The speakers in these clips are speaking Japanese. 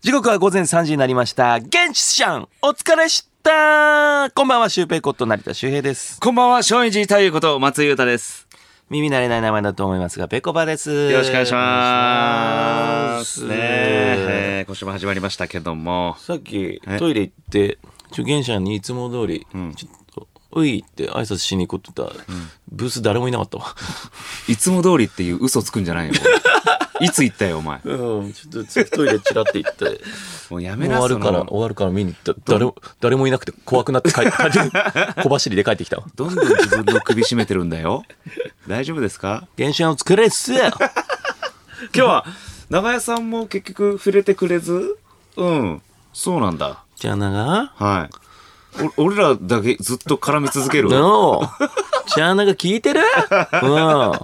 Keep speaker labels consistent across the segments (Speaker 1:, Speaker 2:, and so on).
Speaker 1: 時刻は午前3時になりました。現地シャン、お疲れしたこんばんは、シュウペイコット成田修平です。
Speaker 2: こんばんは、松陰寺太夫こと松井裕太です。
Speaker 1: 耳慣れない名前だと思いますが、ペコバです。
Speaker 2: よろしくお願いします。
Speaker 1: お
Speaker 2: ね
Speaker 1: 願いします
Speaker 2: え、えー今週も始まりましたけども。
Speaker 1: さっき
Speaker 2: え
Speaker 1: トイレ行って受験者にいつも通り、ちょっと「うい」って挨拶しに行こうって言ったら、ブース誰もいなかったわ
Speaker 2: いつも通りっていう嘘つくんじゃないよ。 おいいつ行ったよ、お前。
Speaker 1: うんちょっとトイレチラって行って
Speaker 2: もうや
Speaker 1: もう
Speaker 2: め
Speaker 1: 終
Speaker 2: な
Speaker 1: わるから
Speaker 2: その
Speaker 1: 終わるから見に行った誰も誰もいなくて怖くなって帰って帰 って小走りで帰ってきたわ
Speaker 2: どんどん自分の首絞めてるんだよ。大丈夫ですか
Speaker 1: 原始お疲れっす
Speaker 2: 今日は、長屋さんも結局触れてくれずうん。そうなんだ。
Speaker 1: じゃあなが
Speaker 2: はい。お俺らだけずっと絡み続ける。
Speaker 1: のじゃあなが聞いてるうんファ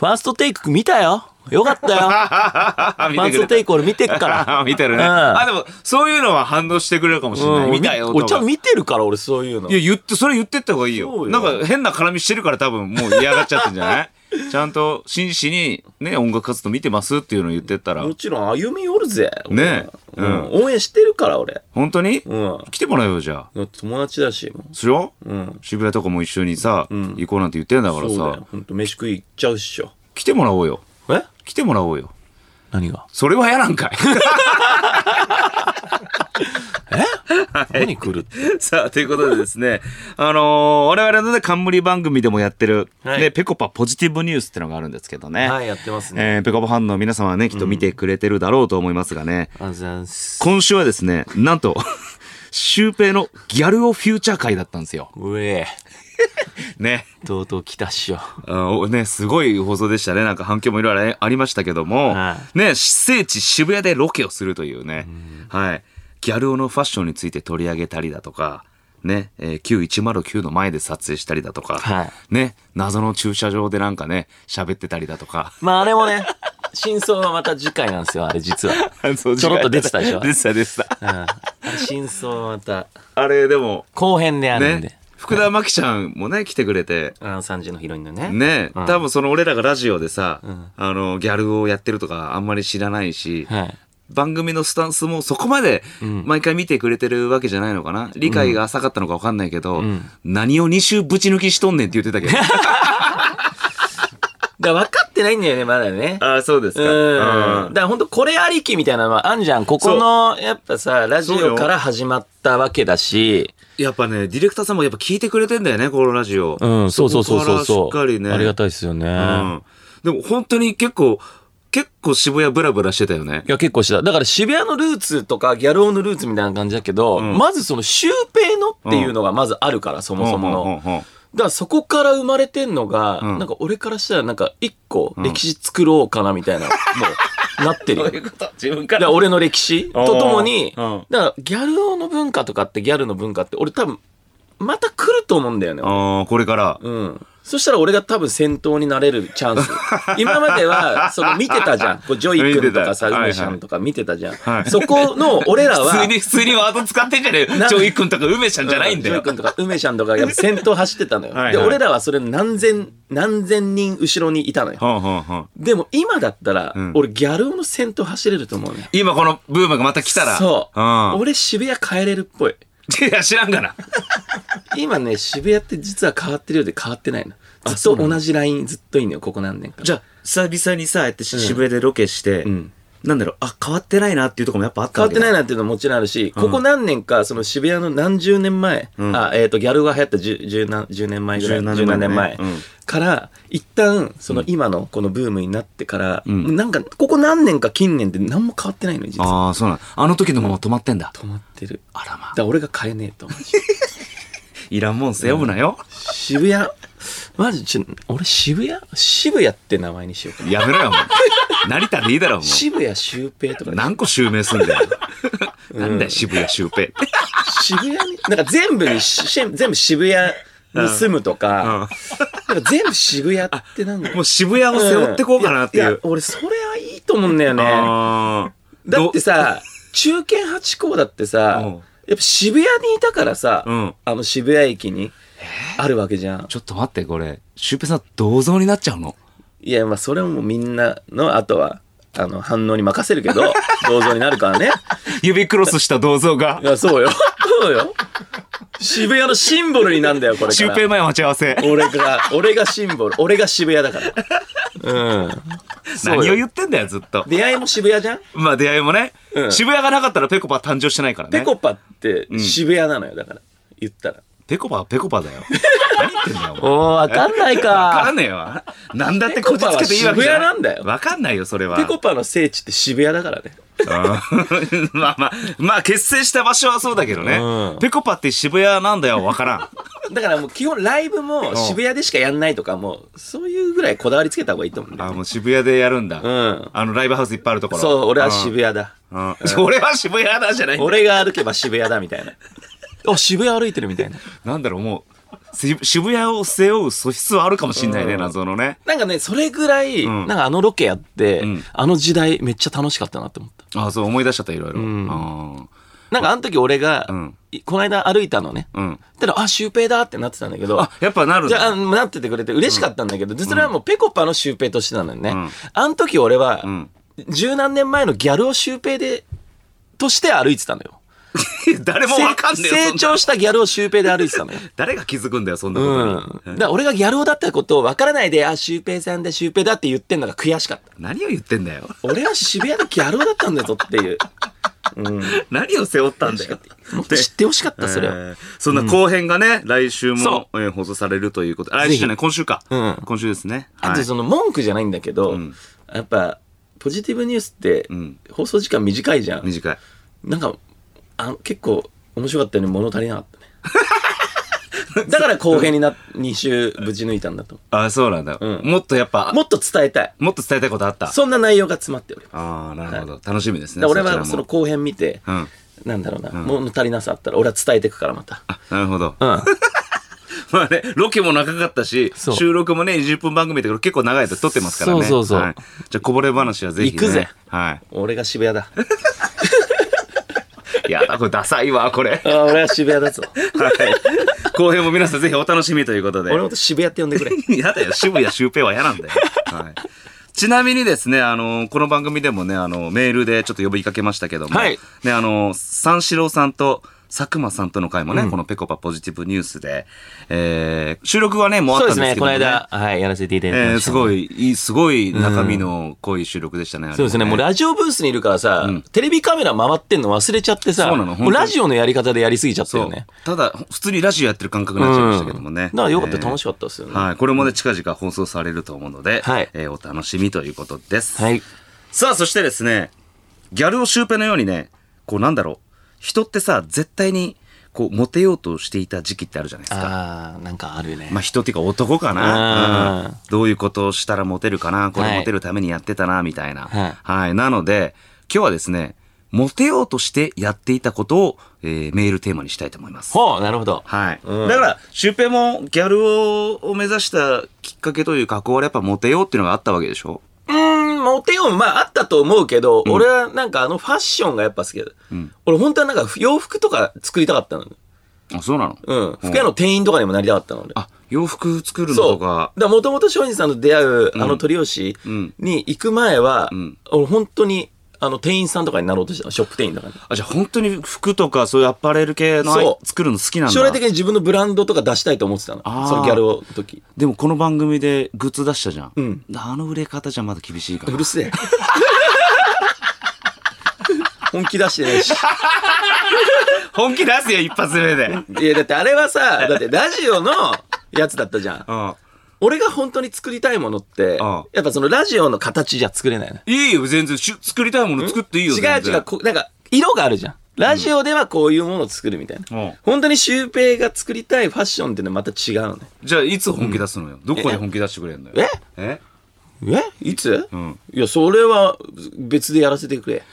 Speaker 1: ーストテイク見たよよかったよ
Speaker 2: あ、
Speaker 1: フ
Speaker 2: 見
Speaker 1: ァース
Speaker 2: てくれ
Speaker 1: ト
Speaker 2: た
Speaker 1: テイク俺見てっから
Speaker 2: あ 見てるね。
Speaker 1: うん
Speaker 2: あ、でも、そういうのは反応してくれるかもしれない。
Speaker 1: うん
Speaker 2: 見たよ。
Speaker 1: お
Speaker 2: と
Speaker 1: 茶
Speaker 2: か
Speaker 1: 見てるから俺そういうの
Speaker 2: いや、言って、それ言ってった方がいい
Speaker 1: そう
Speaker 2: よ。
Speaker 1: よ
Speaker 2: なんか変な絡みしてるから多分もう嫌がっちゃってんじゃない ちゃんと真摯にね、音楽活動見てますっていうのを言ってったら
Speaker 1: も、ちろん歩み寄るぜ。
Speaker 2: ね
Speaker 1: 俺は
Speaker 2: う
Speaker 1: うん。応援してるから、俺。
Speaker 2: 本当に
Speaker 1: うん。
Speaker 2: 来てもらえよ、じゃあ。
Speaker 1: 友達だし、も
Speaker 2: それよ
Speaker 1: ううん。
Speaker 2: 渋谷とかも一緒にさ、行こうなんて言ってんだから
Speaker 1: そうだ
Speaker 2: さ
Speaker 1: よ。、ほんと飯食い行っちゃうっしょ。
Speaker 2: 来てもらおうよ。
Speaker 1: え
Speaker 2: 来てもらおうよ。
Speaker 1: 何 が
Speaker 2: それは嫌なんかい。
Speaker 1: 何来るっ て。
Speaker 2: さあ、ということでですね、あのー我々のね、冠番組でもやってる、
Speaker 1: はい
Speaker 2: ね、ぺこぱポジティブニュースってのがあるんですけどね。
Speaker 1: はい、やってますね。
Speaker 2: えー、ペコパファンの皆様はね、きっと見てくれてるだろうと思いますがね、
Speaker 1: あざんす。
Speaker 2: 今週はですね、なんと、シュウペイのギャルをフューチャー会だったんですよ。
Speaker 1: うえ、
Speaker 2: ね。
Speaker 1: とうとう来たっしょ。
Speaker 2: うんおね、すごい放送でしたね。なんか反響もいろいろありありましたけども、
Speaker 1: は
Speaker 2: ね、聖地渋谷でロケをするというね、はい。ギャル男のファッションについて取り上げたりだとか、ね、えー、Q109 の前で撮影したりだとか、
Speaker 1: はい
Speaker 2: ね、謎の駐車場でなんかね、喋ってたりだと か、
Speaker 1: まあ、あれもね、真相はまた次回なんですよ、あれ実は。
Speaker 2: そう
Speaker 1: ちょろっと出てたでしょ
Speaker 2: 出てた出てた。
Speaker 1: うん。あれ真相はまた、
Speaker 2: あれでも、
Speaker 1: 後編であるんで
Speaker 2: ね。、福田真紀ちゃんもね、来てくれて、
Speaker 1: あの3時のヒロインのね。
Speaker 2: ね、
Speaker 1: うん
Speaker 2: 多分その俺らがラジオでさ、
Speaker 1: ん
Speaker 2: あの、ギャルをやってるとかあんまり知らないし、
Speaker 1: はい。
Speaker 2: 番組のスタンスもそこまで
Speaker 1: ん
Speaker 2: 毎回見てくれてるわけじゃないのかな、理解が浅かったのか分かんないけど、
Speaker 1: ん
Speaker 2: 何を2週ぶち抜きしとんねんって言ってたけど。
Speaker 1: だから分かってないんだよね、まだね。
Speaker 2: ああ、そうで
Speaker 1: う
Speaker 2: す
Speaker 1: ん。だから本当これありきみたいなのはあんじゃん。ここの、やっぱさ、ラジオから始まったわけだし。
Speaker 2: やっぱね、ディレクターさんもやっぱ聞いてくれてんだよね、このラジオ。
Speaker 1: うん、そうそうそうそうそう。
Speaker 2: こからしっかりね。
Speaker 1: ありがたいですよね。
Speaker 2: うん。でも本当に結構、結構渋谷ブラブラしてたよね
Speaker 1: い。や、結構した。だから渋谷のルーツとか、ギャル男のルーツみたいな感じだけど、
Speaker 2: ん
Speaker 1: まずその、シュウペイのっていうのがまずあるから、そもそもの。
Speaker 2: うんうんうんうん
Speaker 1: だからそこから生まれてんのが、
Speaker 2: うん
Speaker 1: なんか俺からしたらなんか、一個歴史作ろうかなみたいな、もう、な ってるよ。
Speaker 2: ういうこと自分
Speaker 1: だ
Speaker 2: か
Speaker 1: から俺の歴史とともに、
Speaker 2: うん
Speaker 1: だからギャル男の文化とかってギャルの文化って俺多分また来ると思うんだよね。
Speaker 2: ああ、これから。
Speaker 1: うん。そしたら俺が多分先頭になれるチャン ス。今までは、その見てたじゃん。こうジョイ君とかさ、
Speaker 2: 見てた
Speaker 1: 梅ちゃんとか見てたじゃん。
Speaker 2: はい
Speaker 1: そこの俺らは、
Speaker 2: 普通に、普通にワード使ってんじゃね えよ。
Speaker 1: な
Speaker 2: ちょいくんとか梅ちゃんじゃないんだ
Speaker 1: ジョ
Speaker 2: よ
Speaker 1: イ。君とか梅ちゃんとかが先頭走ってたのよ。
Speaker 2: はいはい
Speaker 1: で、俺らはそれ何千、何千人後ろにいたのよ。
Speaker 2: はんはんはん
Speaker 1: でも今だったら、
Speaker 2: うん
Speaker 1: 俺ギャル男の先頭走れると思うね。
Speaker 2: 今このブームがまた来たら。
Speaker 1: そう。
Speaker 2: う
Speaker 1: 俺渋谷帰れるっぽい。
Speaker 2: ん。いや、知らんがな。
Speaker 1: 今ね渋谷って実は変わってるようで変わってないのずっと同じラインずっといいのよここ何年か
Speaker 2: じゃあ、久々にさ、やって渋谷でロケして、
Speaker 1: ん
Speaker 2: なんだろう、あ、変わってないなっていうところもやっぱあった
Speaker 1: 変わってない
Speaker 2: い。
Speaker 1: なっていうのももちろんあるし、ここ何年か、その渋谷の何十年前、
Speaker 2: うん
Speaker 1: あ、えっ、と、ギャルが流行った十十何十年前ぐらい、
Speaker 2: 十
Speaker 1: 十
Speaker 2: 何
Speaker 1: 何
Speaker 2: 年前ね
Speaker 1: 年前
Speaker 2: うん
Speaker 1: から、一旦、その今のこのブームになってから、
Speaker 2: ん
Speaker 1: なんか、ここ何年か近年で何も変わってないのよ、実は。
Speaker 2: ああ、そうなん。あの時のまま止まってんだ。
Speaker 1: 止まってる。だか
Speaker 2: あらま。
Speaker 1: ら俺が変えねえと思う。
Speaker 2: いらんもん背負うなよ。
Speaker 1: 渋谷、マジ、ちょ、俺渋谷渋谷って名前にしようか。
Speaker 2: やめろよ、もう。成田でいいだろ、もう。
Speaker 1: 渋谷周平とかで
Speaker 2: 何個襲名すんだ よ。なんだよ、渋谷周平。
Speaker 1: 渋谷に、なんか全部にし、し全部渋谷に住むとか、なんか全部渋谷ってなんだ
Speaker 2: もう渋谷を背負ってこうかなってい
Speaker 1: やや
Speaker 2: う。
Speaker 1: 俺、それはいいと思うんだよね。
Speaker 2: あー
Speaker 1: だって、さ、中堅八高だってさ
Speaker 2: うん、
Speaker 1: やっぱ渋谷にいたからさ、
Speaker 2: どうん。
Speaker 1: あの渋谷駅にあるわけじゃん。
Speaker 2: ちょっと待って、これ、シュウペイさん、銅像になっちゃうの
Speaker 1: いや、まあ、それはもうみんなの、あとは、あの、反応に任せるけ ど、銅像になるからね。
Speaker 2: 指クロスした銅像 が
Speaker 1: い、や、そうよ。そうよ。渋谷のシンボルになんだよ、これか
Speaker 2: シュウ
Speaker 1: ら
Speaker 2: ペイ前待ち合わせ。
Speaker 1: 俺が、俺がシンボル。俺が渋谷だから。うん。そう
Speaker 2: 何を
Speaker 1: よ。
Speaker 2: 言ってんだよ、ずっと。
Speaker 1: 出会いも渋谷じゃん
Speaker 2: まあ出会いもね、
Speaker 1: うん
Speaker 2: 渋谷がなかったらペコパ誕生してないからね。
Speaker 1: ペコパって渋谷なのよ、だから。言ったら。
Speaker 2: ペコパはペコ パだよ。何言ってんだよ、お前。
Speaker 1: おー、わかんない
Speaker 2: わか
Speaker 1: か。
Speaker 2: んねえわ。なんだってこじつけていいわけじ
Speaker 1: ペ
Speaker 2: ゃ
Speaker 1: コパは渋谷なんだよ
Speaker 2: わかんないよ、それは。
Speaker 1: ペコパの聖地って渋谷だからね。
Speaker 2: うん まあまあ、まあ結成した場所はそうだけどね。
Speaker 1: うん
Speaker 2: ペコパって渋谷なんだよ、わから ん。
Speaker 1: だからもう基本ライブも渋谷でしかやんないとか、もう、そういうぐらいこだわりつけた方がいいと思うんだよ
Speaker 2: あ、もう渋谷でやるんだ。
Speaker 1: うん。
Speaker 2: あの、ライブハウスいっぱいあるところ。
Speaker 1: そう、俺は渋谷だ。
Speaker 2: 谷。うん。 それは渋谷だじゃない。
Speaker 1: 俺が歩けば渋谷だみたいな。あ、渋谷歩いてるみたいな。
Speaker 2: なんだろう、もう、し渋谷を背負う素質はあるかもしんないね、謎のね。
Speaker 1: なんかね、それぐらい、
Speaker 2: ん
Speaker 1: なんかあのロケやって、
Speaker 2: ん
Speaker 1: あの時代めっちゃ楽しかったなって思った。
Speaker 2: あ、そう、思い出しちゃった、いろいろ。
Speaker 1: ん
Speaker 2: うん。
Speaker 1: なんかあの時俺が、
Speaker 2: うん
Speaker 1: いこの間歩いたのね。
Speaker 2: うん。
Speaker 1: たら、あ、シュウペイだってなってたんだけど、
Speaker 2: あ、やっぱなるん
Speaker 1: じゃあ
Speaker 2: だ
Speaker 1: あ、なっててくれて嬉しかったんだけど、実はもうペコパのシュウペイとしてなのよね。
Speaker 2: ん
Speaker 1: あの時俺は、
Speaker 2: ん
Speaker 1: 十何年前のギャルをシュウペイで、として歩いてたのよ。
Speaker 2: 誰もわかんねえよ。
Speaker 1: 成
Speaker 2: そんな
Speaker 1: 長したギャルをシュウペイで歩いてたのよ。
Speaker 2: 誰が気づくんだよ、そんなこ
Speaker 1: う
Speaker 2: と
Speaker 1: ん。
Speaker 2: に。
Speaker 1: だから俺がギャル男だったことを分からないで、あ、シュウペイさんだ、シュウペイだって言ってんのが悔しかった。
Speaker 2: 何を言ってんだよ。
Speaker 1: 俺は渋谷でギャル男だったんだぞっていう。
Speaker 2: 何を背負ったんだよ。
Speaker 1: もっと知ってほしかった、それ
Speaker 2: え
Speaker 1: を。
Speaker 2: ーそんな後編がね、来週も
Speaker 1: そ、
Speaker 2: えー放送されるということ。来週じゃない、今週か。
Speaker 1: うん
Speaker 2: 今週ですね。
Speaker 1: あ
Speaker 2: は
Speaker 1: と
Speaker 2: い
Speaker 1: その文句じゃないんだけど、
Speaker 2: ん
Speaker 1: やっぱ、ポジティブニュースって
Speaker 2: ん、
Speaker 1: 放送時間短いじゃん。
Speaker 2: 短い。
Speaker 1: なんか、あの結構面白かったよね、物足りなかったね。 だから後編にな、2週ぶち抜いたんだと。
Speaker 2: あ、そうなんだ。
Speaker 1: うん
Speaker 2: もっとやっぱ、
Speaker 1: もっと伝えたい。
Speaker 2: もっと伝えたいことあった。
Speaker 1: そんな内容が詰まっております。
Speaker 2: ああ、なるほど。楽しみですね。
Speaker 1: だから俺
Speaker 2: ちら
Speaker 1: は
Speaker 2: も
Speaker 1: その後編見て、
Speaker 2: うん。
Speaker 1: なんだろうな、物足りなさあったら俺は伝えていくからまた。
Speaker 2: あなるほど。
Speaker 1: うん。
Speaker 2: ま あね、ロケも長かったし、
Speaker 1: そう
Speaker 2: 収録もね、20分番組だけど結構長いやつ撮ってますからね。
Speaker 1: そうそうそう
Speaker 2: はいじゃあこぼれ話はぜひね。
Speaker 1: 行くぜ
Speaker 2: は
Speaker 1: 俺が渋谷 だ。
Speaker 2: い。いやだ、これダサいわ、これ。
Speaker 1: あー俺は渋谷だ ぞ。
Speaker 2: はい。後編も皆さんぜひお楽しみということで。
Speaker 1: 俺のこと渋谷って呼んでくれ。
Speaker 2: やだよ、渋谷シュウペイは嫌なんだよ。はい。ちなみにですね、あの、この番組でもね、あの、メールでちょっと呼びかけましたけども、
Speaker 1: はい
Speaker 2: ね、あの、三四郎さんと佐久間さんとの回もね、このペコパポジティブニュースで、えー収録はね、もうあ
Speaker 1: そうで
Speaker 2: ったん
Speaker 1: す
Speaker 2: です
Speaker 1: ね、
Speaker 2: けど
Speaker 1: この
Speaker 2: もね、
Speaker 1: 間、はい、やらせていただき
Speaker 2: えー
Speaker 1: ました。
Speaker 2: すごい、いいすごい中身の濃い収録でしたね。あれ
Speaker 1: そうですね、もうラジオブースにいるからさ、テレビカメラ回ってんの忘れちゃってさ、
Speaker 2: そうなの本当
Speaker 1: も
Speaker 2: に
Speaker 1: うラジオのやり方でやりすぎちゃった
Speaker 2: そ
Speaker 1: よ
Speaker 2: う
Speaker 1: ね。。
Speaker 2: ただ、普通にラジオやってる感覚になっちゃいましたけどもね。
Speaker 1: だからよかった、
Speaker 2: えー
Speaker 1: 楽しかったですよね。
Speaker 2: はい。これもね、近々放送されると思うので、
Speaker 1: はい
Speaker 2: えーお楽しみということです。
Speaker 1: はい。
Speaker 2: さあ、そしてですね、ギャルをシュウペイのようにね、こうなんだろう、人ってさ、絶対に、こう、モテようとしていた時期ってあるじゃないですか。
Speaker 1: ああ、なんかあるね。
Speaker 2: まあ人っていうか男かな、
Speaker 1: うん
Speaker 2: うんどういうことをしたらモテるかなこれ
Speaker 1: はい
Speaker 2: モテるためにやってたなみたいな。
Speaker 1: はい
Speaker 2: はい。なので、今日はですね、モテようとしてやっていたことを、えーメールテーマにしたいと思います。
Speaker 1: ほう、なるほど。
Speaker 2: はい。
Speaker 1: うん
Speaker 2: だから、シュウペイもギャル男を目指したきっかけというか、これやっぱモテようっていうのがあったわけでしょ
Speaker 1: うーん、モテよう、まああったと思うけど、俺はなんかあのファッションがやっぱ好きだ。俺本当はなんか洋服とか作りたかったの。
Speaker 2: あ、そうなの
Speaker 1: うん。服屋の店員とかにもなりたかったの。俺
Speaker 2: あ、洋服作るの
Speaker 1: そう。
Speaker 2: と
Speaker 1: だか
Speaker 2: から
Speaker 1: もともと庄司さんと出会う、あの鳥吉に行く前は、
Speaker 2: ん
Speaker 1: 俺本当に、あの店員さんとかになろうとしてたの、ショップ店員とかに。
Speaker 2: あ、じゃあ本当に服とかそういうアパレル系のあい
Speaker 1: そう
Speaker 2: 作るの好きなんだ。
Speaker 1: 将来的に自分のブランドとか出したいと思ってたの。
Speaker 2: あー
Speaker 1: そのギャルの時。
Speaker 2: でもこの番組でグッズ出したじゃん。
Speaker 1: うん
Speaker 2: あの売れ方じゃまだ厳しいか
Speaker 1: う
Speaker 2: ら
Speaker 1: る。せえ。 本気出してないし。
Speaker 2: 本気出すよ、一発目で。 うん。
Speaker 1: いや、だってあれはさ、だってラジオのやつだったじゃん。俺が本当に作りたいものって
Speaker 2: ああ、
Speaker 1: やっぱそのラジオの形じゃ作れないね。
Speaker 2: いいよ、全然。しゅ作りたいもの作っていいよ、
Speaker 1: 違う
Speaker 2: 全然
Speaker 1: 違う、。こうなんか、色があるじゃん。ラジオではこういうものを作るみたいな。
Speaker 2: うん
Speaker 1: 本当にシュウペイが作りたいファッションってのはまた違うのね。
Speaker 2: じゃあ、いつ本気出すのよ。どこで本気出してくれんのよ。
Speaker 1: え
Speaker 2: え
Speaker 1: えいつ、
Speaker 2: ん
Speaker 1: いや、それは別でやらせてくれ。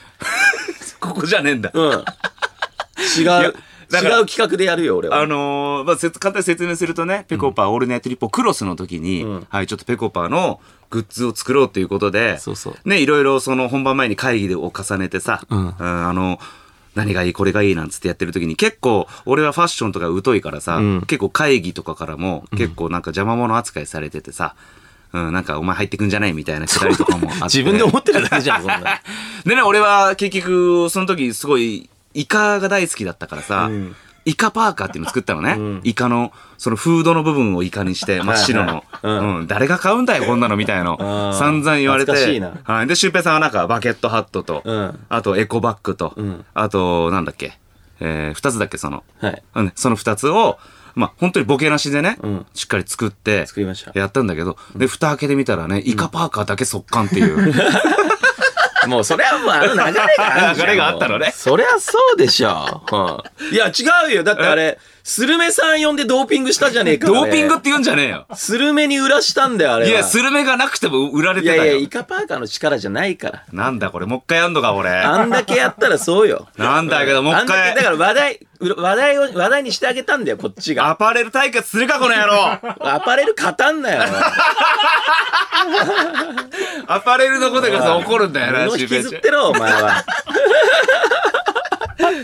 Speaker 2: ここじゃねえんだ。
Speaker 1: うん。違う、違う
Speaker 2: だから
Speaker 1: 企画でやるよ、俺は。
Speaker 2: あのーまあ、せつ簡単に説明するとね、ペコパーオールナイトリポクロスの時に、はい、ちょっとペコパーのグッズを作ろうということで、
Speaker 1: そうそう
Speaker 2: ね、いろいろその本番前に会議を重ねてさ、
Speaker 1: ん
Speaker 2: うんあの、何がいい、これがいいなんつってやってる時に結構、俺はファッションとか疎いからさ、結構会議とかからも結構なんか邪魔者扱いされててさ、うん、なんかお前入ってくんじゃないみたいなくだりとかもあって。
Speaker 1: 自分で思ってるだけじゃん、そんな。
Speaker 2: でね、俺は結局、その時すごい、イカが大好きだったからさ、
Speaker 1: うん
Speaker 2: イカパーカーっていうの作ったのね。
Speaker 1: うん
Speaker 2: イカの、そのフードの部分をイカにして、真っ白の。
Speaker 1: はいはいうん
Speaker 2: うん、誰が買うんだよ、こんなのみたいの
Speaker 1: あ。ー
Speaker 2: 散々言われて。
Speaker 1: 懐かしいな
Speaker 2: はい。で、シュウペイさんはなんか、バケットハット と、
Speaker 1: うん
Speaker 2: あとエコバッグと、
Speaker 1: ん
Speaker 2: あと、なんだっけ、えー、二つだっけ、その。
Speaker 1: はい。
Speaker 2: うんその二つを、まあ、本当にボケなしでね、
Speaker 1: うん
Speaker 2: しっかり作って、
Speaker 1: 作りました
Speaker 2: やったんだけど、で、蓋開けてみたらね、イカパーカーだけ速乾っていう。
Speaker 1: もうそれはもうあの流れがあるじゃん
Speaker 2: 流れがあったのね
Speaker 1: もうそりゃそうでしょ。うん、いや違うよ。だってあれ、スルメさん呼んでドーピングしたじゃねえか。
Speaker 2: ドーピン
Speaker 1: あ
Speaker 2: グっ
Speaker 1: れ
Speaker 2: て言うんじゃねえよ。
Speaker 1: スルメに裏したんだよ、あれは。
Speaker 2: いや、スルメがなくても売られ
Speaker 1: い
Speaker 2: て
Speaker 1: や
Speaker 2: た
Speaker 1: いや、
Speaker 2: よ。
Speaker 1: イカパーカーの力じゃないから。
Speaker 2: なんだこれ、もう一回やんのか、俺。
Speaker 1: あんだけやったらそう よ。
Speaker 2: なんだけど、もう
Speaker 1: あ
Speaker 2: 一
Speaker 1: んだ
Speaker 2: 回
Speaker 1: け、だ。から話題、う話題を、話題にしてあげたんだよ、こっちが。
Speaker 2: アパレル対決するか、この野 郎
Speaker 1: アパレル勝たんなよ。
Speaker 2: アパレルのことがさ、怒るん だよな、
Speaker 1: 物
Speaker 2: シ
Speaker 1: 引
Speaker 2: ュウペ
Speaker 1: き
Speaker 2: イち
Speaker 1: ず
Speaker 2: ゃん
Speaker 1: ってろ、お前は。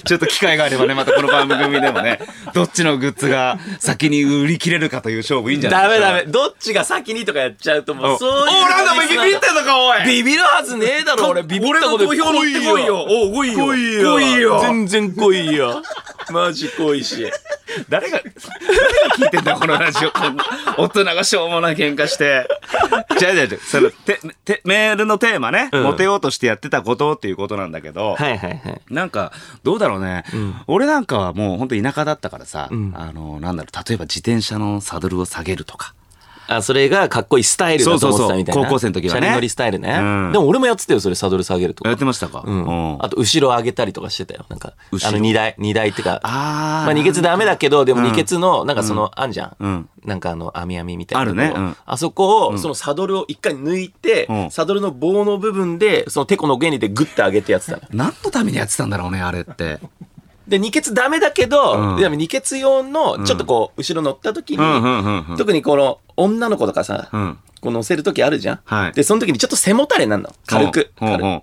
Speaker 2: ちょっと機会があればね、またこの番組でもね、 どっちのグッズが先に売り切れるかという勝負いいんじゃない
Speaker 1: ダメ
Speaker 2: ですか
Speaker 1: ダメ。。どっちが先にとかやっちゃうと、も
Speaker 2: お
Speaker 1: うそういう。
Speaker 2: おなんだお前ビビってんのか、おい
Speaker 1: ビビるはずねえだろ、俺。ビビったこと
Speaker 2: 俺の投票に行ってこいよ
Speaker 1: お来いよ。
Speaker 2: 来いよ
Speaker 1: 来いよ。全然来いよ。マジ来いし。
Speaker 2: 誰が、誰が聞いてんだよ、この ラジオ。こんな大人がしょうもない喧嘩して。じゃあじゃあじゃあその、て、て、メールのテーマね、
Speaker 1: ん
Speaker 2: モテようとしてやってたことっていうことなんだけど、
Speaker 1: はいはいはい。
Speaker 2: なんか、どうだろうね、俺なんかはもう本当田舎だったからさ、
Speaker 1: ん
Speaker 2: あの、なんだろう、例えば自転車のサドルを下げるとか。
Speaker 1: あ、それがかっこいいスタイルだと思ってたみたいな。
Speaker 2: そうそうそう高校生の時はね
Speaker 1: シャレ乗りスタイルね。
Speaker 2: うん
Speaker 1: でも俺もやってたよ、それサドル下げると
Speaker 2: や
Speaker 1: か
Speaker 2: っ。てましたか、
Speaker 1: うん
Speaker 2: うん
Speaker 1: あと、後ろ上げたりとかしてたよ。なんか、
Speaker 2: 後ろ
Speaker 1: あの、荷台、荷台ってか。
Speaker 2: あー
Speaker 1: まあ、二欠ダメだけど、でも
Speaker 2: うん
Speaker 1: 二欠の、なんかその、あんじゃん。
Speaker 2: うん
Speaker 1: なんかあの、網網みたいな。
Speaker 2: あるねうん
Speaker 1: あそこを、そのサドルを一回抜いて、
Speaker 2: うん
Speaker 1: サドルの棒の部分で、そのテコの原理でグッて上げてやってたの。
Speaker 2: 何のためにやってたんだろうね、あれって。
Speaker 1: で、二欠ダメだけど、
Speaker 2: うん
Speaker 1: でも二欠用の、ちょっとこう、後ろ乗った時
Speaker 2: うんう
Speaker 1: に、
Speaker 2: んうんうん。
Speaker 1: 特にこの、女の子とかさ、
Speaker 2: うん
Speaker 1: こう乗せる時あるじゃん。
Speaker 2: はい
Speaker 1: で、その時にちょっと背もたれなんの。軽く。
Speaker 2: うん
Speaker 1: 軽く
Speaker 2: うんうん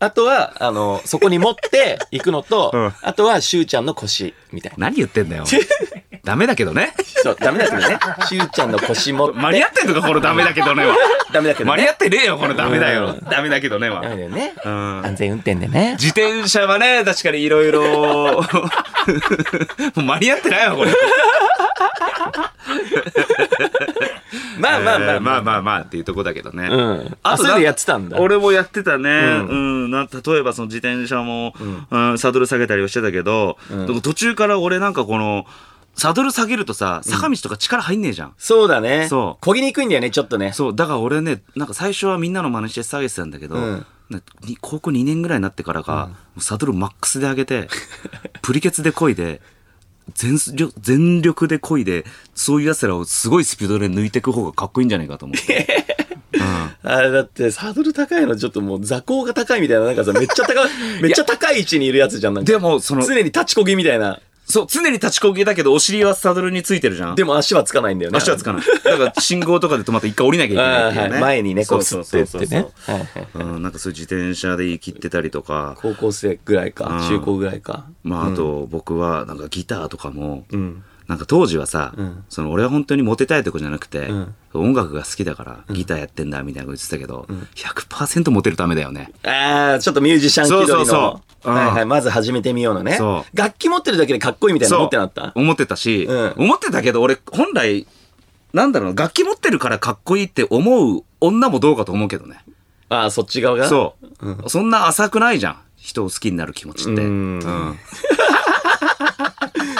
Speaker 1: あとは、あの、そこに持っていくのと、
Speaker 2: うん
Speaker 1: あとは、しゅうちゃんの腰、みたいな。
Speaker 2: 何言って んだよ。ダメだけどね。
Speaker 1: そう、ダメだけど ね。しゅうちゃんの腰持って。
Speaker 2: 間に合ってんのか、このダメだけどねは。
Speaker 1: ダメだけど
Speaker 2: 間
Speaker 1: ね。
Speaker 2: に合ってねえよ、このダメだよ
Speaker 1: う。
Speaker 2: ダメだけどねは
Speaker 1: ダ。メだよね。
Speaker 2: うん
Speaker 1: 安全運転でね。
Speaker 2: 自転車はね、確かにいろい ろ。もう間に合ってないわ、これ。
Speaker 1: まあまあま
Speaker 2: え
Speaker 1: あ
Speaker 2: ーまあまあまあっていうとこだけどね。
Speaker 1: うん。あ、それでやってたんだ。
Speaker 2: 俺もやってたね。
Speaker 1: ん
Speaker 2: うん。な例えばその自転車も、うんサドル下げたりはしてたけど、
Speaker 1: うん
Speaker 2: でも途中から俺なんかこの、サドル下げるとさ、坂道とか力入んねえじゃん。
Speaker 1: そうだね。
Speaker 2: そう
Speaker 1: 漕ぎにくいんだよね、ちょっとね。
Speaker 2: そう、だから俺ね、なんか最初はみんなの真似して下げてたんだけど、
Speaker 1: うん
Speaker 2: ねに高校2年ぐらいになってからが、もうサドルマックスで上げて、プリケツで漕いで、全力全力で漕いで、そういう奴らをすごいスピードで抜いていく方がかっこいいんじゃないかと思って。
Speaker 1: あれだって、サドル高いのちょっともう座高が高いみたいな、なんかさ、めっちゃ高い、めっちゃ高い位置にいるやつじゃん。なんか
Speaker 2: でも、その、
Speaker 1: 常に立ちこぎみたいな。
Speaker 2: そう、常に立ちこぎだけど、お尻はサドルについてるじゃん。
Speaker 1: でも足はつかないんだよね。
Speaker 2: 足はつかない。だから信号とかで止まって一回降りなきゃいけないってい
Speaker 1: あ
Speaker 2: う
Speaker 1: ーは
Speaker 2: ね。
Speaker 1: い前にね、こう、
Speaker 2: そ
Speaker 1: 吸
Speaker 2: う
Speaker 1: って
Speaker 2: そう
Speaker 1: って
Speaker 2: そうそう
Speaker 1: ね。はいはい
Speaker 2: うん、なんかそういう自転車で言い切ってたりとか、
Speaker 1: 高校生ぐらいか
Speaker 2: う、ん
Speaker 1: 中高ぐらいか。
Speaker 2: まああと僕はなんかギターとかも、
Speaker 1: うん。
Speaker 2: なんか当時はさ、
Speaker 1: うん
Speaker 2: その俺は本当にモテたいとかじゃなくて、
Speaker 1: うん
Speaker 2: 音楽が好きだからギターやってんだみたいなこと言ってたけど、100%モテるためだよね。
Speaker 1: ああ、ちょっとミュージシャン気取り
Speaker 2: そう
Speaker 1: の。
Speaker 2: そうそううん
Speaker 1: はいはい、まず始めてみようのね
Speaker 2: そ。
Speaker 1: 楽器持ってるだけでかっこいいみたいな思ってなかった
Speaker 2: 思ってたし、
Speaker 1: うん
Speaker 2: 思ってたけど俺本来、なんだろうな、楽器持ってるからかっこいいって思う女もどうかと思うけどね。
Speaker 1: ああ、そっち側が
Speaker 2: そう、そんな浅くないじゃん。人を好きになる気持ちって。
Speaker 1: うん
Speaker 2: うん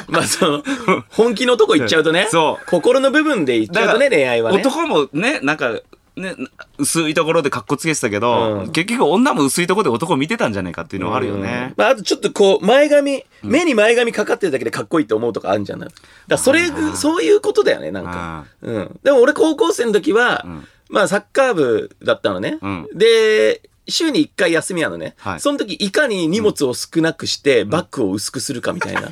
Speaker 1: まあその、本気のとこ行っちゃうとね。
Speaker 2: そう
Speaker 1: 心の部分で行っちゃうとね、
Speaker 2: だから
Speaker 1: 恋愛はね。
Speaker 2: 男もね、なんか、ね、薄いところでかっこつけてたけど、
Speaker 1: うん
Speaker 2: 結局女も薄いところで男を見てたんじゃないかっていうのはあるよね。
Speaker 1: まあ、あとちょっとこう、前髪、目に前髪かかってるだけでかっこいいと思うとかあるんじゃないだからそれ、そういうことだよね、なんか。うん。でも俺高校生の時は、
Speaker 2: ん
Speaker 1: まあサッカー部だったのね。
Speaker 2: うん
Speaker 1: で、週に1回休みなのね。
Speaker 2: はい
Speaker 1: その時、いかに荷物を少なくして、バッグを薄くするかみたいな。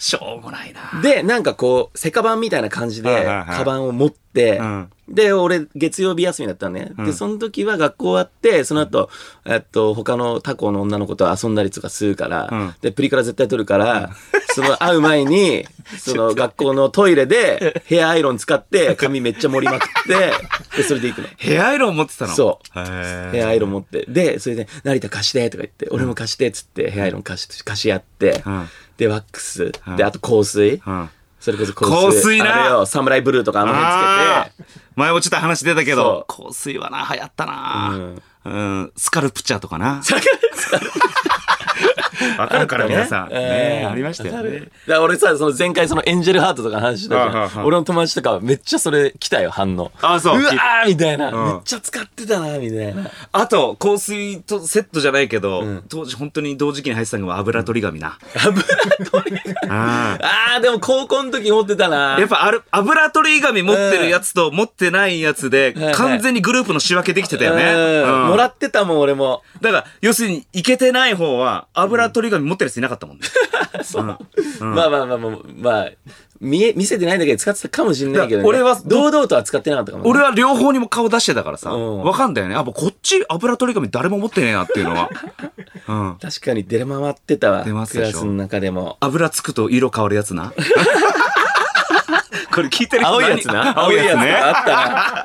Speaker 2: しょうもないな。
Speaker 1: で、なんかこう、セカバンみたいな感じ
Speaker 2: はい
Speaker 1: で、
Speaker 2: はいはい
Speaker 1: カバンを持って、
Speaker 2: うん
Speaker 1: で、俺、月曜日休みだったのね。で、その時は学校終わって、その後、えっと、他の他校の女の子と遊んだりとかするから、
Speaker 2: うん
Speaker 1: で、プリクラ絶対撮るから、その会う前 に、その学校のトイレでヘアアイロン使 って髪めっちゃ盛りまくって、で、それで行くの。
Speaker 2: ヘアアイロン持ってたの
Speaker 1: そう
Speaker 2: へー
Speaker 1: ヘアアイロン持って。で、それで、成田貸してとか言って、俺も貸してっつってヘアアイロン貸し、貸し合って
Speaker 2: うん、
Speaker 1: で、ワックス
Speaker 2: う、ん
Speaker 1: で、あと香水
Speaker 2: うん。
Speaker 1: それこそ
Speaker 2: 香水
Speaker 1: あ
Speaker 2: な
Speaker 1: れよ、サムライブルーとかあの辺
Speaker 2: あ
Speaker 1: つけて、
Speaker 2: ー前落ちた話出たけど、香水はな、流行った
Speaker 1: う、
Speaker 2: なんうん、スカルプチャーとかな。わかるから、皆さん。ねありましたよ
Speaker 1: わか
Speaker 2: ね
Speaker 1: る。だから俺さ、その前回そのエンジェルハートとかの話した
Speaker 2: ああ
Speaker 1: じゃ
Speaker 2: あ
Speaker 1: ん。
Speaker 2: あ
Speaker 1: 俺の友達とかめっちゃそれ来たよ、反応。
Speaker 2: あそう
Speaker 1: うわーみたいな。
Speaker 2: うん
Speaker 1: めっちゃ使ってたな、みたいな。
Speaker 2: あと、香水とセットじゃないけど、
Speaker 1: ん
Speaker 2: 当時本当に同時期に流行ってたのが油取り紙な。
Speaker 1: 油取り紙。
Speaker 2: あ
Speaker 1: あー、でも高校の時持ってたな
Speaker 2: ーや。っぱある、油取り紙持ってるやつと持ってないやつで
Speaker 1: んはい、
Speaker 2: 完全にグループの仕分けできてたよね。
Speaker 1: うん
Speaker 2: うん
Speaker 1: もらってたもん、俺も。
Speaker 2: だから、要するに、いけてない方は、油取り紙持ってるやついなかった もんね。
Speaker 1: まあまあまあまあ、まあ、見え、見せてないだけで使ってたかもしれないけど、ね。
Speaker 2: だから俺は
Speaker 1: 堂々とは使ってなかったかもね、
Speaker 2: 俺は両方にも顔出してたからさ、
Speaker 1: うん
Speaker 2: わかんだよね。あ、もうこっち油取り紙誰も持ってねえなっていう のは。うん。
Speaker 1: 確かに出回ってたわ。
Speaker 2: 出ます
Speaker 1: ク
Speaker 2: でしょ
Speaker 1: ラスの中でも。
Speaker 2: 油つくと色変わるや つな。これ聞いてる人
Speaker 1: 青いやつな。
Speaker 2: 何青いやつね。
Speaker 1: あっ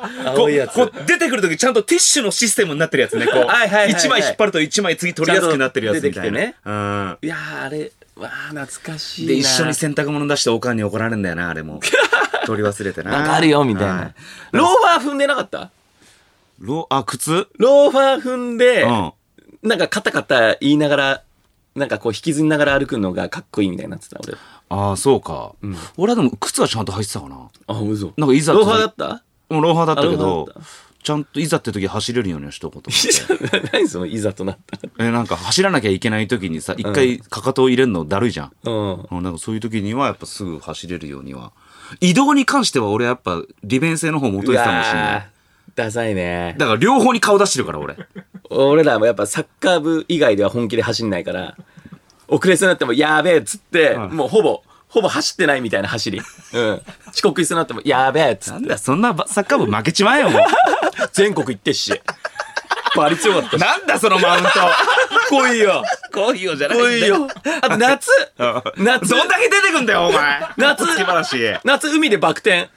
Speaker 1: たな。
Speaker 2: こ
Speaker 1: 青
Speaker 2: う
Speaker 1: いやつ。
Speaker 2: こう出てくるときちゃんとティッシュのシステムになってるやつね。 こ
Speaker 1: は
Speaker 2: う。
Speaker 1: いはいはいはい
Speaker 2: 一枚引っ張ると一枚次取りやすくなってるやつみたい
Speaker 1: ち
Speaker 2: な。
Speaker 1: ゃんと出てき
Speaker 2: うん。
Speaker 1: いやー、あれ、わー、懐かしいな。
Speaker 2: で、一緒に洗濯物出しておかんに怒られるんだよな、あれ も。取り忘れてな。
Speaker 1: なんかあるよ、みたいな。ローファー踏んでなかった
Speaker 2: ロあ、靴
Speaker 1: ローファー踏んで、
Speaker 2: うん。
Speaker 1: なんかカタカタ言いながら、なんかこう引きずりながら歩くのがかっこいいみたいになってた、俺。
Speaker 2: ああ、そうか。俺はでも靴はちゃんと履いてたかな。
Speaker 1: あ、嘘。
Speaker 2: なんかいざ
Speaker 1: ローファーだった
Speaker 2: もうローハーだったけ
Speaker 1: ロー
Speaker 2: ど
Speaker 1: ハーだっ、
Speaker 2: ちゃんといざって時走れるようにはしとこうと思って。
Speaker 1: いざ、何そのいざとなった。
Speaker 2: え、なんか走らなきゃいけない時にさ、一回かかとを入れるのだるいじゃん。
Speaker 1: うん。
Speaker 2: うんなんかそういう時にはやっぱすぐ走れるようには。移動に関しては俺はやっぱ利便性の方求めてたかもしれない。
Speaker 1: ーダサいね。
Speaker 2: だから両方に顔出してるから俺。
Speaker 1: 俺らもやっぱサッカー部以外では本気で走んないから、遅れそうになってもやーべえっつって、
Speaker 2: ん
Speaker 1: もうほぼ、ほぼ走ってないみたいな走り。うん。遅刻しそうになってもやーべえっつっ
Speaker 2: な
Speaker 1: て
Speaker 2: んだよそんなばサッカー部負けちまえよもう。
Speaker 1: 全国行ってっし。バリ強かったし。
Speaker 2: なんだその マウント。
Speaker 1: 来いよ。
Speaker 2: 来いよじゃないんだ
Speaker 1: 来いよ。あと夏夏
Speaker 2: どんだけ出てくんだよお前。
Speaker 1: 夏
Speaker 2: つけ話。
Speaker 1: 夏海でバク転。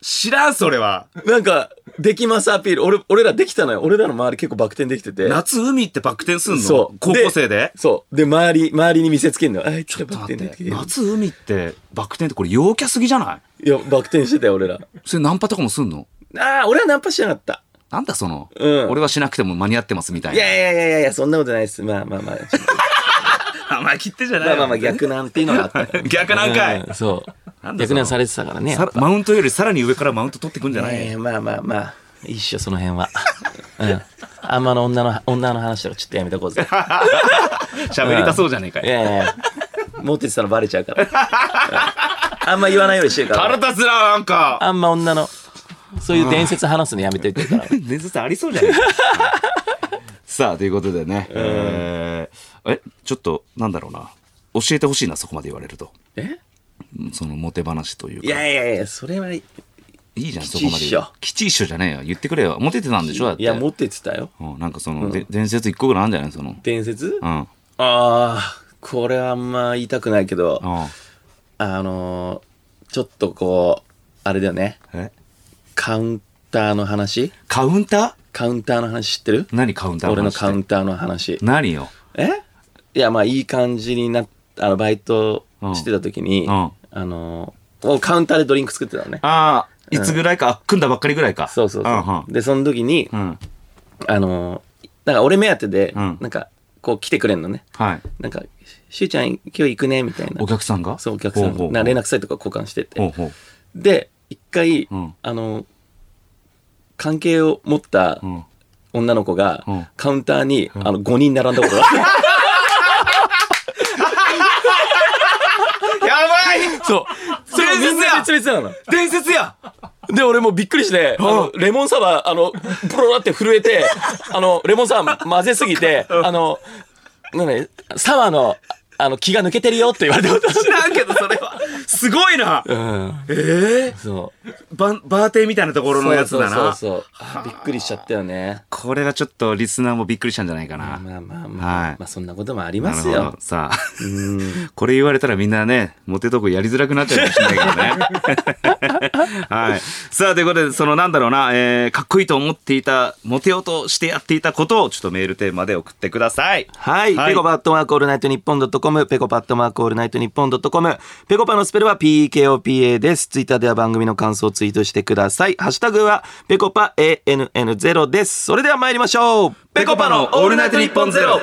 Speaker 2: 知らんそれは。
Speaker 1: なんか、できますアピール。俺、俺らできたのよ。俺らの周り結構バク転できてて。
Speaker 2: 夏海ってバク転すんの
Speaker 1: そう。
Speaker 2: 高校生で
Speaker 1: そう。で、周り、周りに見せつけんの。あいつ
Speaker 2: ちょ
Speaker 1: ら
Speaker 2: っ
Speaker 1: バ
Speaker 2: と
Speaker 1: ク
Speaker 2: 待
Speaker 1: 転
Speaker 2: っ
Speaker 1: でき
Speaker 2: て。
Speaker 1: てる。
Speaker 2: 夏海って、バク転ってこれ陽キャすぎじゃない
Speaker 1: いや、バク転してたよ、俺ら。
Speaker 2: それナンパとかもすんの
Speaker 1: ああ、俺はナンパしなかった。
Speaker 2: なんだその、
Speaker 1: うん
Speaker 2: 俺はしなくても間に合ってますみたい
Speaker 1: い
Speaker 2: な。
Speaker 1: やいやいやいやいや、そんなことないです。まあまあまあ。
Speaker 2: 甘い切ってじゃない
Speaker 1: まあまあまあ、逆なんていうのがあ ったから。
Speaker 2: 逆なんかい
Speaker 1: うんそう
Speaker 2: なん。だ
Speaker 1: 逆なんされてたからね。やっ
Speaker 2: さマウントよりさらに上からマウント取ってくんじゃ
Speaker 1: ぱ
Speaker 2: ない、
Speaker 1: ええまあまあまあ、一緒、その辺は。 うん。あんまの女の、女の話とかちょっとやめとこうぜ。
Speaker 2: 喋りたそうじゃねえか
Speaker 1: い
Speaker 2: よ。
Speaker 1: やいやいや持ってたのバレちゃうから。うんあんま言わないようにしてるから。
Speaker 2: 腹立つな、なんか。
Speaker 1: あんま女の、そういう伝説話すのやめといてるから。
Speaker 2: 伝説ありそうじゃねえか。 さあ、ということでね。えーえ、ちょっと、なんだろうな。教えてほしいな、そこまで言われると。
Speaker 1: え
Speaker 2: その、モテ話というか。
Speaker 1: いやいやいや、それは、い
Speaker 2: いいじゃん、そ
Speaker 1: 吉一
Speaker 2: こま
Speaker 1: 緒
Speaker 2: で言う。きちいっしょじゃねえよ。言ってくれよ。モテてたんでしょだって。
Speaker 1: や、持っててたよ。
Speaker 2: うん、なんかその、で伝説一個ぐらいあるんじゃないその。
Speaker 1: 伝説
Speaker 2: うん。あ
Speaker 1: ああ、これはあんま言いたくないけど、
Speaker 2: あ。
Speaker 1: あのー、ちょっとこう、あれだよね、
Speaker 2: え
Speaker 1: カウンターの話
Speaker 2: カウンタ
Speaker 1: カウンターの話知ってる
Speaker 2: ー何カウンター
Speaker 1: 俺のカウ
Speaker 2: ン
Speaker 1: ンターの話。
Speaker 2: 何よ。
Speaker 1: えいや、まあいい感じになっあの、バイトしてた時に、
Speaker 2: うんうん
Speaker 1: あのー、もうカウンターでドリンク作ってたのね。
Speaker 2: ああ、いつぐらいか、あ組んだばっかりぐらいか。
Speaker 1: そうそうそう。
Speaker 2: う
Speaker 1: で、その時に、
Speaker 2: んうん。うん。
Speaker 1: あのー、なんか俺目当てで、
Speaker 2: うん
Speaker 1: なんか、こう来てくれんのね。
Speaker 2: はい。
Speaker 1: なんか、しゅうちゃん今日行くねみたいな
Speaker 2: お。客さんが
Speaker 1: そう、お客さん。
Speaker 2: ほうほう
Speaker 1: なんか連絡先とか交換してて。
Speaker 2: ほうほう。
Speaker 1: で一回、
Speaker 2: うん
Speaker 1: あの関係を持った
Speaker 2: うん。
Speaker 1: 女の子が、
Speaker 2: うん
Speaker 1: カウンターに、あの5人並んだことが ある
Speaker 2: やばい
Speaker 1: そうそれ
Speaker 2: 伝説や
Speaker 1: 別々な
Speaker 2: 伝説や
Speaker 1: ので俺もうびっくりして、あのレモンサワーあのプロだって震えて あのレモンサワー混ぜすぎてあのなんだねサワーのあの、気が抜けてるよって言われたことある
Speaker 2: 知らんけど、それは。すごいな。
Speaker 1: うん。
Speaker 2: ええ
Speaker 1: そう。
Speaker 2: バンバーテンみたいなところのやつだな。
Speaker 1: そうそうそうそう。びっくりしちゃったよね。
Speaker 2: これがちょっとリスナーもびっくりしたんじゃないかな。
Speaker 1: まあまあまあ、
Speaker 2: はい
Speaker 1: まあそんなこともあり
Speaker 2: な
Speaker 1: ま
Speaker 2: る
Speaker 1: す
Speaker 2: ほ
Speaker 1: よ
Speaker 2: ど。。さあ、
Speaker 1: うん。
Speaker 2: これ言われたらみんなね、モテトークやりづらくなっちゃうかもしれないけどね。はい。さあ、ということで、そのなんだろうな、えー、かっこいいと思っていた、モテようとしてやっていたことを、ちょっとメールテーマで送ってください。
Speaker 1: はい、
Speaker 2: はい
Speaker 1: ペコパットマークオールナイトニッポンドットコム、ペコパットマークオールナイトニッポンドットコム、ペコパのスペルは PEKOPA です。ツイッターでは番組の感想をツイートしてください。ハッシュタグは、ペコパ ANN0 です。それでは参りましょう。ペコパのオールナイトニッポンゼロ。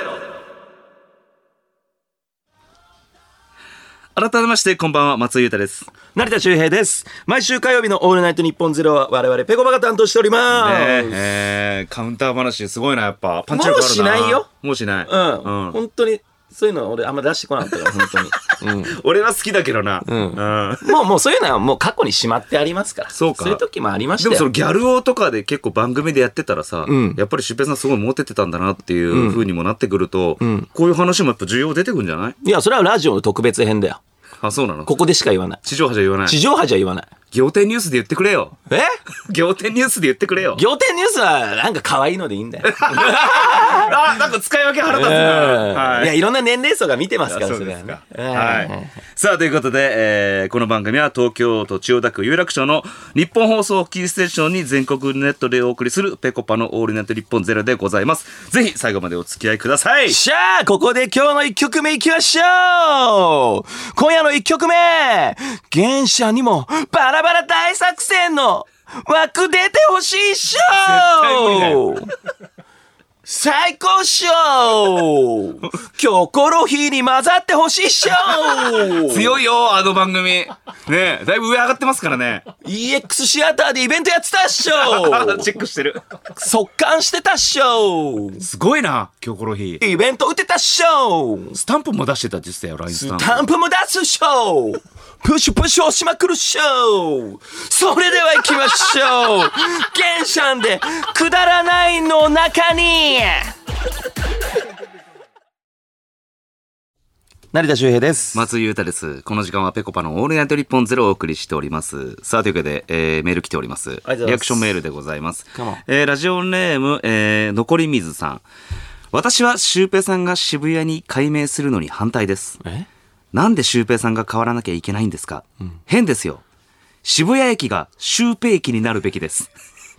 Speaker 2: 改めまして、こんばんは、松井裕太です。
Speaker 1: 成田修平です。毎週火曜日のオールナイトニッポンゼロは我々ペコパが担当しており
Speaker 2: ね
Speaker 1: ます。
Speaker 2: えー、カウンター話すごいな、やっぱ。パンチ力あるな。
Speaker 1: もうしないよ。
Speaker 2: もうしない。
Speaker 1: うん、本当に、そういうの俺あんま出してこなか ったから、本当に。うん
Speaker 2: 俺は好きだけどな。
Speaker 1: うん
Speaker 2: うん
Speaker 1: もう、もうそういうのはもう過去にしまってありますから。
Speaker 2: そうか
Speaker 1: そういう時もありまし
Speaker 2: で
Speaker 1: た
Speaker 2: もそ
Speaker 1: よ。
Speaker 2: のギャル王とかで結構番組でやってたらさ、
Speaker 1: うん
Speaker 2: やっぱりシュウペイさんすごいモテてたんだなっていう風にもなってくると、
Speaker 1: ん
Speaker 2: こういう話もやっぱ需要出てくるんじゃない
Speaker 1: いや、それはラジオの特別編だよ。
Speaker 2: あ、そうなの
Speaker 1: ここでしか言わない。
Speaker 2: 地上波じゃ言わない。
Speaker 1: 地上波じゃ言わない。
Speaker 2: 仰天ニュースで言ってくれ よ。
Speaker 1: え
Speaker 2: 仰天ニュースで言ってくれよ。
Speaker 1: 仰天ニュースはなんか可愛いのでいいんだ よ。
Speaker 2: あ、なんか使い分け腹立
Speaker 1: う
Speaker 2: つ
Speaker 1: ん
Speaker 2: な。はい
Speaker 1: いや、いろんな年齢層が見てますから、
Speaker 2: そう
Speaker 1: れ
Speaker 2: で
Speaker 1: は
Speaker 2: す
Speaker 1: ね
Speaker 2: か。
Speaker 1: は
Speaker 2: はい
Speaker 1: い。
Speaker 2: さあ、ということで、えーこの番組は東京都千代田区有楽町の日本放送をキーステーションに全国ネットでお送りするペコパのオールナイト日本ゼロでございます。ぜひ最後までお付き合いください。
Speaker 1: しゃあ、ここで今日の一曲目いきましょう今夜の一曲目原社にもバラバラ大作戦の枠出てほしいっしょ 最高っしょ 今日コロヒーに混ざってほしいっしょ
Speaker 2: 強いよ、あの番組。ねえだいぶ上上がってますからね。
Speaker 1: EX シアターでイベントやってたっしょ
Speaker 2: チェックしてる。
Speaker 1: 速乾してたっしょ
Speaker 2: すごいな、今日この日。
Speaker 1: イベント打てたっしょ
Speaker 2: スタンプも出してたって言ってたよ、ラインスタンプ。
Speaker 1: タンプも出すっしょプッシュプッシュ押しまくるっしょそれでは行きましょうゲンシャンでくだらないの中に成田修平です。
Speaker 2: 松井裕太です。この時間はペコパのオールナイト日本ゼロをお送りしております。さあ、というわけで、えーメール来ております。
Speaker 1: ありがとうございます
Speaker 2: リアクションメールでございます
Speaker 1: カモン。
Speaker 2: えーラジオネーム、えー残り水さん。私はシュウペイさんが渋谷に改名するのに反対です。
Speaker 1: え
Speaker 2: なんでシュウペイさんが変わらなきゃいけないんですか、変ですよ。渋谷駅がシュウペイ駅になるべきです。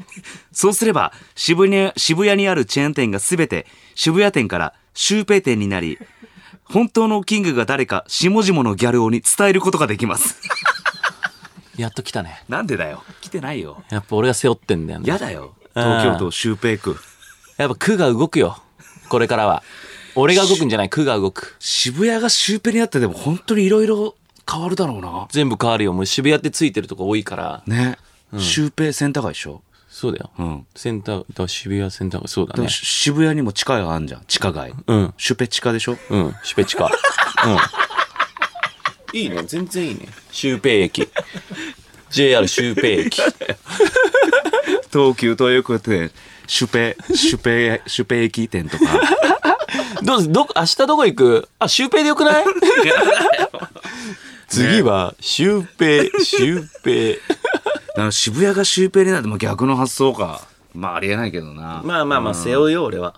Speaker 2: そうすれば渋谷に、渋谷にあるチェーン店がすべて渋谷店からシュウペイ店になり、本当のキングが誰か下々のギャル王に伝えることができます。
Speaker 1: やっと来たね。
Speaker 2: なんでだよ。来てないよ。
Speaker 1: やっぱ俺が背負ってんだよね。
Speaker 2: やだよ。東京都シュウペイ区。
Speaker 1: やっぱ区が動くよ。これからは。俺が動くんじゃない、区が動く。
Speaker 2: 渋谷がシュウペイになってでも本当にいろいろ変わるだろうな。
Speaker 1: 全部変わるよ。もう渋谷ってついてるとこ多いから。
Speaker 2: ね。シュウペイセンター街でしょ。
Speaker 1: そうだよ。
Speaker 2: ん
Speaker 1: センター、だから渋谷センターがそうだ
Speaker 2: で
Speaker 1: ね
Speaker 2: も。し渋谷にも地下があんじゃん。地下街。
Speaker 1: うん
Speaker 2: シュペ地下でしょ
Speaker 1: うん、シュペチカ。うん。いいね、全然いいね。シュウペイ駅。JR シュウペイ駅。
Speaker 2: 東急東横店、シュペ、シュペ、シュペ駅店 とか。
Speaker 1: どうど、明日どこ行くあ、シュウペイでよく ない次は、シュウペイ、シュウペイ。
Speaker 2: あの渋谷がシュウペイになっても逆の発想か。まあありえないけどな。
Speaker 1: まあまあまあ、背負うよ、俺は。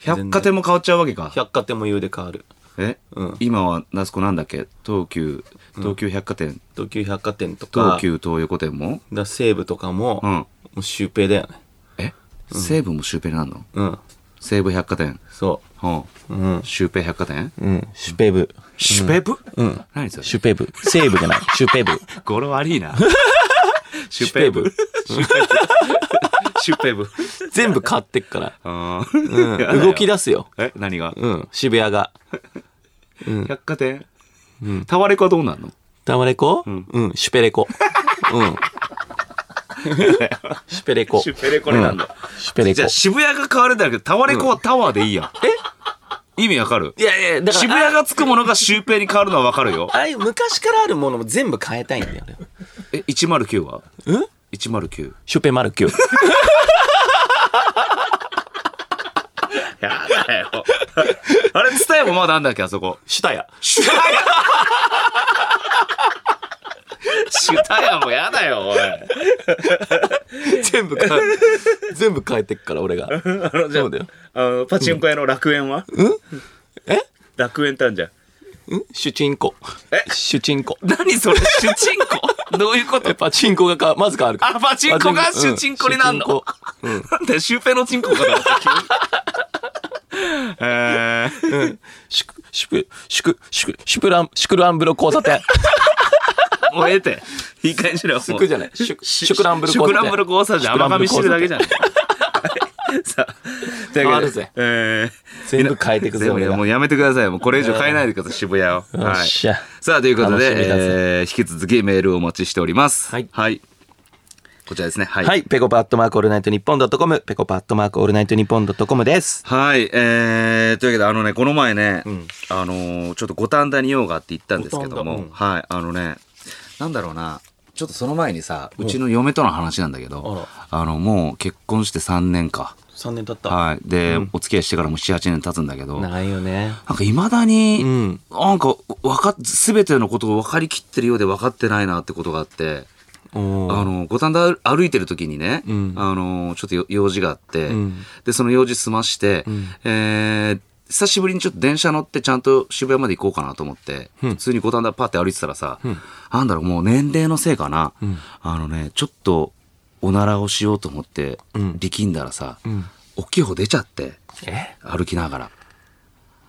Speaker 2: 百貨店も変わっちゃうわけか。
Speaker 1: 百貨店も言うで変わる。
Speaker 2: え、
Speaker 1: うん
Speaker 2: 今は、あそこなんだっけ東急、東急百貨店、
Speaker 1: 東急百貨店とか、
Speaker 2: 東急東横店も
Speaker 1: だ西武とかも、
Speaker 2: うん
Speaker 1: もうシュウペイだよね。
Speaker 2: え、西武もシュウペイになるの
Speaker 1: うん。
Speaker 2: 西武百貨店。
Speaker 1: そ
Speaker 2: うん。
Speaker 1: う。うん。
Speaker 2: シュウペイ百貨店、
Speaker 1: うん。シュペブ。
Speaker 2: シュペブ
Speaker 1: うん。
Speaker 2: 何それ
Speaker 1: シュペブ。西武じゃ ない。シュペブ。
Speaker 2: 語呂悪 いな。シュペイブ。シュペイブ。シュペイブ。
Speaker 1: 全部変わってっから。
Speaker 2: あ
Speaker 1: うん
Speaker 2: ー
Speaker 1: 動き。出すよ。
Speaker 2: え、何が
Speaker 1: うん、渋谷が。
Speaker 2: 百貨店タワレコはどうなんの
Speaker 1: タマレコうん、シュペレコ。 うん。シュペレコ。
Speaker 2: シュペレコになるの
Speaker 1: うんシュペレコ
Speaker 2: じゃあ。渋谷が変わるんだけど、タワレコはタワーでいいやん。え意味わかる
Speaker 1: いやいや、だから、
Speaker 2: 渋谷がつくものがシュウペイに変わるのはわかるよ
Speaker 1: あ。ああいう昔からあるものも全部変えたいんだよね。
Speaker 2: え、109は
Speaker 1: ん
Speaker 2: ?109。
Speaker 1: シュペマルキュー。
Speaker 2: やだよ。あれ、ツタヤもまだあんだっけ、あそこ。
Speaker 1: 下や。
Speaker 2: シュタヤシュタヤもやだよ、おい。
Speaker 1: 全部変え、全部変えてっから、俺が。
Speaker 2: あの、じゃあ
Speaker 1: そうだよ
Speaker 2: あの、パチンコ屋の楽園は、
Speaker 1: え
Speaker 2: 楽園ってあるじゃん。
Speaker 1: んシュチンコ。
Speaker 2: え
Speaker 1: シュチンコ。
Speaker 2: 何それ、シュチンコ どういうこと
Speaker 1: えパチンコがか、まず変わるから。
Speaker 2: あ、パチンコがシュチンコになんの、
Speaker 1: うん
Speaker 2: なんだよ、シュウペイのチンコかと思った 急にえー
Speaker 1: シュク、シュク、シュク、シュク、シュクラン、シュクランブル交差点。
Speaker 2: もうええて。いい感じだよ。
Speaker 1: シュクじゃない。シュク、シュクランブル
Speaker 2: シ
Speaker 1: 交
Speaker 2: ュ
Speaker 1: 差点。
Speaker 2: クランブル交差点。
Speaker 1: シュクラ
Speaker 2: 甘
Speaker 1: ンブル
Speaker 2: 噛みして
Speaker 1: 交
Speaker 2: る
Speaker 1: 差
Speaker 2: だけ
Speaker 1: 点
Speaker 2: じゃん。さあ、というわ
Speaker 1: あ
Speaker 2: け
Speaker 1: る
Speaker 2: で
Speaker 1: ぜ。
Speaker 2: えー
Speaker 1: 全部変えてくぜ
Speaker 2: 全部
Speaker 1: 俺が
Speaker 2: もうやめてください。もうこれ以上変えないでください、渋谷を。
Speaker 1: よっ
Speaker 2: はい。
Speaker 1: しゃ
Speaker 2: さあ、ということで
Speaker 1: 楽しみだ、ぜ
Speaker 2: えー引き続きメールをお待ちしております。
Speaker 1: はい
Speaker 2: はい。こちらですね。はい。
Speaker 1: はい。ペコパットマークオールナイトニッポンドットコム。ペコパットマークオールナイトニッポンドットコムです。
Speaker 2: はい、えー、というわけで、あのね、この前ね、あのーちょっと五反田に用があって行ったんですけども、
Speaker 1: 五反
Speaker 2: はい、あのね、なんだろうな、ちょっとその前にさ、うちの嫁との話なんだけど、あの、もう結婚して3年か。
Speaker 1: 3年経っ。
Speaker 2: はい。で、お付き合いしてからもう7、8年経つんだけど、なんか
Speaker 1: 長いよね。
Speaker 2: 未だに、
Speaker 1: うん
Speaker 2: なんか、わか、すべてのことを分かりきってるようで分かってないなってことがあって、
Speaker 1: おー
Speaker 2: あの、五反田歩いてる時にね、
Speaker 1: うん
Speaker 2: あの、ちょっとよ用事があって、
Speaker 1: ん
Speaker 2: で、その用事済まして、えー久しぶりにちょっと電車乗ってちゃんと渋谷まで行こうかなと思って、普通に五反田パーって歩いてたらさ、なんだろう、もう年齢のせいかな、あのね、ちょっとおならをしようと思って、力んだらさ、大きい方出ちゃって、
Speaker 1: え
Speaker 2: 歩きながら。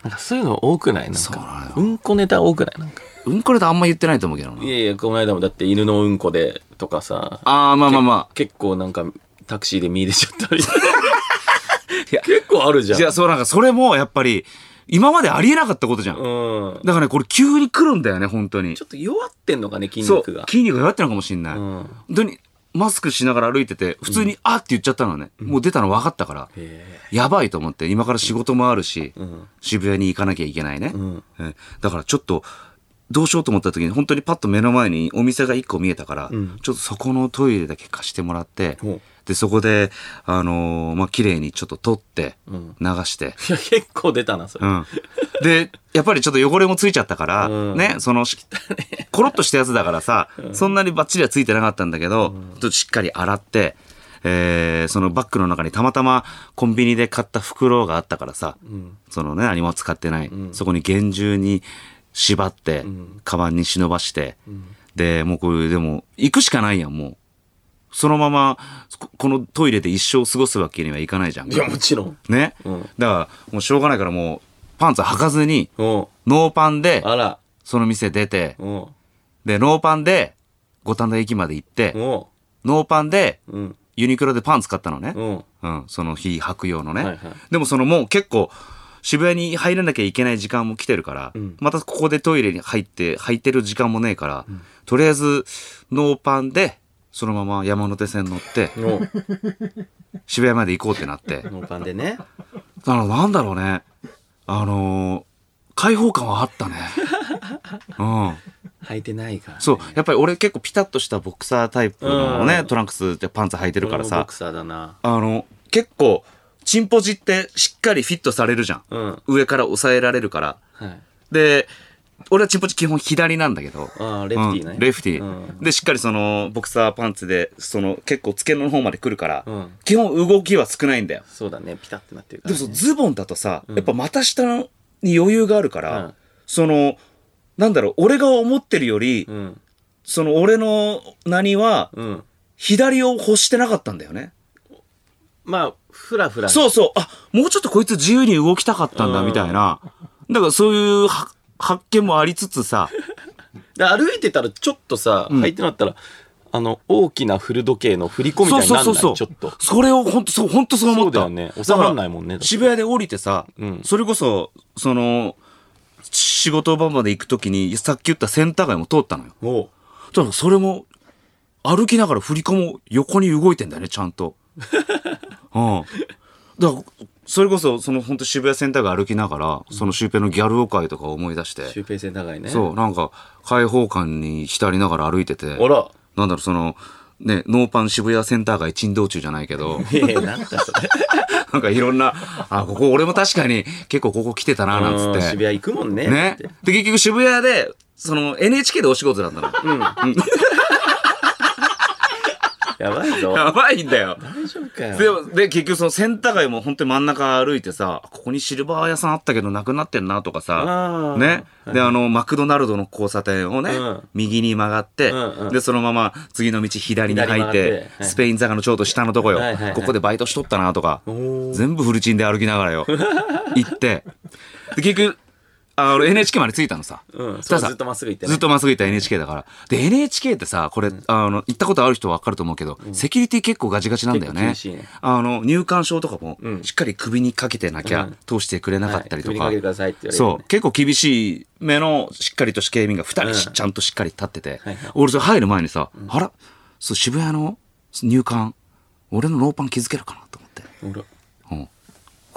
Speaker 1: なんかそういうの多くないなん
Speaker 2: そうなの
Speaker 1: か
Speaker 2: よ。
Speaker 1: うんこネタ多くないなんか。。
Speaker 2: うんこれであんま言ってないと思うけどない
Speaker 1: やいや、この間もだって犬のうんこでとかさ。
Speaker 2: ああ、まあまあまあ。
Speaker 1: 結構なんかタクシーで見入れちゃった り結構あるじゃん
Speaker 2: いや、そうなんか、それもやっぱり、今までありえなかったことじゃん。
Speaker 1: うん、ちょ
Speaker 2: だからね、これ急に来るんだよね、本当に。
Speaker 1: っと弱ってんのかね筋
Speaker 2: そう
Speaker 1: 肉が、
Speaker 2: 筋肉が弱ってるのかもしんない。
Speaker 1: う
Speaker 2: 本
Speaker 1: ん、
Speaker 2: 当に、マスクしながら歩いてて、普通に、あって言っちゃったのね。もう出たの分かったから、
Speaker 1: え
Speaker 2: やばいと思って、今から仕事もあるし、
Speaker 1: ん
Speaker 2: 渋谷に行かなきゃいけないね。
Speaker 1: ん
Speaker 2: えだからちょっと、どうしようと思った時に、本当にパッと目の前にお店が一個見えたから、
Speaker 1: ん
Speaker 2: ちょっとそこのトイレだけ貸してもらって
Speaker 1: ほう、
Speaker 2: で、そこで、あのーまあ、綺麗にちょっと取って、
Speaker 1: ん
Speaker 2: 流して、
Speaker 1: いや結構出たなそれ、
Speaker 2: うん。で、やっぱりちょっと汚れもついちゃったから、
Speaker 1: うん
Speaker 2: ね、その、コロッとしたやつだからさ、そんなにバッチリはついてなかったんだけど、ちょっとしっかり洗って、えーそのバッグの中にたまたまコンビニで買った袋があったからさ、そのね、何も使ってない、そこに厳重に縛って、カバンに忍ばして、で、もうこういう、でも、行くしかないやん、もう。そのまま、ここのトイレで一生過ごすわけにはいかないじゃん。
Speaker 1: いやもちろん
Speaker 2: ね、
Speaker 1: うん
Speaker 2: だからもうしょうがないからもうパンツ履かずに
Speaker 1: うん
Speaker 2: ノーパンで
Speaker 1: あら
Speaker 2: その店出て
Speaker 1: うん
Speaker 2: でノーパンで五反田駅まで行って
Speaker 1: うん
Speaker 2: ノーパンで
Speaker 1: うん
Speaker 2: ユニクロでパンツ買ったのね、
Speaker 1: うん
Speaker 2: うん、その日履く用のね、
Speaker 1: はいはい
Speaker 2: でもそのもう結構渋谷に入らなきゃいけない時間も来てるから、またここでトイレに入って履いてる時間もねえから、とりあえずノーパンでそのまま山手線乗って
Speaker 1: ノ
Speaker 2: 渋谷まで行こうってなって
Speaker 1: ーパンでね
Speaker 2: あの、なんだろうね。あのー開放感はあ ったね。うん。
Speaker 1: 履いてないから、
Speaker 2: そう。やっぱり俺結構ピタッとしたボクサータイプのね、
Speaker 1: うん
Speaker 2: トランクスでパンツ履いてるから
Speaker 1: 俺も
Speaker 2: さ
Speaker 1: ボク、サーだな
Speaker 2: あの、結構、チンポジってしっかりフィットされるじゃん。
Speaker 1: うん
Speaker 2: 上から押さえられるから。
Speaker 1: はい
Speaker 2: で、俺はチンポジ基本左なんだけど。
Speaker 1: ああレフティーね、
Speaker 2: うんレフティ
Speaker 1: う
Speaker 2: ー。で、しっかりその、ボクサーパンツで、その、結構付け根の方まで来るから、
Speaker 1: うん
Speaker 2: 基本動きは少ないんだよ。
Speaker 1: そうだねピタってなってるか
Speaker 2: で
Speaker 1: ら、
Speaker 2: も
Speaker 1: ね、
Speaker 2: そうズボンだとさ、やっぱ股下に余裕があるから、
Speaker 1: うん
Speaker 2: そのなんだろう俺が思ってるより、
Speaker 1: うん
Speaker 2: その俺の何は
Speaker 1: うん
Speaker 2: 左を欲してなかったんだよね、
Speaker 1: まあフラフラ
Speaker 2: そうそうあもうちょっとこいつ自由に動きたかったんだ
Speaker 1: うん
Speaker 2: みたいな、だからそういうは発見もありつつさ
Speaker 1: で歩いてたらちょっとさ、
Speaker 2: ん
Speaker 1: 履いてなったらあの大きな古時計の振り子みたいになんない
Speaker 2: そうそう
Speaker 1: ち
Speaker 2: そ
Speaker 1: ょ
Speaker 2: う
Speaker 1: っと
Speaker 2: それを本当そう本当そう思った
Speaker 1: そうだよね収まんないもんね
Speaker 2: だから渋谷で降りてさ、
Speaker 1: うん
Speaker 2: それこそその仕事場まで行くときにさっき言ったセンター街も通ったのよ
Speaker 1: おう
Speaker 2: だからそれも、歩きながら振り子も横に動いてんだよね、ちゃんと。うん。だから、それこそ、その本当渋谷センター街歩きながら、そのシュウペイのギャルオ会とかを思い出して、
Speaker 1: 周平線高いね
Speaker 2: そう、なんか、開放感に浸りながら歩いてて、
Speaker 1: あら
Speaker 2: なんだろう、その、ね、ノーパン渋谷センター街珍道中じゃないけど、
Speaker 1: いやいや、なんかそれ。
Speaker 2: なんかいろんな、あ、ここ俺も確かに結構ここ来てた な、なんつ
Speaker 1: うん
Speaker 2: って。
Speaker 1: 渋谷行くもんね。
Speaker 2: ね。で、結局渋谷で、その NHK でお仕事だったの。
Speaker 1: やばいぞ。
Speaker 2: やばいんだよ。
Speaker 1: 大丈夫かよ。
Speaker 2: でも、で、結局そのセンター街も本当に真ん中歩いてさ、ここにシルバー屋さんあったけどなくなってんなとか
Speaker 1: あ
Speaker 2: さ
Speaker 1: ー、
Speaker 2: ね。で、あの、マクドナルドの交差点をね
Speaker 1: うん、
Speaker 2: 右に曲がって
Speaker 1: うんうん、
Speaker 2: で、そのまま次の道左に入っ
Speaker 1: 左に曲が
Speaker 2: て
Speaker 1: っ、てはい
Speaker 2: スペイン坂のちょうど下のとこよ
Speaker 1: はいはいはい。
Speaker 2: ここでバイトしとったなとか
Speaker 1: お、
Speaker 2: 全部フルチンで歩きなが らよ、行って。で、結局、あの、NHK まで着いたのさ。
Speaker 1: うん、
Speaker 2: そした
Speaker 1: そう
Speaker 2: らさ
Speaker 1: ずっとまっすぐ行ってね
Speaker 2: ずっとまっすぐ行った NHK だから。で、NHK ってさ、これ、あの、行ったことある人はわかると思うけど、セキュリティ結構ガチガチなんだよね。
Speaker 1: 結構厳しいね
Speaker 2: あの、入管証とかも
Speaker 1: う、ん
Speaker 2: しっかり首にかけてなきゃ、
Speaker 1: うん
Speaker 2: 通してくれなかったりと
Speaker 1: はい首
Speaker 2: か。
Speaker 1: にかけてくださいって言われるよね
Speaker 2: そう。結構厳しい目の、しっかりとした警備員が2人し
Speaker 1: うん
Speaker 2: ちゃんとしっかり立ってて。
Speaker 1: はいはい
Speaker 2: 俺、それ入る前にさ、あら、そう、渋谷の入管、俺のノーパン気づけるかなと思って。
Speaker 1: ほら
Speaker 2: うん。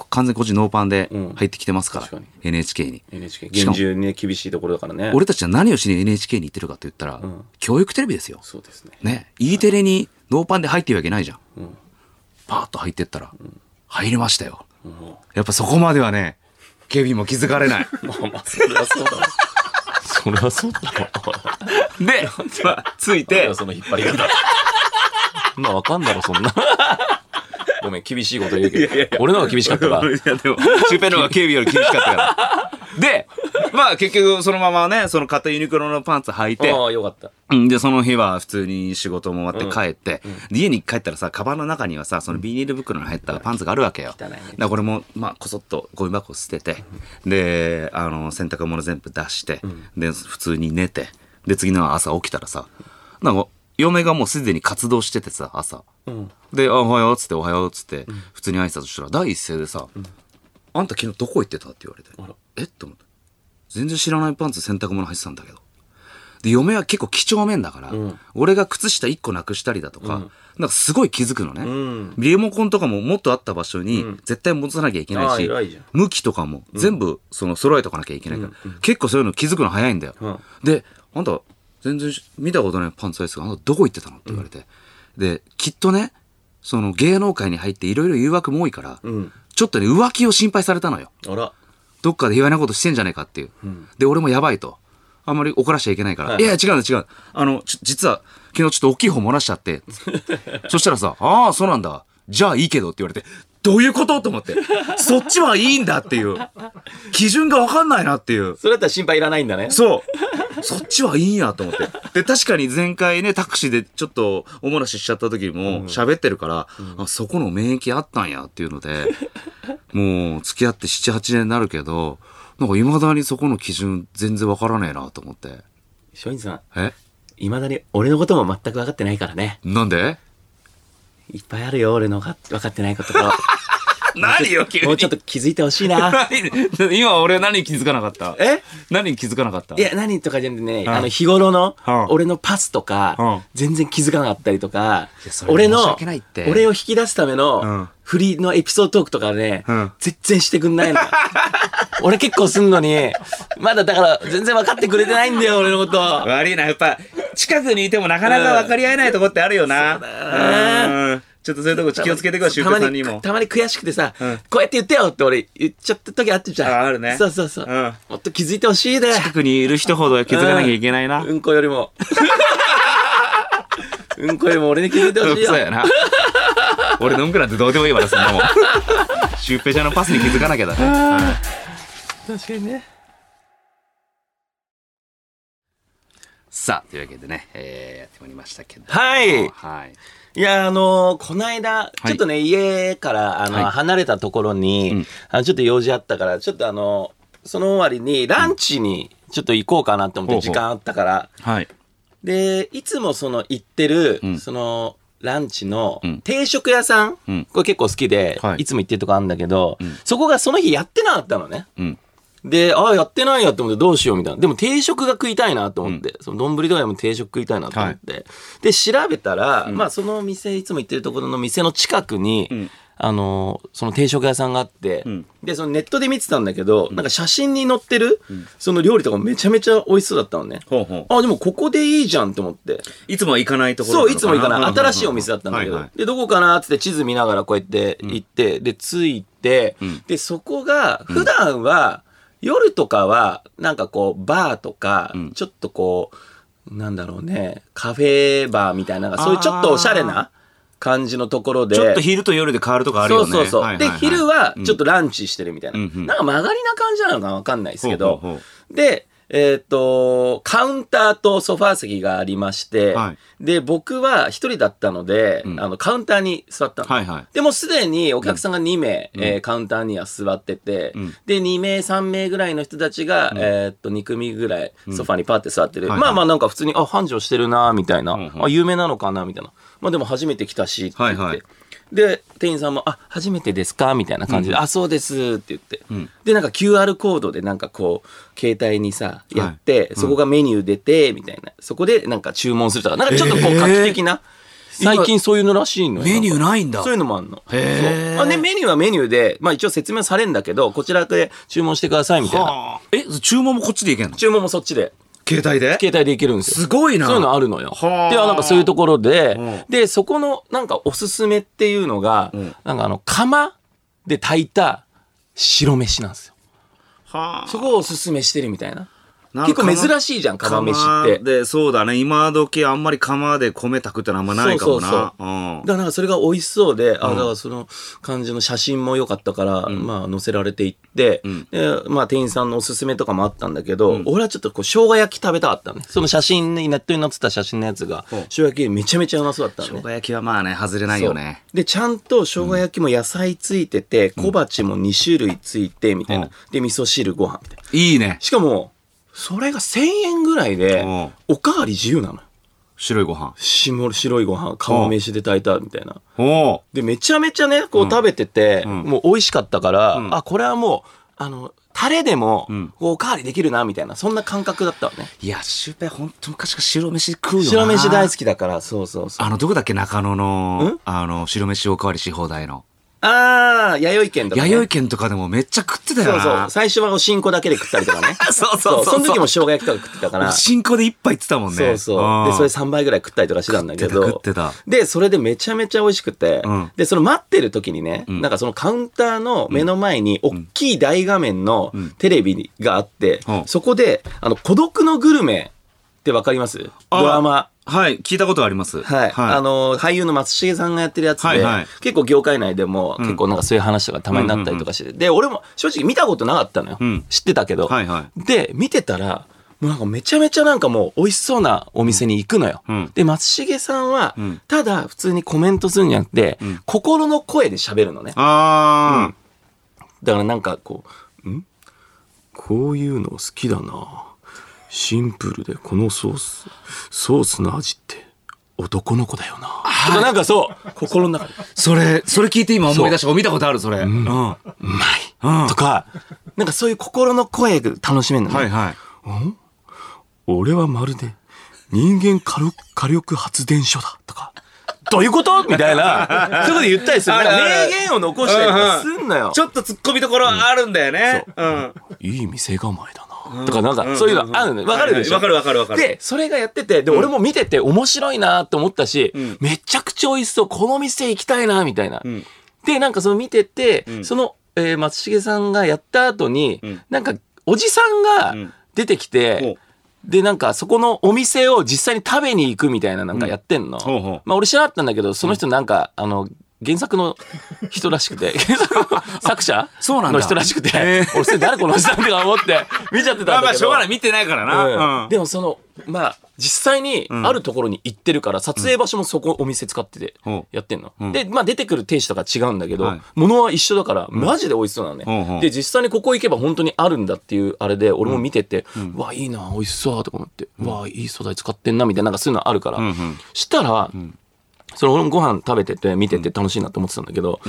Speaker 2: 完全にこっちノーパンで
Speaker 1: うん
Speaker 2: 入ってきてますから、
Speaker 1: 確かに
Speaker 2: NHK に。
Speaker 1: NHK
Speaker 2: しか
Speaker 1: 厳
Speaker 2: も
Speaker 1: 重にね厳しいところだからね
Speaker 2: 俺たちは何をしに NHK に行ってるかって言ったら、
Speaker 1: ん
Speaker 2: 教育テレビですよ。
Speaker 1: そうですね
Speaker 2: ね。E テレにノーパンで入ってるわけないじゃん。
Speaker 1: ん
Speaker 2: パーッと入ってったら、入りましたよ。
Speaker 1: も
Speaker 2: やっぱそこまではね、警備員も気づかれない。
Speaker 1: うまあまあそりゃそう だわそりゃそうだわ
Speaker 2: で、まあ、ついて、
Speaker 1: その引っ張り方 まあわかんだろそんなごめん厳しいこと言うけど俺の方が厳しかったわ
Speaker 2: いやでも、シュウペイの方が警備より厳しかったから。で、まあ結局そのままね、その買ったユニクロのパンツ履いて、
Speaker 1: ああよかった
Speaker 2: うんで、その日は普通に仕事も終わって帰って、で家に帰ったらさ、カバンの中にはさ、そのビニール袋に入ったパンツがあるわけよ。
Speaker 1: 汚い
Speaker 2: だ
Speaker 1: ね
Speaker 2: からこれも、まあ、こそっとゴミ箱捨てて、で、あの、洗濯物全部出して、で、普通に寝て、で、次の朝起きたらさ、なんか、嫁がもうすでに活動しててさ、朝。
Speaker 1: うん
Speaker 2: で、あ、おはようっつって、おはようっつって、普通に挨拶したら、第一声でさ、あんた昨日どこ行ってたって言われて
Speaker 1: あら、
Speaker 2: えって思って。全然知らないパンツ洗濯物入ってたんだけど。で、嫁は結構几帳面だから、
Speaker 1: ん
Speaker 2: 俺が靴下1個なくしたりだとか、なんかすごい気づくのね。
Speaker 1: ん
Speaker 2: リモコンとかももっとあった場所に絶対戻さなきゃいけないし、
Speaker 1: あー偉いじゃん
Speaker 2: 向きとかも全部その揃えとかなきゃいけないから、結構そういうの気づくの早いんだよ。
Speaker 1: うん
Speaker 2: で、あんた全然見たことないパンツアイスがあんたどこ行ってたのって言われて、で、きっとね、その芸能界に入っていろいろ誘惑も多いから、
Speaker 1: うん
Speaker 2: ちょっとね、浮気を心配されたのよ。
Speaker 1: あら
Speaker 2: どっかで卑猥なことしてんじゃねえかっていう。で、俺もやばいと。あんまり怒らしちゃいけないから。い、や、違うんだ、違う。あの、ちょ実は、昨日ちょっと大きい方漏らしちゃ って。そしたらさ、ああ、そうなんだ。じゃあいいけどって言われて、どういうことと思って。そっちはいいんだっていう。基準がわかんないなっていう。
Speaker 1: それだったら心配いらないんだね
Speaker 2: そう。そっちはいいんやと思って。で、確かに前回ね、タクシーでちょっとおもらししちゃった時も喋ってるから、あ、そこの免疫あったんやっていうので、もう付き合って7、8年になるけど、なんか未だにそこの基準全然わからねえなと思って。
Speaker 1: 松陰さん
Speaker 2: え
Speaker 1: いまだに俺のことも全く分かってないからね
Speaker 2: なんで
Speaker 1: いっぱいあるよ俺のが分かってないこと が
Speaker 2: 何 よ、
Speaker 1: もうちょっと気づいてほしいな
Speaker 2: 何今俺何に気づかなかった
Speaker 1: え
Speaker 2: 何に気づかなかった
Speaker 1: いや、何とかじゃなくてね、
Speaker 2: ん
Speaker 1: あの、日頃の
Speaker 2: うん、
Speaker 1: 俺のパスと
Speaker 2: うん
Speaker 1: か、全然気づかなかったりとか
Speaker 2: いやそ、れ
Speaker 1: 俺
Speaker 2: 申し
Speaker 1: の
Speaker 2: 訳ないって、
Speaker 1: 俺を引き出すため
Speaker 2: うん
Speaker 1: の、振りのエピソードトークとかね
Speaker 2: うん、
Speaker 1: 全然してくん ないの。俺結構すんのに、まだだから、全然分かってくれてないんだよ、俺のこと。
Speaker 2: 悪いな、やっぱ、近くにいてもなかなか分かり合えないとこってあるよな。うんちょっとそういうとこ気をつけてくわ、シュウ
Speaker 1: たま
Speaker 2: ペイさんに
Speaker 1: に、
Speaker 2: も。
Speaker 1: たまに悔しくてさ
Speaker 2: うん、
Speaker 1: こうやって言ってよって俺言っちゃった時あってじゃん。
Speaker 2: ああるね
Speaker 1: そうそうそう。
Speaker 2: うん
Speaker 1: もっと気づいてほしいで。
Speaker 2: 近くにいる人ほど気づかなきゃいけないな。
Speaker 1: うんこより も。うんこよりも俺に気づいてほしいよ
Speaker 2: そう。やな。 俺飲むくなんてどうでもいいわな、そん なもん。シュウペイちゃんのパスに気づかなきゃだね。
Speaker 1: 確かにね。
Speaker 2: さあ、というわけでね、えーやってまいりましたけど。
Speaker 1: はい
Speaker 2: はい。
Speaker 1: いや、あのーこの間、
Speaker 2: い
Speaker 1: ちょっとね、家から、あの、
Speaker 2: はい
Speaker 1: 離れたところに、
Speaker 2: うん
Speaker 1: あのちょっと用事あったから、ちょっとあの、その終わりに、ランチに、ちょっと行こうかなって思っ
Speaker 2: ほう
Speaker 1: て、
Speaker 2: ほう
Speaker 1: 時間あったから。
Speaker 2: はい。
Speaker 1: で、いつもその、行ってる、
Speaker 2: うん
Speaker 1: その、ランチの
Speaker 2: うん
Speaker 1: 定食屋さん、
Speaker 2: うん
Speaker 1: これ結構好きで、
Speaker 2: はい
Speaker 1: い、つも行ってるとこあるんだけど、
Speaker 2: ん
Speaker 1: そこがその日やってなかったのね。
Speaker 2: うん。
Speaker 1: で、ああ、やってないやって思ってどうしようみたいな。でも定食が食いたいなと思って、その丼とかでも定食食いたいなと思って。で、調べたら、まあその店、いつも行ってるところの店の近くに、
Speaker 2: ん
Speaker 1: あのーその定食屋さんがあって、
Speaker 2: ん
Speaker 1: で、そのネットで見てたんだけど、なんか写真に載ってる、その料理とかもめちゃめちゃ美味しそうだったのね。
Speaker 2: ほうほう。
Speaker 1: あ、でもここでいいじゃんって思って。
Speaker 2: いつもは行かないところ
Speaker 1: そう、
Speaker 2: ないの
Speaker 1: つも行かない。新しいお店だったんだけど。で、どこかなっつって地図見ながらこうやって行って、で、着いて、
Speaker 2: ん
Speaker 1: で、そこが、普段は、夜とかは、なんかこう、バーとか、
Speaker 2: ん
Speaker 1: ちょっとこう、なんだろうね、カフェバーみたいな、なんかそういうちょっとおしゃれな感じのところで。
Speaker 2: ちょっと昼と夜で変わるとかある
Speaker 1: そ
Speaker 2: よ
Speaker 1: う
Speaker 2: ね。
Speaker 1: そうそう、で、昼はちょっ
Speaker 2: と
Speaker 1: とランチしてるみたいな。
Speaker 2: うんうん
Speaker 1: なんか曲がりな感じなのかわかんないですけど。
Speaker 2: ほうほうほ
Speaker 1: で、えっ、と、カウンターとソファー席がありまして、
Speaker 2: はい
Speaker 1: で、僕は一人だったので、
Speaker 2: うん
Speaker 1: あの、カウンターに座ったの。
Speaker 2: はいはい。
Speaker 1: でもうすでにお客さんが2名、
Speaker 2: うん
Speaker 1: えーカウンターには座ってて、
Speaker 2: うん
Speaker 1: で、2名、3名ぐらいの人たちが、えーっと、2組ぐらいソファにパーって座ってる。
Speaker 2: はいはい
Speaker 1: まあまあなんか普通に、あ、繁盛してるな、みたいな、
Speaker 2: うんうん
Speaker 1: あ、有名なのかな、みたいな。まあでも初めて来たし、って言って。
Speaker 2: はいはい
Speaker 1: で、店員さんも、あ、初めてですかみたいな感じで、あ、そうですって言って。
Speaker 2: うん
Speaker 1: で、なんか QR コードでなんかこう、携帯にさ、やって、
Speaker 2: うん
Speaker 1: そこがメニュー出て、みたいな。そこでなんか注文するとか、なんかちょっとこう
Speaker 2: えー
Speaker 1: 画期的な、最近そういうのらしいのよ。
Speaker 2: メニューないんだ。
Speaker 1: そういうのもあんの。
Speaker 2: へー
Speaker 1: そうあね、メニューはメニューで、まあ一応説明されんだけど、こちらで注文してくださいみたいな。
Speaker 2: はあえ、注文もこっちでいけんの
Speaker 1: 注文もそっちで、
Speaker 2: 携帯で
Speaker 1: 携帯でいけるんですよ。
Speaker 2: すごいな。
Speaker 1: そういうのあるのよ。
Speaker 2: はあ
Speaker 1: で、なんかそういうところで、
Speaker 2: う
Speaker 1: で、そこのなんかおすすめっていうのが、
Speaker 2: ん
Speaker 1: なんかあの、釜で炊いた白飯なんですよ。
Speaker 2: はあ
Speaker 1: そこをおすすめしてるみたいな。
Speaker 2: なん
Speaker 1: 結
Speaker 2: か
Speaker 1: 構珍しいじゃん、釜飯って。
Speaker 2: 釜で、そうだね。今時あんまり釜で米炊くってのはあんまないかもな。
Speaker 1: そうそう
Speaker 2: うん
Speaker 1: だからなんかそれが美味しそうで、あだからその感じの写真も良かったから、まあ載せられていって、
Speaker 2: ん
Speaker 1: で、まあ店員さんのおすすめとかもあったんだけど、
Speaker 2: ん
Speaker 1: 俺はちょっとこう生姜焼き食べたかったのね。その写真にネットに載ってた写真のやつが、
Speaker 2: うん
Speaker 1: 生姜焼きめちゃめちゃうまそうだったのね
Speaker 2: 生。姜焼きはまあね、外れないよね。
Speaker 1: そうで、ちゃんと生姜焼きも野菜ついてて、小鉢も2種類ついて、みたいな。
Speaker 2: うん
Speaker 1: で、味噌汁ご飯みたいな。
Speaker 2: いいね。
Speaker 1: しかも、それが1000円ぐらいで、おかわり自由なのよ。
Speaker 2: 白いご飯。
Speaker 1: しも白いご飯、釜飯で炊いたみたいな。
Speaker 2: お
Speaker 1: で、めちゃめちゃね、こう食べてて、
Speaker 2: うん
Speaker 1: もう美味しかったから、
Speaker 2: うん
Speaker 1: あ、これはもう、あの、タレでも
Speaker 2: うん、
Speaker 1: こうおかわりできるな、みたいな、そんな感覚だったわね。
Speaker 2: いや、シュウペイほんと昔から白飯食うよな。
Speaker 1: 白飯大好きだから、そうそうそう。
Speaker 2: あの、どこだっけ中野の
Speaker 1: ん、
Speaker 2: あの、白飯おかわりし放題の。
Speaker 1: あー、弥生県とか、ね。
Speaker 2: 弥生県とかでもめっちゃ食ってた
Speaker 1: そ
Speaker 2: よ
Speaker 1: うそう
Speaker 2: な。。
Speaker 1: 最初はお新子だけで食ったりとかね。
Speaker 2: そ
Speaker 1: そ、
Speaker 2: うそうう
Speaker 1: そ
Speaker 2: そう。
Speaker 1: の時も生姜焼きとか食ってたから。
Speaker 2: 新興で一杯行ってたもんね。
Speaker 1: そうそう。で、それ
Speaker 2: 食
Speaker 1: 3倍ぐらい食ったりとかしてたんだ
Speaker 2: っ
Speaker 1: け
Speaker 2: てた
Speaker 1: ど。
Speaker 2: 食ってた。
Speaker 1: で、それでめちゃめちゃ美味しくて、
Speaker 2: うん
Speaker 1: で、その待ってる時にね、
Speaker 2: ん
Speaker 1: なんかそのカウンターの目の前に、大きい大画面の
Speaker 2: ん
Speaker 1: テレビがあって、
Speaker 2: うん
Speaker 1: そこで、あの、孤独のグルメってわかりますド
Speaker 2: あ
Speaker 1: ラマ。
Speaker 2: はい、聞いたことあります。
Speaker 1: はい。あの、俳優の松重さんがやってるやつで、
Speaker 2: はいはい
Speaker 1: 結構業界内でも、結構なんかそういう話とかたまになったりとかして、で、俺も正直見たことなかったのよ。
Speaker 2: うん
Speaker 1: 知ってたけど。
Speaker 2: はいはい。
Speaker 1: で、見てたら、もうなんかめちゃめちゃなんかもう美味しそうなお店に行くのよ。
Speaker 2: うん
Speaker 1: で、松重さんは
Speaker 2: うん、
Speaker 1: ただ普通にコメントするんじゃなくて、
Speaker 2: ん
Speaker 1: 心の声で喋るのね。
Speaker 2: あ
Speaker 1: だからなんかこう、んこういうの好きだな。シンプルでこのソース、ソースの味って男の子だよな。とかなんかそう、心の中で、
Speaker 2: ーそれ、それ聞いて今思い出した。見たことある、それ。うん。は
Speaker 1: うま
Speaker 2: う
Speaker 1: い
Speaker 2: ん
Speaker 1: とか、なんかそういう心の声が楽しめるのね。
Speaker 2: いはい。
Speaker 1: 俺はまるで人間火力火力発電所だとか。どういうことみたいな。そういうこと言ったりする。なんか名言を残したりとかすんなよ。
Speaker 2: ちょっと突っ込みどころあるんだよね。うん。
Speaker 1: いい店構えだな。とか、なんか、そういうのあるのね。わかるでしょ
Speaker 2: わかるわかるわかる。、
Speaker 1: で、それがやってて、で、俺も見てて面白いなと思ったし、めちゃくちゃ美味しそう。この店行きたいなみたいな。
Speaker 2: ん
Speaker 1: で、なんかその見てて、
Speaker 2: ん
Speaker 1: その、えー松重さんがやった後に、
Speaker 2: ん
Speaker 1: なんか、おじさん
Speaker 2: う
Speaker 1: が
Speaker 2: ん
Speaker 1: 出てき
Speaker 2: ほう
Speaker 1: て、で、なんか、そこのお店を実際に食べに行くみたいななんかやってんの。
Speaker 2: ほうほう
Speaker 1: まあ、俺知らなかったんだけど、その人なんか、あの、原作の人らしくて、 原作の作者
Speaker 2: そうなんだ
Speaker 1: の人らしくて、
Speaker 2: へー
Speaker 1: 俺それ誰この人って思って見ちゃってたんだけど。
Speaker 2: まあまあ、しょうがない。見てないからな。
Speaker 1: う
Speaker 2: うんん。
Speaker 1: でもそのまあ実際に
Speaker 2: ん
Speaker 1: あるところに行ってるから撮影場所もそこお店使ってて
Speaker 2: ほう
Speaker 1: やってんの、
Speaker 2: ん
Speaker 1: で、まあ、出てくる亭主とか違うんだけど、
Speaker 2: はい
Speaker 1: 物は一緒だからマジで美味しそうなのね、
Speaker 2: ほうほう
Speaker 1: で実際にここ行けば本当にあるんだっていうあれで俺も見てて、うわいいな美味しそうとか思って、うわいい素材使ってんなみたいななんかそういうのあるから、
Speaker 2: うんうん
Speaker 1: したら、その俺もご飯食べてて見てて楽しいなと思ってたんだけど、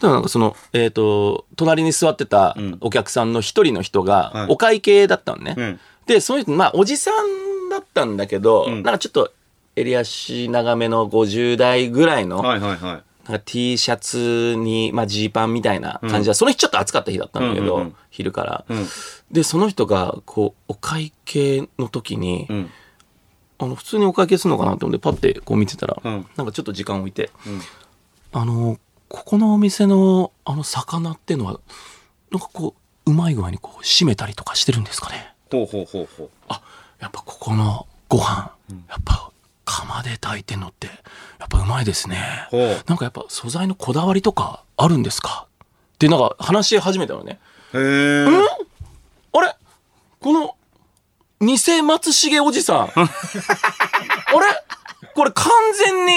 Speaker 1: ただなんかその、えっ、と、隣に座ってた
Speaker 2: ん
Speaker 1: お客さんの一人の人
Speaker 2: は
Speaker 1: が
Speaker 2: い、
Speaker 1: お会計だったのね。
Speaker 2: うん
Speaker 1: で、その人、まあ、おじさんだったんだけど、
Speaker 2: ん
Speaker 1: なんかちょっと、襟足長めの50代ぐらいの
Speaker 2: はいはいはい。
Speaker 1: なんか T シャツに、まあ、ジーパンみたいな感じだ、その日ちょっと暑かった日だったんだけど、
Speaker 2: うんうんうん
Speaker 1: 昼から、
Speaker 2: ん
Speaker 1: で、その人が、こう、お会計の時に、
Speaker 2: ん
Speaker 1: あの、普通にお会計するのかなって思って、パッてこう見てたら、
Speaker 2: うん
Speaker 1: なんかちょっと時間置いて、
Speaker 2: ん
Speaker 1: あの、ここのお店の、あの、魚ってのは、なんかこう、うまい具合にこう、締めたりとかしてるんですかね
Speaker 2: ほうほうほうほう。
Speaker 1: あやっぱここのご飯、やっぱ釜で炊いてんのってやっぱうまいですね
Speaker 2: ほう
Speaker 1: なんかやっぱ素材のこだわりとかあるんですかってなんか話し始めたのね
Speaker 2: へえ。うん
Speaker 1: あれこの偽松重お じさんあれこれ完全に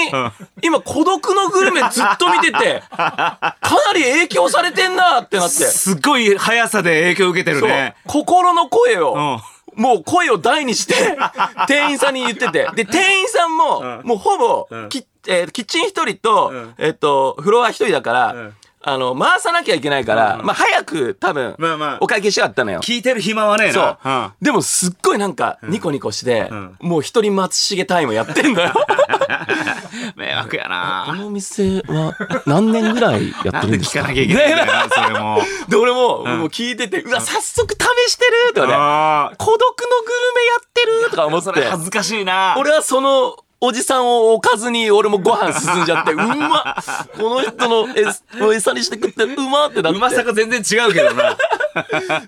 Speaker 1: 今孤独のグルメずっと見ててかなり影響されてんなってなって
Speaker 2: すっごい速さで影響受けてる
Speaker 1: そう
Speaker 2: ね。
Speaker 1: 心の声を、
Speaker 2: うん
Speaker 1: もう声を大にして、 店員さんに言ってて。で、店員さんも、
Speaker 2: うん
Speaker 1: もうほぼ、
Speaker 2: うん
Speaker 1: キッえーキッチン一人と、
Speaker 2: うん
Speaker 1: えっと、フロア一人だから、
Speaker 2: うん
Speaker 1: あの、回さなきゃいけないから、
Speaker 2: うん
Speaker 1: まあ、早く多分、
Speaker 2: まあまあ
Speaker 1: お会計したかったのよ。
Speaker 2: 聞いてる暇はねえ
Speaker 1: そ
Speaker 2: な
Speaker 1: う。。でも、すっごいなんか、ニコニコして、
Speaker 2: ん
Speaker 1: もう一人松重タイムやってん だよ。
Speaker 2: うん。迷惑や
Speaker 1: こ
Speaker 2: な。
Speaker 1: のお店は何年ぐらいやっ
Speaker 2: な
Speaker 1: てる
Speaker 2: んで
Speaker 1: んです
Speaker 2: 聞
Speaker 1: か
Speaker 2: かなきゃいけないんだよな、それ も。
Speaker 1: で、俺も、もう聞いてて、うわ、早速試してるとかね、
Speaker 2: ああ。
Speaker 1: 孤独のグルメやってるとか思って。
Speaker 2: それ恥ずかしいな。
Speaker 1: 俺はそのおじさんをおかずに俺もご飯進んじゃっ て、うんまこの人の餌を餌にして食ってうまってなって。
Speaker 2: うまさが全然違うけど な。
Speaker 1: い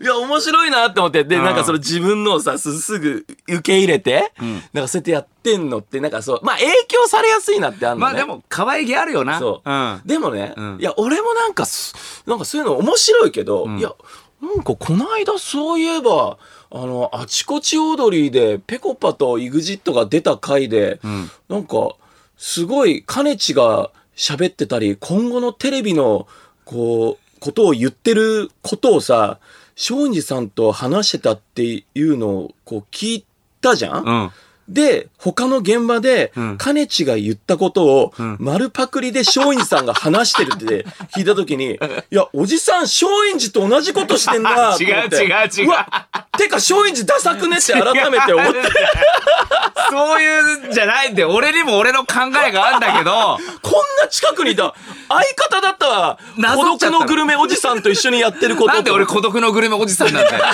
Speaker 1: や、面白いなって思って。で、
Speaker 2: うん
Speaker 1: なんかその自分のをさ、すすぐ受け入れて、なんかそうやってやってんのって、なんかそう、まあ影響されやすいなってあんのね。
Speaker 2: まあでも、可愛げあるよな。
Speaker 1: そう
Speaker 2: うん。
Speaker 1: でもね、
Speaker 2: うん
Speaker 1: いや、俺もなんかす、なんかそういうの面白いけど、
Speaker 2: ん
Speaker 1: いや、なんかこの間そういえば、あの、あちこちオードリーで、ペコパとイグジットが出た回で、
Speaker 2: ん
Speaker 1: なんか、すごい、カネチが喋ってたり、今後のテレビの、こう、ことを言ってることをさ、松陰寺さんと話してたっていうのを、こう、聞いたじゃん、
Speaker 2: うん。
Speaker 1: で、他の現場で
Speaker 2: う、ん
Speaker 1: かねちが言ったことを
Speaker 2: ん、
Speaker 1: 丸パクリで松陰寺さんが話してるって聞いたとき に、いや、おじさん松陰寺と同じことしてんなと思って。
Speaker 2: 違う違う違う
Speaker 1: わてか松陰寺ダサくねって改めて思って、
Speaker 2: そういうんじゃないんで、俺にも俺の考えがあんだけど、
Speaker 1: こんな近くにいた、相方だったわ、
Speaker 2: なぞっ
Speaker 1: 孤
Speaker 2: ちゃ
Speaker 1: 独
Speaker 2: ったの
Speaker 1: のグルメおじさんと一緒にやってること
Speaker 2: なんで俺孤独のグルメおじさんなん だよ。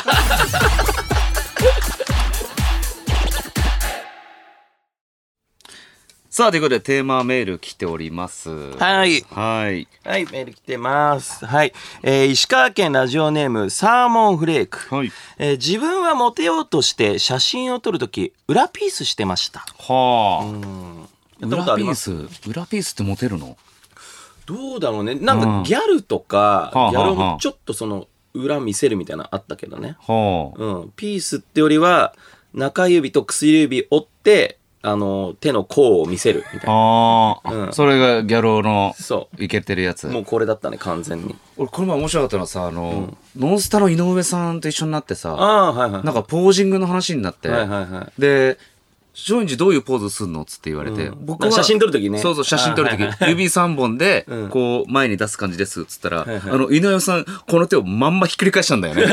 Speaker 2: さあ、ということでテーマメール来ております。は
Speaker 1: はい。
Speaker 2: い。
Speaker 1: はい、メール来てます。はい。えー石川県ラジオネーム、サーモンフレーク。
Speaker 2: はい。
Speaker 1: えー自分はモテようとして写真を撮るとき裏ピースしてました
Speaker 2: はあ。
Speaker 1: やったことあります
Speaker 2: ス、裏ピースってモテるの
Speaker 1: どうだろうねなん
Speaker 2: う
Speaker 1: か
Speaker 2: ん
Speaker 1: ギャルとか、
Speaker 2: はあ
Speaker 1: ギャル
Speaker 2: はあは
Speaker 1: も
Speaker 2: あ
Speaker 1: ちょっとその裏見せるみたいなのあったけどね、
Speaker 2: はあ。
Speaker 1: うん、ピースってよりは中指と薬指折ってあの手の甲を見せるみたいな
Speaker 2: ああ、
Speaker 1: うん
Speaker 2: それがギャロの
Speaker 1: そ
Speaker 2: いけてるやつ
Speaker 1: うもうこれだったね完全に
Speaker 2: 俺この前面白かったのはさあの、ノンスタの井上さんと一緒になってさ
Speaker 1: ああーはいはい
Speaker 2: なんかポージングの話になって、
Speaker 1: はいはいはい
Speaker 2: で松陰寺どういうポーズすんのっつって言われて、
Speaker 1: うん
Speaker 2: 僕は
Speaker 1: 写真撮る時ね
Speaker 2: そうそう写真撮る時、
Speaker 1: あはい
Speaker 2: 指3本で
Speaker 1: うん
Speaker 2: こう前に出す感じですっつったら、
Speaker 1: はいはい
Speaker 2: あの井上さんこの手をまんまひっくり返したんだよね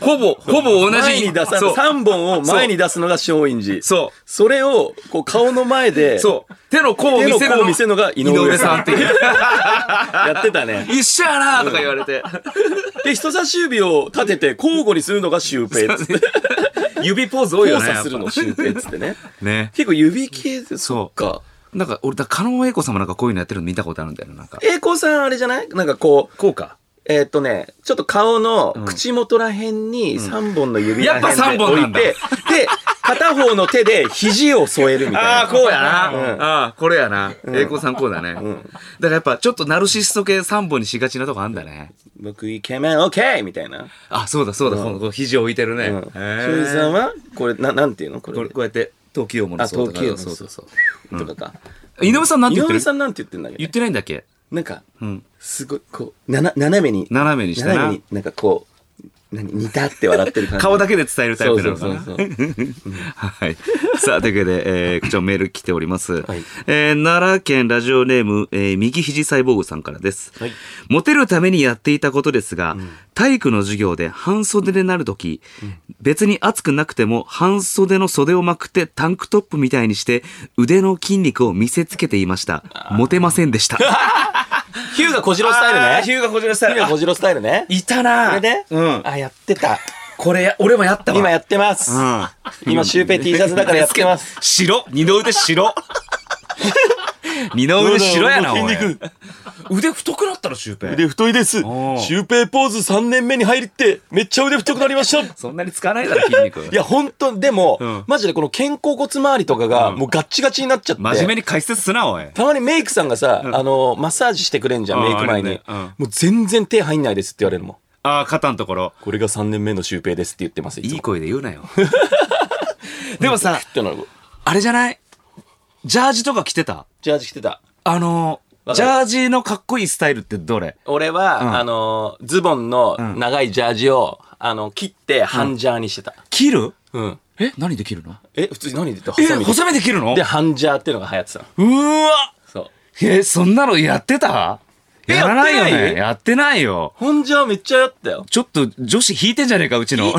Speaker 2: ほぼほぼ同じ
Speaker 1: 前に出さ
Speaker 2: そう
Speaker 1: 3本を前に出すのが松陰寺そ
Speaker 2: そう
Speaker 1: れをこう顔の前で
Speaker 2: そう手の甲を見
Speaker 1: 手の
Speaker 2: せる
Speaker 1: 甲
Speaker 2: の
Speaker 1: を見せるのが井
Speaker 2: 井
Speaker 1: 上
Speaker 2: 上
Speaker 1: さ
Speaker 2: さ
Speaker 1: ん
Speaker 2: ん
Speaker 1: っ
Speaker 2: ってて
Speaker 1: いう
Speaker 2: いう
Speaker 1: やってたね
Speaker 2: 一緒やなとか言われて
Speaker 1: で、人差し指を立てて交互にするのがシュウペイっつって。
Speaker 2: 指ポーズ多い
Speaker 1: 交
Speaker 2: よね
Speaker 1: 差する
Speaker 2: や
Speaker 1: の
Speaker 2: っ
Speaker 1: シュウペイっつってね。
Speaker 2: ぱね
Speaker 1: 結構指系で、そっか。
Speaker 2: なんか、俺、だから、狩野英孝様なんかこういうのやってるの見たことあるんだよな、なんか。
Speaker 1: 栄光さんあれじゃないなんかこう、
Speaker 2: こうか。
Speaker 1: えーっとね、ちょっと顔の口元らへんに3本の指らへんで
Speaker 2: やっぱ三本
Speaker 1: 置
Speaker 2: ないんだ
Speaker 1: て、で、片方の手で肘を添えるみたいな。
Speaker 2: ああ、こうやな。
Speaker 1: うん
Speaker 2: ああ、これやな。英孝さんこうだね。だからやっぱ、ちょっとナルシスト系3本にしがちなとこあんだね。
Speaker 1: 僕イケメンオッケーみたいな。
Speaker 2: あ、そうだそうだ、このこう肘を置いてるね。
Speaker 1: うん。
Speaker 2: へ
Speaker 1: シ
Speaker 2: え
Speaker 1: ュウペイさんは、これ、ななんていうのこ
Speaker 2: こ
Speaker 1: れ
Speaker 2: れ。こうやって、陶器をもらそうとか
Speaker 1: あ陶器を
Speaker 2: そうそうそう。
Speaker 1: とかか。
Speaker 2: 井上さんなんて
Speaker 1: 井
Speaker 2: 言って
Speaker 1: 上
Speaker 2: る
Speaker 1: さんなんて言ってんだっけ
Speaker 2: 言ってないんだっけ
Speaker 1: なんか、
Speaker 2: うん。
Speaker 1: すごい、こう、なな斜めに。
Speaker 2: 斜めにしてな
Speaker 1: 斜めになんかこう、何似たって笑ってる感じ。
Speaker 2: 顔だけで伝えるタイプなのかな
Speaker 1: そうそう そう
Speaker 2: はい。さあ、というわけで、えー、こちらもメール来ております。
Speaker 1: はい
Speaker 2: えー奈良県ラジオネーム、えー右肘サイボーグさんからです。
Speaker 1: はい
Speaker 2: モテるためにやっていたことですが、体育の授業で半袖になるとき、別に暑くなくても半袖の袖をまくってタンクトップみたいにして、腕の筋肉を見せつけていました。モテませんで した。
Speaker 1: ヒューが小次郎スタイルね。ヒュ
Speaker 2: ューがこちらス
Speaker 1: ーが小次郎スタイルね。
Speaker 2: いたな
Speaker 1: これね。
Speaker 2: うん。
Speaker 1: あ、やってた。
Speaker 2: これ、俺もやったわ。
Speaker 1: 今やってます。
Speaker 2: うん
Speaker 1: 今、シュウペイ T シャツだからやってます。。
Speaker 2: 白二の腕白 二の腕白やな、
Speaker 1: どう
Speaker 2: お
Speaker 1: だ
Speaker 2: い
Speaker 1: 筋肉
Speaker 2: 腕太くなったろ、シュウペイ
Speaker 1: 腕太いです。シ
Speaker 2: ー
Speaker 1: ュウペイポーズ3年目に入って、めっちゃ腕太くなりました。い
Speaker 2: そんなに使わないだろ、筋 肉。
Speaker 1: や、本当にでも、
Speaker 2: うん
Speaker 1: マジでこの肩甲骨周りとかが、もうガッチガチになっちゃって。
Speaker 2: 真面目に解説すな、おい。
Speaker 1: たまにメイクさんがさ、あの、マッサージしてくれんじゃん、
Speaker 2: うん
Speaker 1: メイク前
Speaker 2: あ
Speaker 1: に
Speaker 2: れねうん。
Speaker 1: もう全然手入んないですって言われるもん。
Speaker 2: ああ、肩のところ。
Speaker 1: これが3年目のシュウペイですって言ってます、いつも
Speaker 2: いい声で言うなよ。 でもさ、
Speaker 1: ってなる
Speaker 2: あれじゃないジャージとか着てた
Speaker 1: ジャージ着てた。
Speaker 2: あのー、
Speaker 1: わ
Speaker 2: ジ
Speaker 1: かる
Speaker 2: ャージのかっこいいスタイルってどれ
Speaker 1: 俺は、
Speaker 2: ん
Speaker 1: あの、ズボンの長いジャージを、あの、切って半ジャーにしてた。
Speaker 2: 切る
Speaker 1: うん。
Speaker 2: え何で切るの
Speaker 1: え、普通に何で言って
Speaker 2: え、
Speaker 1: ハサミで
Speaker 2: 細めで切るの
Speaker 1: で、ハンジャーっていうのが流行ってたの。
Speaker 2: うーわ
Speaker 1: そう。
Speaker 2: え、そんなのやってた
Speaker 1: え
Speaker 2: やらないよ
Speaker 1: やってな
Speaker 2: ね。
Speaker 1: い
Speaker 2: やってないよ。
Speaker 1: ハンジャーめっちゃやったよ。
Speaker 2: ちょっと女子引いてんじゃねえか、うちの。
Speaker 1: ハ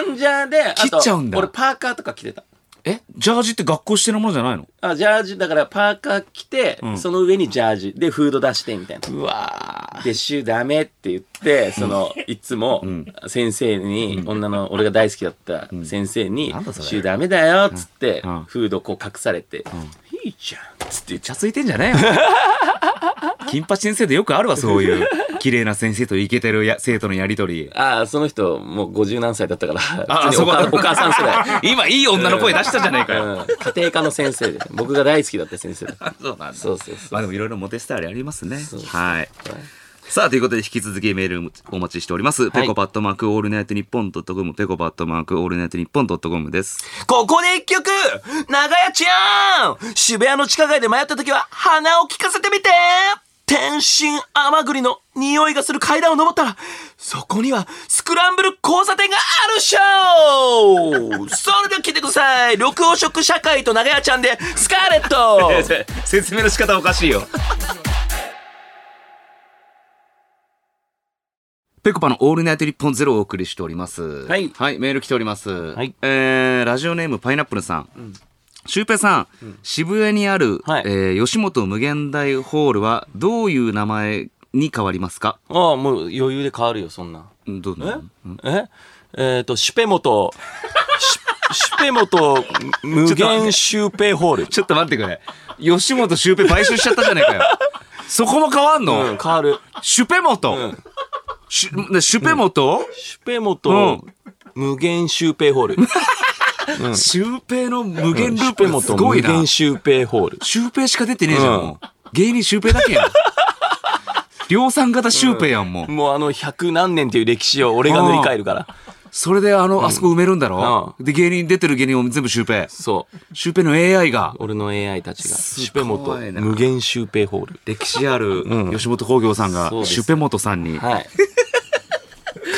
Speaker 1: ンジャーで、あと
Speaker 2: 切っちゃうんだ
Speaker 1: 俺パーカーとか着てた。
Speaker 2: えジャージって学校してるものじゃないの
Speaker 1: あ、ジャージ、だからパーカー着て、
Speaker 2: ん
Speaker 1: その上にジャージでフード出してみたいな。
Speaker 2: うわ
Speaker 1: で、シューダメって言って、その、いつも、先生に、女の、俺が大好きだった先生に、
Speaker 2: なんだそれ
Speaker 1: シューダメだよっつって
Speaker 2: うんうん、
Speaker 1: フードこう隠されて、いいじゃんっつって言っちゃ
Speaker 2: 茶ついてんじゃね えよ。金八先生でよくあるわ、そういう。綺麗な先生とイケてるや生徒のやりとり。
Speaker 1: ああ、その人、もう50何歳だったから、
Speaker 2: あ
Speaker 1: 普通にお母
Speaker 2: そこ
Speaker 1: お母さん世代。
Speaker 2: 今、いい女の声出したじゃねえ かよ。
Speaker 1: うん家庭科の先生で僕が大好きだった先生だ
Speaker 2: そうなんだ
Speaker 1: そうそうそう
Speaker 2: まあでもいろいろモテスタイルありますね
Speaker 1: そう。そう
Speaker 2: はい。さあ、ということで引き続きメールお待ちしております。ペコパットマークオールナイトニッポンドットコム、ペコパットマークオールナイトニッポンドットコムです。
Speaker 1: ここで一曲長屋ちゃん渋谷の地下街で迷った時は鼻を聞かせてみて天津甘栗の匂いがする階段を登ったら、そこにはスクランブル交差点があるっしょそれでは聞いてください緑黄色社会と長屋ちゃんでスカーレット
Speaker 2: 説明の仕方おかしいよ。ぺこぱのオールナイト日本ゼロをお送りしております。はいメール来ております。
Speaker 1: い
Speaker 2: えーラジオネームパイナップルさん。シュウペイさん、渋谷にある、
Speaker 1: はい
Speaker 2: えー吉本無限大ホールはどういう名前に変わりますか
Speaker 1: ああ、もう余裕で変わるよ、そんな。
Speaker 2: んどうなの
Speaker 1: ええっ、と、シュペモト、シュシュペモト無限シュウペイホール。
Speaker 2: ちょっと待ってくれ。吉本シュウペイ買収しちゃったじゃないかよ。そこも変わんの、
Speaker 1: うん、変わる。
Speaker 2: シュペモト、シュシュペモト、
Speaker 1: シュペモト無限シュウペイホール。
Speaker 2: シュウペイの無限ル
Speaker 1: シ
Speaker 2: ー
Speaker 1: ュペ
Speaker 2: プ
Speaker 1: モ
Speaker 2: す
Speaker 1: ト
Speaker 2: ご
Speaker 1: 無
Speaker 2: いな。
Speaker 1: 限シュウペイホール。
Speaker 2: シュウペイしか出てねえじゃん、
Speaker 1: うん
Speaker 2: もう。芸人シュウペイだけやん。量産型シュウペイやん、もう。
Speaker 1: もうあの百何年っていう歴史を俺が塗り替えるから。
Speaker 2: それであの、あそこ埋めるんだろ、で、芸人出てる芸人も全部シュウペイ。
Speaker 1: そう。
Speaker 2: シュウペイの AI が。
Speaker 1: 俺の AI たちが。シュペ
Speaker 2: ごいな
Speaker 1: モト無限シュウペイホール。
Speaker 2: 歴史ある吉本興業さんが
Speaker 1: そう、です
Speaker 2: シュウペモトさんに。
Speaker 1: はい。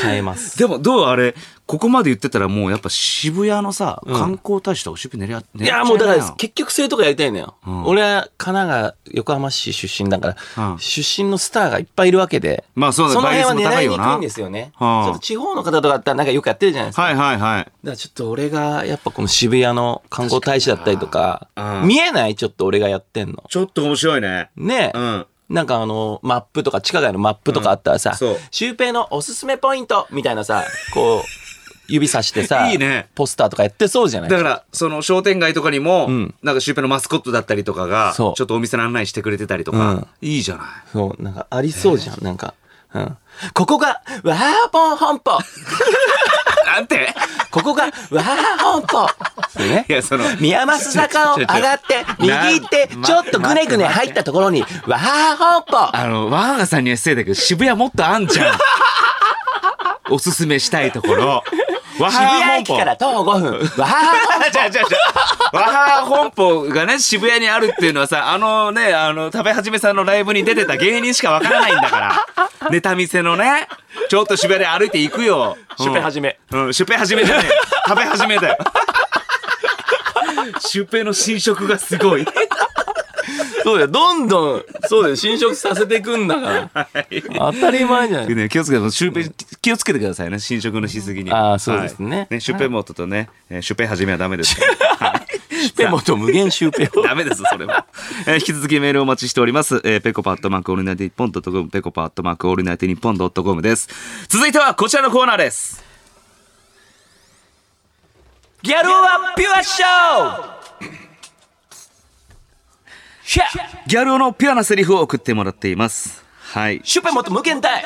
Speaker 1: 変えます。
Speaker 2: でも、どうあれ、ここまで言ってたらもうやっぱ渋谷のさ、観光大使とかシュウペイ狙っ狙っち
Speaker 1: い
Speaker 2: ゃ
Speaker 1: や、もうだか
Speaker 2: な
Speaker 1: ら、結局そういうとこやりたいのよ。俺は神奈川、横浜市出身だか
Speaker 2: う
Speaker 1: ら
Speaker 2: ん、
Speaker 1: 出身のスターがいっぱいいるわけで、
Speaker 2: まあそうだ
Speaker 1: その辺は狙い
Speaker 2: 倍率も
Speaker 1: に
Speaker 2: 高いよな
Speaker 1: くいんですよね。ち
Speaker 2: はあ
Speaker 1: ょっと地方の方とかだったらなんかよくやってるじゃないですか。
Speaker 2: はいはいはい。
Speaker 1: だからちょっと俺が、やっぱこの渋谷の観光大使だったりとか
Speaker 2: 確かに、うん
Speaker 1: 見えないちょっと俺がやってんの。
Speaker 2: ちょっと面白いね。
Speaker 1: ねえ。
Speaker 2: うん。
Speaker 1: なんかあの、マップとか、地下街のマップとかあったらさ、
Speaker 2: んそう
Speaker 1: シュウペイのおすすめポイントみたいなさ、こう、指さしてさ、
Speaker 2: いいね
Speaker 1: ポスターとかやってそうじゃない
Speaker 2: だから、その商店街とかにも、
Speaker 1: ん
Speaker 2: なんかシュウペイのマスコットだったりとかが、ちょ
Speaker 1: そ
Speaker 2: っ
Speaker 1: う
Speaker 2: とお店の案内してくれてたりとか、いいじゃない。
Speaker 1: そう、なんかありそうじゃん、なんか。うん。ここが、ワーポン本舗
Speaker 2: な んて
Speaker 1: ここが、ワー本舗ね
Speaker 2: い。や、その、
Speaker 1: 宮益坂を上がって、右
Speaker 2: な
Speaker 1: 行って、ちょっとぐねぐね入ったところに、ワー本舗
Speaker 2: あの、ワーガさんには失礼だけど、渋谷もっとあんじゃん。おすすめしたいところ。わは
Speaker 1: 渋
Speaker 2: は
Speaker 1: 谷
Speaker 2: 本
Speaker 1: 駅
Speaker 2: 舗。
Speaker 1: から徒歩5分。わはは
Speaker 2: じゃあじゃあじゃあわはは本舗がね、渋谷にあるっていうのはさ、あのね、あの、食べはじめさんのライブに出てた芸人しかわからないん だから。ネタ見せのね、ちょっと渋谷で歩いていくよ。
Speaker 1: シュペはじめ。
Speaker 2: うん、シュペ始めじゃねえ。食べ始めだよ。 シュペの新色がすごい。
Speaker 1: そうだよ。どんどん、そうだよ。侵食させてくんだから。当たり前じゃない。
Speaker 2: ね、気をつけて、シュペ、気をつけてくださいね、新色のしすぎに。
Speaker 1: あーそうですね
Speaker 2: はいね、シュペ元とね、えーシュペ始めはダメですから。
Speaker 1: シュペモと無限シュペを。
Speaker 2: ダメです、それは。えー引き続きメールをお待ちしております。えー、ペコパットマークオールナイトニッポンドットコム、ペコパットマークオールナイトニッポンドットコムです。続いてはこちらのコーナーです。
Speaker 1: ギャルオはピュアショーシャ
Speaker 2: ギャル男のピュアなセリフを送ってもらっています。はい。
Speaker 1: シュペモと無限大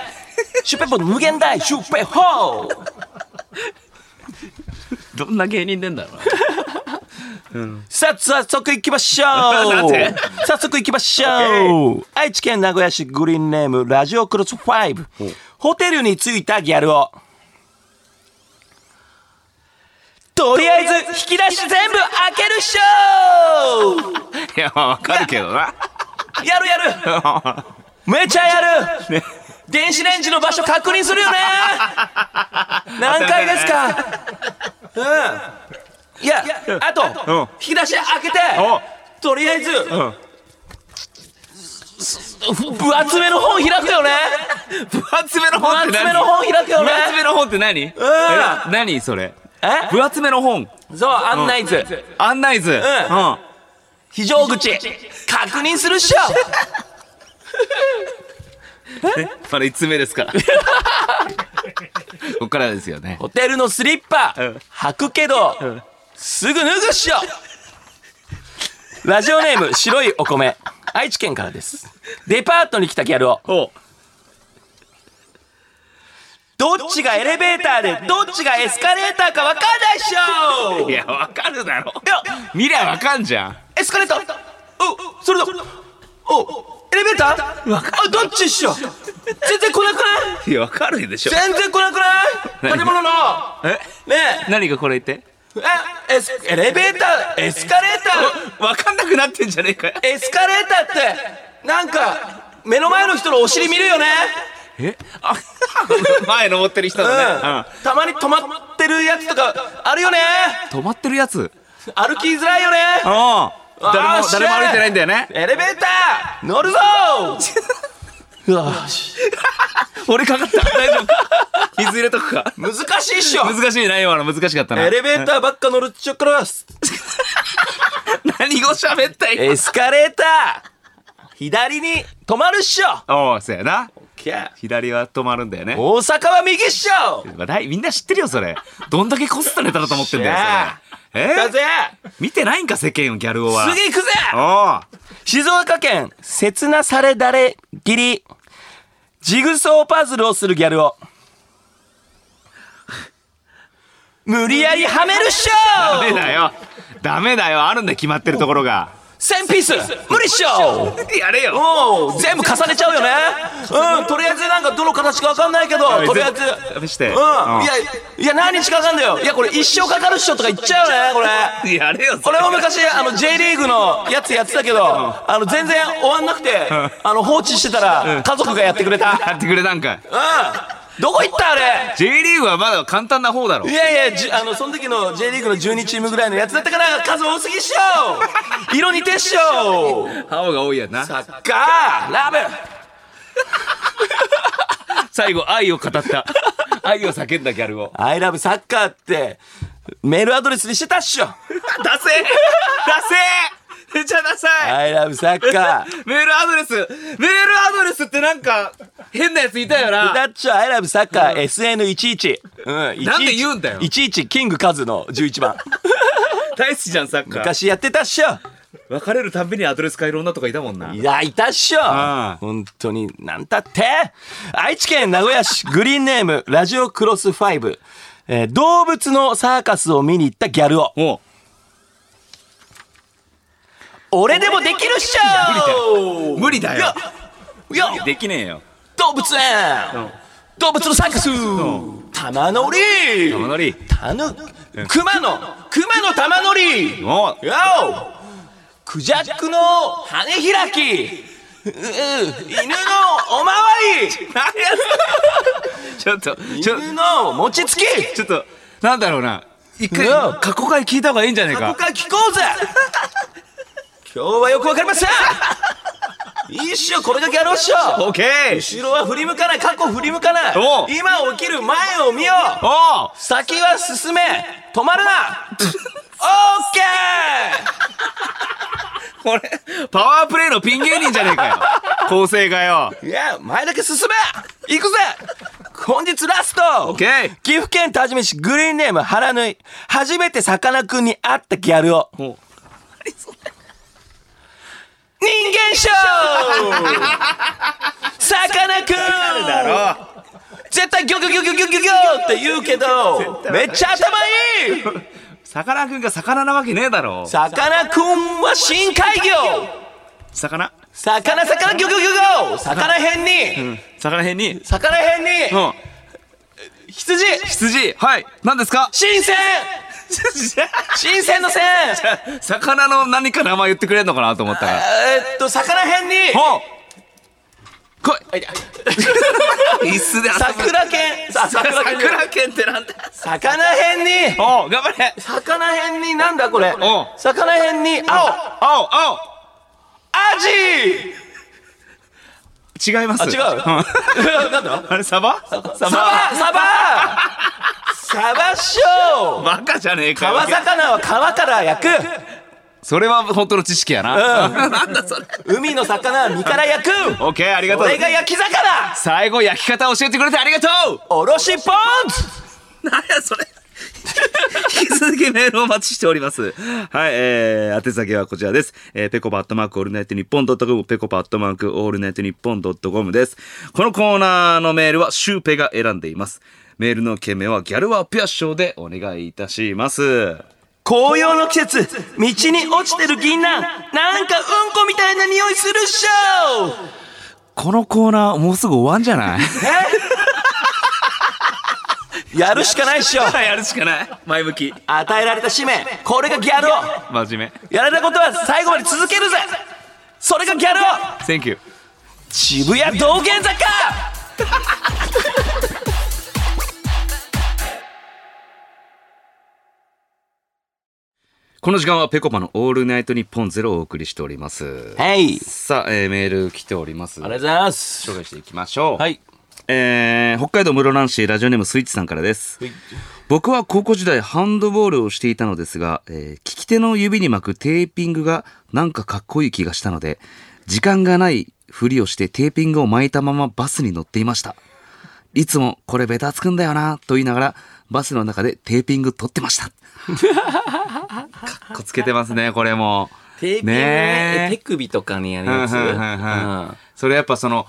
Speaker 1: シュペモと無限大シュペホー
Speaker 2: どんな芸人でんだ ろう
Speaker 1: さあ、早速行きましょ
Speaker 2: なん
Speaker 1: う
Speaker 2: で
Speaker 1: 早速行きましょう愛知県名古屋市グリーンネームラジオクロス5ホテルに着いたギャルをとりあえず引き出し全部開けるっしょー
Speaker 2: いや、まあわかるけど な。
Speaker 1: やるやるめちゃやる、電子レンジの場所確認するよね何回ですかうんいやあと、
Speaker 2: うん
Speaker 1: 引き出し開けて
Speaker 2: お
Speaker 1: とりあえず、す分厚めの本開くよね
Speaker 2: 分厚めの
Speaker 1: 分
Speaker 2: 本って何
Speaker 1: 厚めの本開くよ
Speaker 2: 分
Speaker 1: ね
Speaker 2: 厚めの本って何え何それ
Speaker 1: え
Speaker 2: 分厚めの本
Speaker 1: そう案内図、
Speaker 2: 案内図うん
Speaker 1: 非常口確認するっしょ
Speaker 2: まだ5つ目です からここからですよね
Speaker 1: ホテルのスリッパ、
Speaker 2: うん
Speaker 1: 履くけど、すぐ脱ぐっしょラジオネーム、白いお米。愛知県からです。デパートに来たギャルを。
Speaker 2: お
Speaker 1: どっちがエレベーターで、どっちがエスカレーターかわかんないっしょ
Speaker 2: いやわかるだろ
Speaker 1: いや
Speaker 2: 見りゃわかんじゃん
Speaker 1: エスカレーターお、それだお、エレベーターあ、どっちっしょ全然来なくない
Speaker 2: いやわかるでしょ
Speaker 1: 全然来なくない
Speaker 2: 何
Speaker 1: 建物の、
Speaker 2: え
Speaker 1: ね
Speaker 2: 何がこれ言って
Speaker 1: え、え、エスエレベーター、エスカレーター、
Speaker 2: わかんなくなってんじゃねえかよ
Speaker 1: エスカレーターってなんか目の前の人のお尻見るよね
Speaker 2: えあ 前登ってる人
Speaker 1: うん
Speaker 2: だね、
Speaker 1: たまに止まってるやつとかあるよね
Speaker 2: うん止まってるやつ
Speaker 1: 歩きづらいよね
Speaker 2: うん
Speaker 1: あ
Speaker 2: 誰も
Speaker 1: ー
Speaker 2: 誰も歩いてないんだよね
Speaker 1: エレベーター乗るぞ うわ
Speaker 2: 俺かか った大丈夫か水入れとくか
Speaker 1: 難しいっしょ
Speaker 2: 難しいな今の難しかったな
Speaker 1: エレベーターばっか乗るっちょから
Speaker 2: 何語喋ったい
Speaker 1: エスカレーター左に止まるっしょ
Speaker 2: おおそうやな
Speaker 1: OK
Speaker 2: 左は止まるんだよね
Speaker 1: 大阪は右っしょ
Speaker 2: まあだいみんな知ってるよそれどんだけこすったネタだと思ってんだよ
Speaker 1: しゃ
Speaker 2: それえ
Speaker 1: だぜ
Speaker 2: 見てないんか世間をギャル男は
Speaker 1: 次行くぜ
Speaker 2: お
Speaker 1: 静岡県、切なされだれぎり、ジグソーパズルをするギャルを。無理やりはめるっし
Speaker 2: おダメ
Speaker 1: ょ
Speaker 2: だよダメだよあるんだよ決まってるところが
Speaker 1: !1000 ピース無理っしょ
Speaker 2: やれよ
Speaker 1: もう全部重ねちゃうよねうん、とりあえずなんかどの形かわかんないけど、とりあえず。
Speaker 2: 試して
Speaker 1: うん、いや、いや何日かかんだよいや、これ一生かかるっしょとか言っちゃうよね、これ。
Speaker 2: うんやれよそれ
Speaker 1: 俺も昔あの J リーグのやつやってたけど、あの全然終わんなくて、あの放置してたら家族がやってくれた、
Speaker 2: やってくれたんかい
Speaker 1: うんどこ行ったあれ
Speaker 2: J リーグはまだ簡単な方だろ
Speaker 1: いやいやじゅあのその時の J リーグの12チームぐらいのやつだったから数多すぎっしょ色似てっしょ
Speaker 2: 青が多いやんな
Speaker 1: サッカーラブ
Speaker 2: 最後愛を語 った愛を叫んだギャルを
Speaker 1: I love サッカーってメールアドレスにしてたっしょ
Speaker 2: ダセーダセーめちゃダサ
Speaker 1: I
Speaker 2: い
Speaker 1: love サッカー
Speaker 2: メールアドレス、メールアドレスってなんか、変なやついたよ
Speaker 1: だ
Speaker 2: な。
Speaker 1: っちょ I love サッカー SN11 うん
Speaker 2: なんで言うんだよ
Speaker 1: 11キングカズの11番
Speaker 2: 大好きじゃん、サッカー。
Speaker 1: 昔やってたっしょ
Speaker 2: 別れるたんびにアドレス変える女とかいたもんな。
Speaker 1: いや、いたっしょ
Speaker 2: ああ
Speaker 1: 本当に、なんたって愛知県名古屋市グリーンネーム、ラジオクロス5。えー動物のサーカスを見に行ったギャルを。
Speaker 2: も
Speaker 1: 俺でもできるっしょ
Speaker 2: う、無理だ
Speaker 1: いや
Speaker 2: よ。、
Speaker 1: いや、
Speaker 2: できねえよ。
Speaker 1: 動物園動物のサーカス玉乗り
Speaker 2: 玉乗り
Speaker 1: たぬ熊の熊の玉乗りよ
Speaker 2: お
Speaker 1: おクジャックの羽開きうう犬のおまわり
Speaker 2: ちょっと、ちょ、
Speaker 1: 犬の餅つき
Speaker 2: ちょっと、なんだろうな。一回
Speaker 1: うわ、
Speaker 2: 過去回聞いた方がいいんじゃない
Speaker 1: ここ
Speaker 2: か。
Speaker 1: から聞こうぜ今日はよくわかりません一生これだけやろうっし
Speaker 2: オ
Speaker 1: ょ
Speaker 2: ッケー
Speaker 1: 後ろは振り向かない過去振り向かない
Speaker 2: おう
Speaker 1: 今起きる前を見よう
Speaker 2: おう
Speaker 1: 先は進め止まるなオッケ
Speaker 2: これ、パワープレイのピン芸人じゃねえかよ。構成がよ。
Speaker 1: ーいや前だけ進め行くぜ本日ラスト
Speaker 2: オッケー
Speaker 1: 岐阜県多治見市グリーンネーム原縫い初めてさかなクンに会ったギャルを
Speaker 2: も
Speaker 1: 人間ショーさかなクン
Speaker 2: だろ
Speaker 1: 絶対ギョギョギョギョギョギョギョって言うけどめっちゃ頭いい
Speaker 2: さかなクンが魚なわけねえだろ。
Speaker 1: さかなクンは深海魚
Speaker 2: 魚。
Speaker 1: 魚魚ギョギョギョギョ魚編に、
Speaker 2: うん。魚編に。
Speaker 1: 魚編に、
Speaker 2: うん。
Speaker 1: 羊
Speaker 2: 羊。はい。何ですか
Speaker 1: 新鮮新鮮の鮮
Speaker 2: 魚の何か名前言ってくれんのかなと思ったから。
Speaker 1: えーっと魚編に
Speaker 2: ほう来い 椅子で遊ぶ
Speaker 1: 桜犬あ桜犬
Speaker 2: 桜犬ってなんだ
Speaker 1: 魚編に
Speaker 2: おう頑張れ
Speaker 1: 魚編になんだこれ
Speaker 2: おう
Speaker 1: 魚編に青ア
Speaker 2: 青青
Speaker 1: ジ
Speaker 2: 違います
Speaker 1: あ違うなんだ
Speaker 2: あれサバサバ
Speaker 1: サバサバサバショー
Speaker 2: バカじゃねえかよ
Speaker 1: 川魚は川から焼く
Speaker 2: それは本当の知識やな、なんだそれ
Speaker 1: 海の魚は身から焼く
Speaker 2: オッケーありがとう
Speaker 1: これが焼き魚
Speaker 2: 最後焼き方教えてくれてありがと
Speaker 1: おろしポン酢
Speaker 2: うなんや それ引き続きメールをお待ちしております。はい、えー、宛先はこちらです。えー、ぺこぱアットマークオールナイトニッポンドットコム、ぺこぱアットマークオールナイトニッポンドットコムです。このコーナーのメールはシュウペイが選んでいます。メールの件名はギャルワーピアッショーでお願いいたします。
Speaker 1: 紅葉の季節道に落ちてる銀杏なんかうんこみたいな匂いするっしょ
Speaker 2: このコーナーもうすぐ終わんじゃない
Speaker 1: えやるしかないっしょ
Speaker 2: やるしかない。前向き。
Speaker 1: 与えられた使命これがギャルを
Speaker 2: 真面
Speaker 1: やられたことは最後まで続けるぜそれがギャルを
Speaker 2: 目。センキュー。
Speaker 1: 渋谷道玄坂
Speaker 2: この時間はペコパのオールナイトニッポンゼロをお送りしております。
Speaker 1: はい
Speaker 2: さあ、えーメール来ております。
Speaker 1: ありがとうございます
Speaker 2: 紹介していきましょう。
Speaker 1: はい
Speaker 2: えー北海道室蘭市ラジオネームスイッチさんからです。僕は高校時代ハンドボールをしていたのですが、えー利き手の指に巻くテーピングがなんかかっこいい気がしたので、時間がないふりをしてテーピングを巻いたままバスに乗っていました。いつもこれベタつくんだよなと言いながらバスの中でテーピング取ってま した。かっこつけてますね、これも。
Speaker 1: テーピング
Speaker 2: ね
Speaker 1: ね
Speaker 2: え
Speaker 1: 手首とかにやる
Speaker 2: うんうん
Speaker 1: やつ、
Speaker 2: うんうんそれやっぱその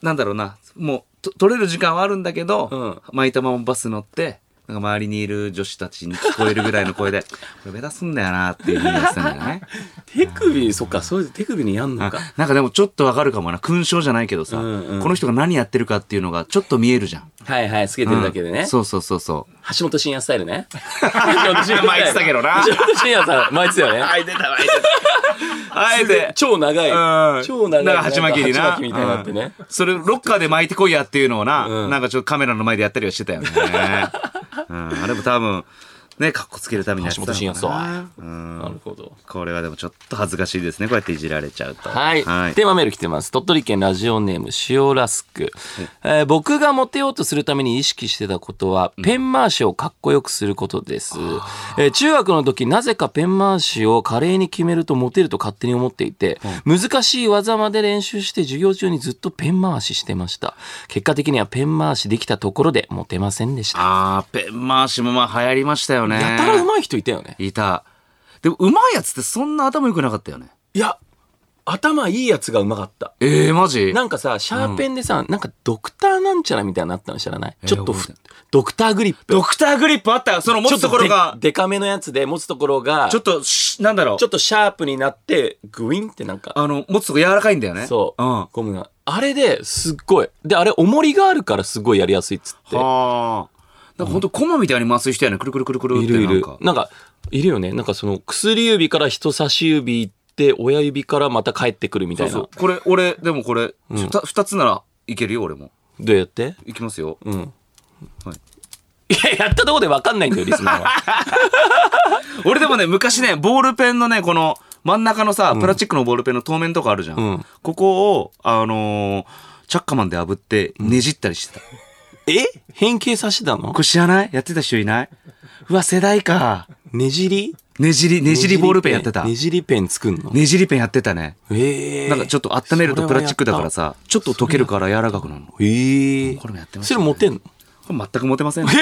Speaker 2: なんだろうなもうと取れる時間はあるんだけど、
Speaker 1: うん
Speaker 2: 巻いたままバス乗ってなんか周りにいる女子たちに聞こえるぐらいの声で「こ れ目立つんだよな」っていうふうに言ってたんだよね
Speaker 1: 手首そっか そう手首にやんのか
Speaker 2: なんかでもちょっとわかるかもな勲章じゃないけどさ、
Speaker 1: うんうん
Speaker 2: この人が何やってるかっていうのがちょっと見えるじゃん。
Speaker 1: はいはいつけてるだけでね、
Speaker 2: うんそうそうそ うそう。
Speaker 1: 橋本真也スタイル ね橋本真也スタイル
Speaker 2: 巻いてたけどな
Speaker 1: 橋本真也さん巻いてたよね
Speaker 2: あえてたあえて た。あえて。
Speaker 1: 超長い、
Speaker 2: うん
Speaker 1: 超長い
Speaker 2: なんか鉢巻きにな。
Speaker 1: んか鉢巻きみたいになってね、
Speaker 2: うんそれ、ロッカーで巻いてこいやっていうのをな、
Speaker 1: うん
Speaker 2: なんかちょっとカメラの前でやったりはして たよね。うん、あれも多分、ね、かっこつけるためにやってたのか
Speaker 1: 橋本真也
Speaker 2: な。うん
Speaker 1: なるほど
Speaker 2: これはでもちょっと恥ずかしいですね。こうやっていじられちゃうと。
Speaker 1: はい。テーマメール来てます。鳥取県ラジオネーム、塩ラスク。えー僕がモテようとするために意識してたことは、ペン回しをかっこよくすることです。えー中学の時、なぜかペン回しを華麗に決めるとモテると勝手に思っていて、難しい技まで練習して、授業中にずっとペン回ししてました。結果的にはペン回しできたところでモテませんでした。
Speaker 2: あー、ペン回しもまあ流行りましたよね。
Speaker 1: やたら上手い人いたよね。
Speaker 2: いた。でも、うまいやつってそんな頭良くなかったよね。
Speaker 1: いや、頭いいやつが上手かった。
Speaker 2: えー、マジ
Speaker 1: なんかさ、シャーペンでさ、なんかドクターなんちゃらみたいなのあったの知らない、
Speaker 2: えー
Speaker 1: ちょっと
Speaker 2: 覚
Speaker 1: ふ
Speaker 2: えて
Speaker 1: ドクターグリップ。
Speaker 2: ドクターグリップあったよその持つところ
Speaker 1: ちょっ
Speaker 2: が
Speaker 1: と、で。でかめのやつで持つところが、
Speaker 2: ち
Speaker 1: ち
Speaker 2: ょ
Speaker 1: ょ
Speaker 2: っとし、なんだろう。
Speaker 1: っとシャープになって、グインってなんか、
Speaker 2: あの、持つとこ柔らかいんだよね。
Speaker 1: そう、
Speaker 2: うん。
Speaker 1: ゴムが。あれですっごい。で、あれ、重りがあるからすごいやりやすいっつって。
Speaker 2: はあ。なんか本当コマみたいに麻酔したよね。くるくるくるくるって
Speaker 1: いるい
Speaker 2: なん
Speaker 1: る
Speaker 2: か。。
Speaker 1: なんか、いるよね。なんかその、薬指から人差し指行って、親指からまた帰ってくるみた
Speaker 2: そ
Speaker 1: いうな。
Speaker 2: そう。これ、俺、でもこれ、ちょた二つならいけるよ、俺も。
Speaker 1: どうやって
Speaker 2: いきますよ。
Speaker 1: うん。
Speaker 2: はい
Speaker 1: いや、やったとこでわかんないんだよ、リスナー は。
Speaker 2: 俺でもね、昔ね、ボールペンのね、この真ん中のさ、プラスチックのボールペンの透明のとこあるじゃん。
Speaker 1: うん
Speaker 2: ここを、あのーチャッカマンで炙って、ねじったりしてた。
Speaker 1: え変形さしてたの
Speaker 2: これ知らないやってた人いないうわ、世代か。
Speaker 1: ねじり
Speaker 2: ねじり、ねじりボールペンやってた。
Speaker 1: ね
Speaker 2: ね
Speaker 1: じりペン作んの
Speaker 2: じりペンやってたね。
Speaker 1: ええ。
Speaker 2: なんかちょっと温めるとプラスチックだからさ、ちょっと溶けるから柔らかくなるの。こ
Speaker 1: ええ。
Speaker 2: これもやってまし
Speaker 1: そ
Speaker 2: た
Speaker 1: れ持てんの
Speaker 2: れ全くモテませんね。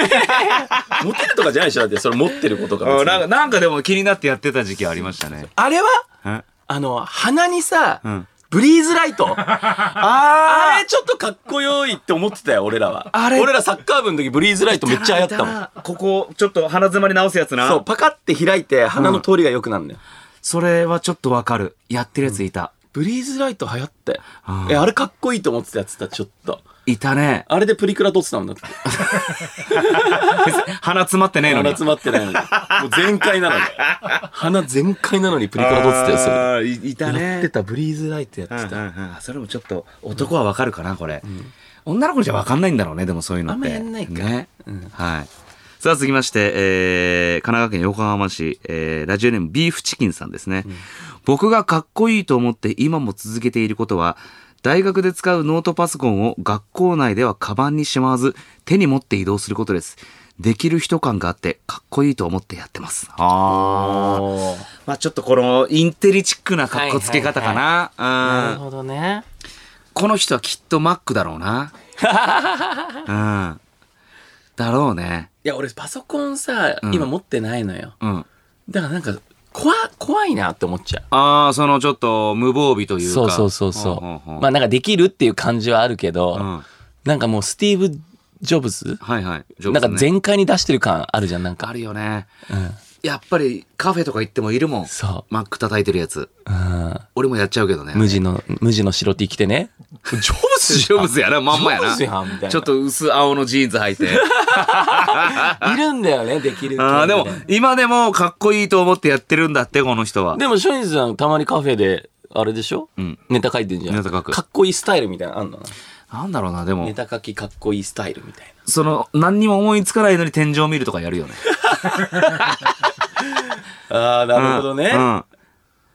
Speaker 1: 持てるとかじゃないでしょだって、それ持ってることか
Speaker 2: うんなんか、なんかでも気になってやってた時期ありましたね。
Speaker 1: あれは
Speaker 2: あ
Speaker 1: あの、鼻にさ
Speaker 2: ん、
Speaker 1: ブリーズラ イト。あ
Speaker 2: あ
Speaker 1: れちょっとかっこよいって思ってたよ、俺らは。
Speaker 2: あれ
Speaker 1: 俺らサッカー部の時ブリーズライトめっちゃ流行ったもん。
Speaker 2: ん。ここ、ちょっと鼻詰まり直すやつな。
Speaker 1: そう、パカって開いて鼻の通りが良くなるんだよ。
Speaker 2: それはちょっとわかる。やってるやついた。
Speaker 1: ブリーズライト流行ったよ
Speaker 2: あ。ー
Speaker 1: え、あれかっこいいと思ってたやつだ、ちょっと。
Speaker 2: いた ね。
Speaker 1: あれでプリクラ撮ってたもんだって。
Speaker 2: 鼻詰まってねえの
Speaker 1: 鼻
Speaker 2: に。
Speaker 1: 詰まってないのに。もう全開なのに。鼻全開なのにプリクラ撮ってたやつだよ。
Speaker 2: あーいいたね。
Speaker 1: やってた、ブリーズライトやって
Speaker 2: うんう
Speaker 1: た。
Speaker 2: んうんそれもちょっと男はわかるかなこれ、女の子じゃわかんないんだろうねでもそういうのって
Speaker 1: あんまやんないか
Speaker 2: ね、はいさあ続きまして、えー神奈川県横浜市、えーラジオネームビーフチキンさんですね、僕がかっこいいと思って今も続けていることは大学で使うノートパソコンを学校内ではカバンにしまわず手に持って移動することですできる人感があってかっこいいと思ってやってますああ
Speaker 1: おー
Speaker 2: まあちょっとこのインテリチックなかっこつけ方かな、うん
Speaker 1: ほどね。
Speaker 2: この人はきっとマックだろう な。うん。だろうね。
Speaker 1: いや、俺パソコンさ、
Speaker 2: ん
Speaker 1: 今持ってないのよ。
Speaker 2: うん。
Speaker 1: だからなんか、怖、怖いなって思っちゃう。
Speaker 2: ああ、そのちょっと無防備というか。
Speaker 1: そうそうそうそう。
Speaker 2: んんうん
Speaker 1: まあなんかできるっていう感じはあるけど、
Speaker 2: うん
Speaker 1: なんかもうスティーブ・ジョブズ
Speaker 2: はいはい。上手
Speaker 1: なん
Speaker 2: ね
Speaker 1: か全開に出してる感あるじゃん、なん
Speaker 2: あ
Speaker 1: か。
Speaker 2: るよね。
Speaker 1: うん、
Speaker 2: やっぱりカフェとか行ってもいるもん。
Speaker 1: そ
Speaker 2: マック叩いてるやつ。
Speaker 1: う。うん。
Speaker 2: 俺もやっちゃうけどね。
Speaker 1: 無地の、無地の白 T 着てね。ジョブズ
Speaker 2: ジョブズやな、まんまや
Speaker 1: ジョ
Speaker 2: な。
Speaker 1: ブズやんみたいな
Speaker 2: ちょっと薄青のジーンズ履いて。
Speaker 1: いるんだよね、できる系ね。
Speaker 2: ああ、でも、今でもかっこいいと思ってやってるんだって、この人は。
Speaker 1: でも、松陰寺さん、たまにカフェで、あれでしょ、
Speaker 2: うん
Speaker 1: ネタ書いてんじゃん。
Speaker 2: ネタ書く
Speaker 1: かっこいいスタイルみたいなのあんのな。
Speaker 2: なんだろうな、でも
Speaker 1: ネ。タ書きかっこいいスタイルみたい
Speaker 2: その、何にも思いつかないのに天井見るとかやるよね。
Speaker 1: な。ああ、なるほどね。
Speaker 2: うん。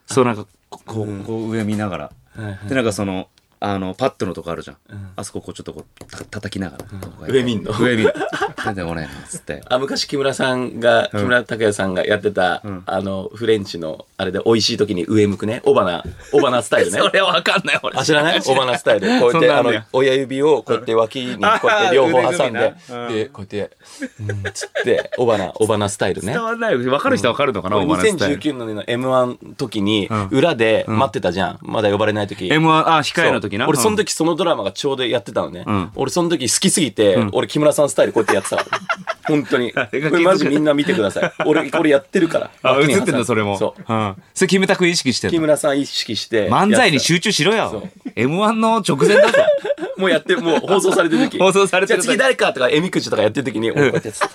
Speaker 2: そう、なんか、ここう、こう上見ながら。で、なんかその、あの、パッドのとこあるじゃん。あそここうちょっとこう、た叩きながら。こうやって
Speaker 1: 上見んの
Speaker 2: 上見 んの。出てこないな、つって。
Speaker 1: あ昔木村さんが、木村拓哉さんがやってた、あの、フレンチの、あれで美味しい時に上向くね。オバナ、オバナスタイルね。
Speaker 2: それわかんない、俺。
Speaker 1: あ、知らないオバナスタイル。こうや
Speaker 2: そ
Speaker 1: っ
Speaker 2: ん
Speaker 1: て、
Speaker 2: な
Speaker 1: あ
Speaker 2: んだ
Speaker 1: の
Speaker 2: よ、
Speaker 1: 親指をこうやって脇にこうやって両方挟んで、で、こうやって、うん、つって、オバナ、オバナスタイルね
Speaker 2: 伝。わんない。わかる人はわかるのかな、お前スタイル。
Speaker 1: 2019年の M1 時に、裏で待ってたじゃん。まだ呼ばれない時。
Speaker 2: M1、あ、控えの時な。
Speaker 1: そう俺その
Speaker 2: 時。
Speaker 1: 時そのドラマがちょうどやってたのね、
Speaker 2: ん
Speaker 1: 俺その時好きすぎて、俺木村さんスタイルこうやってやって たから本当にこ
Speaker 2: れが気づく
Speaker 1: れマジみんな見てください俺これやってるから
Speaker 2: あ、
Speaker 1: 脇に
Speaker 2: 映
Speaker 1: 挟
Speaker 2: ってんだ、それも。。
Speaker 1: そう
Speaker 2: ん。それ、キムタク意識して
Speaker 1: う木
Speaker 2: る。
Speaker 1: 村さん意識して
Speaker 2: 漫才に
Speaker 1: やって
Speaker 2: 集中しろ
Speaker 1: そ
Speaker 2: よ
Speaker 1: う。
Speaker 2: M1 の直前だぞ。
Speaker 1: たもうやって もう放送されてる時
Speaker 2: 放送されてる時
Speaker 1: じゃあ次誰かとかえみくじとかやってる時に俺こうやってやってた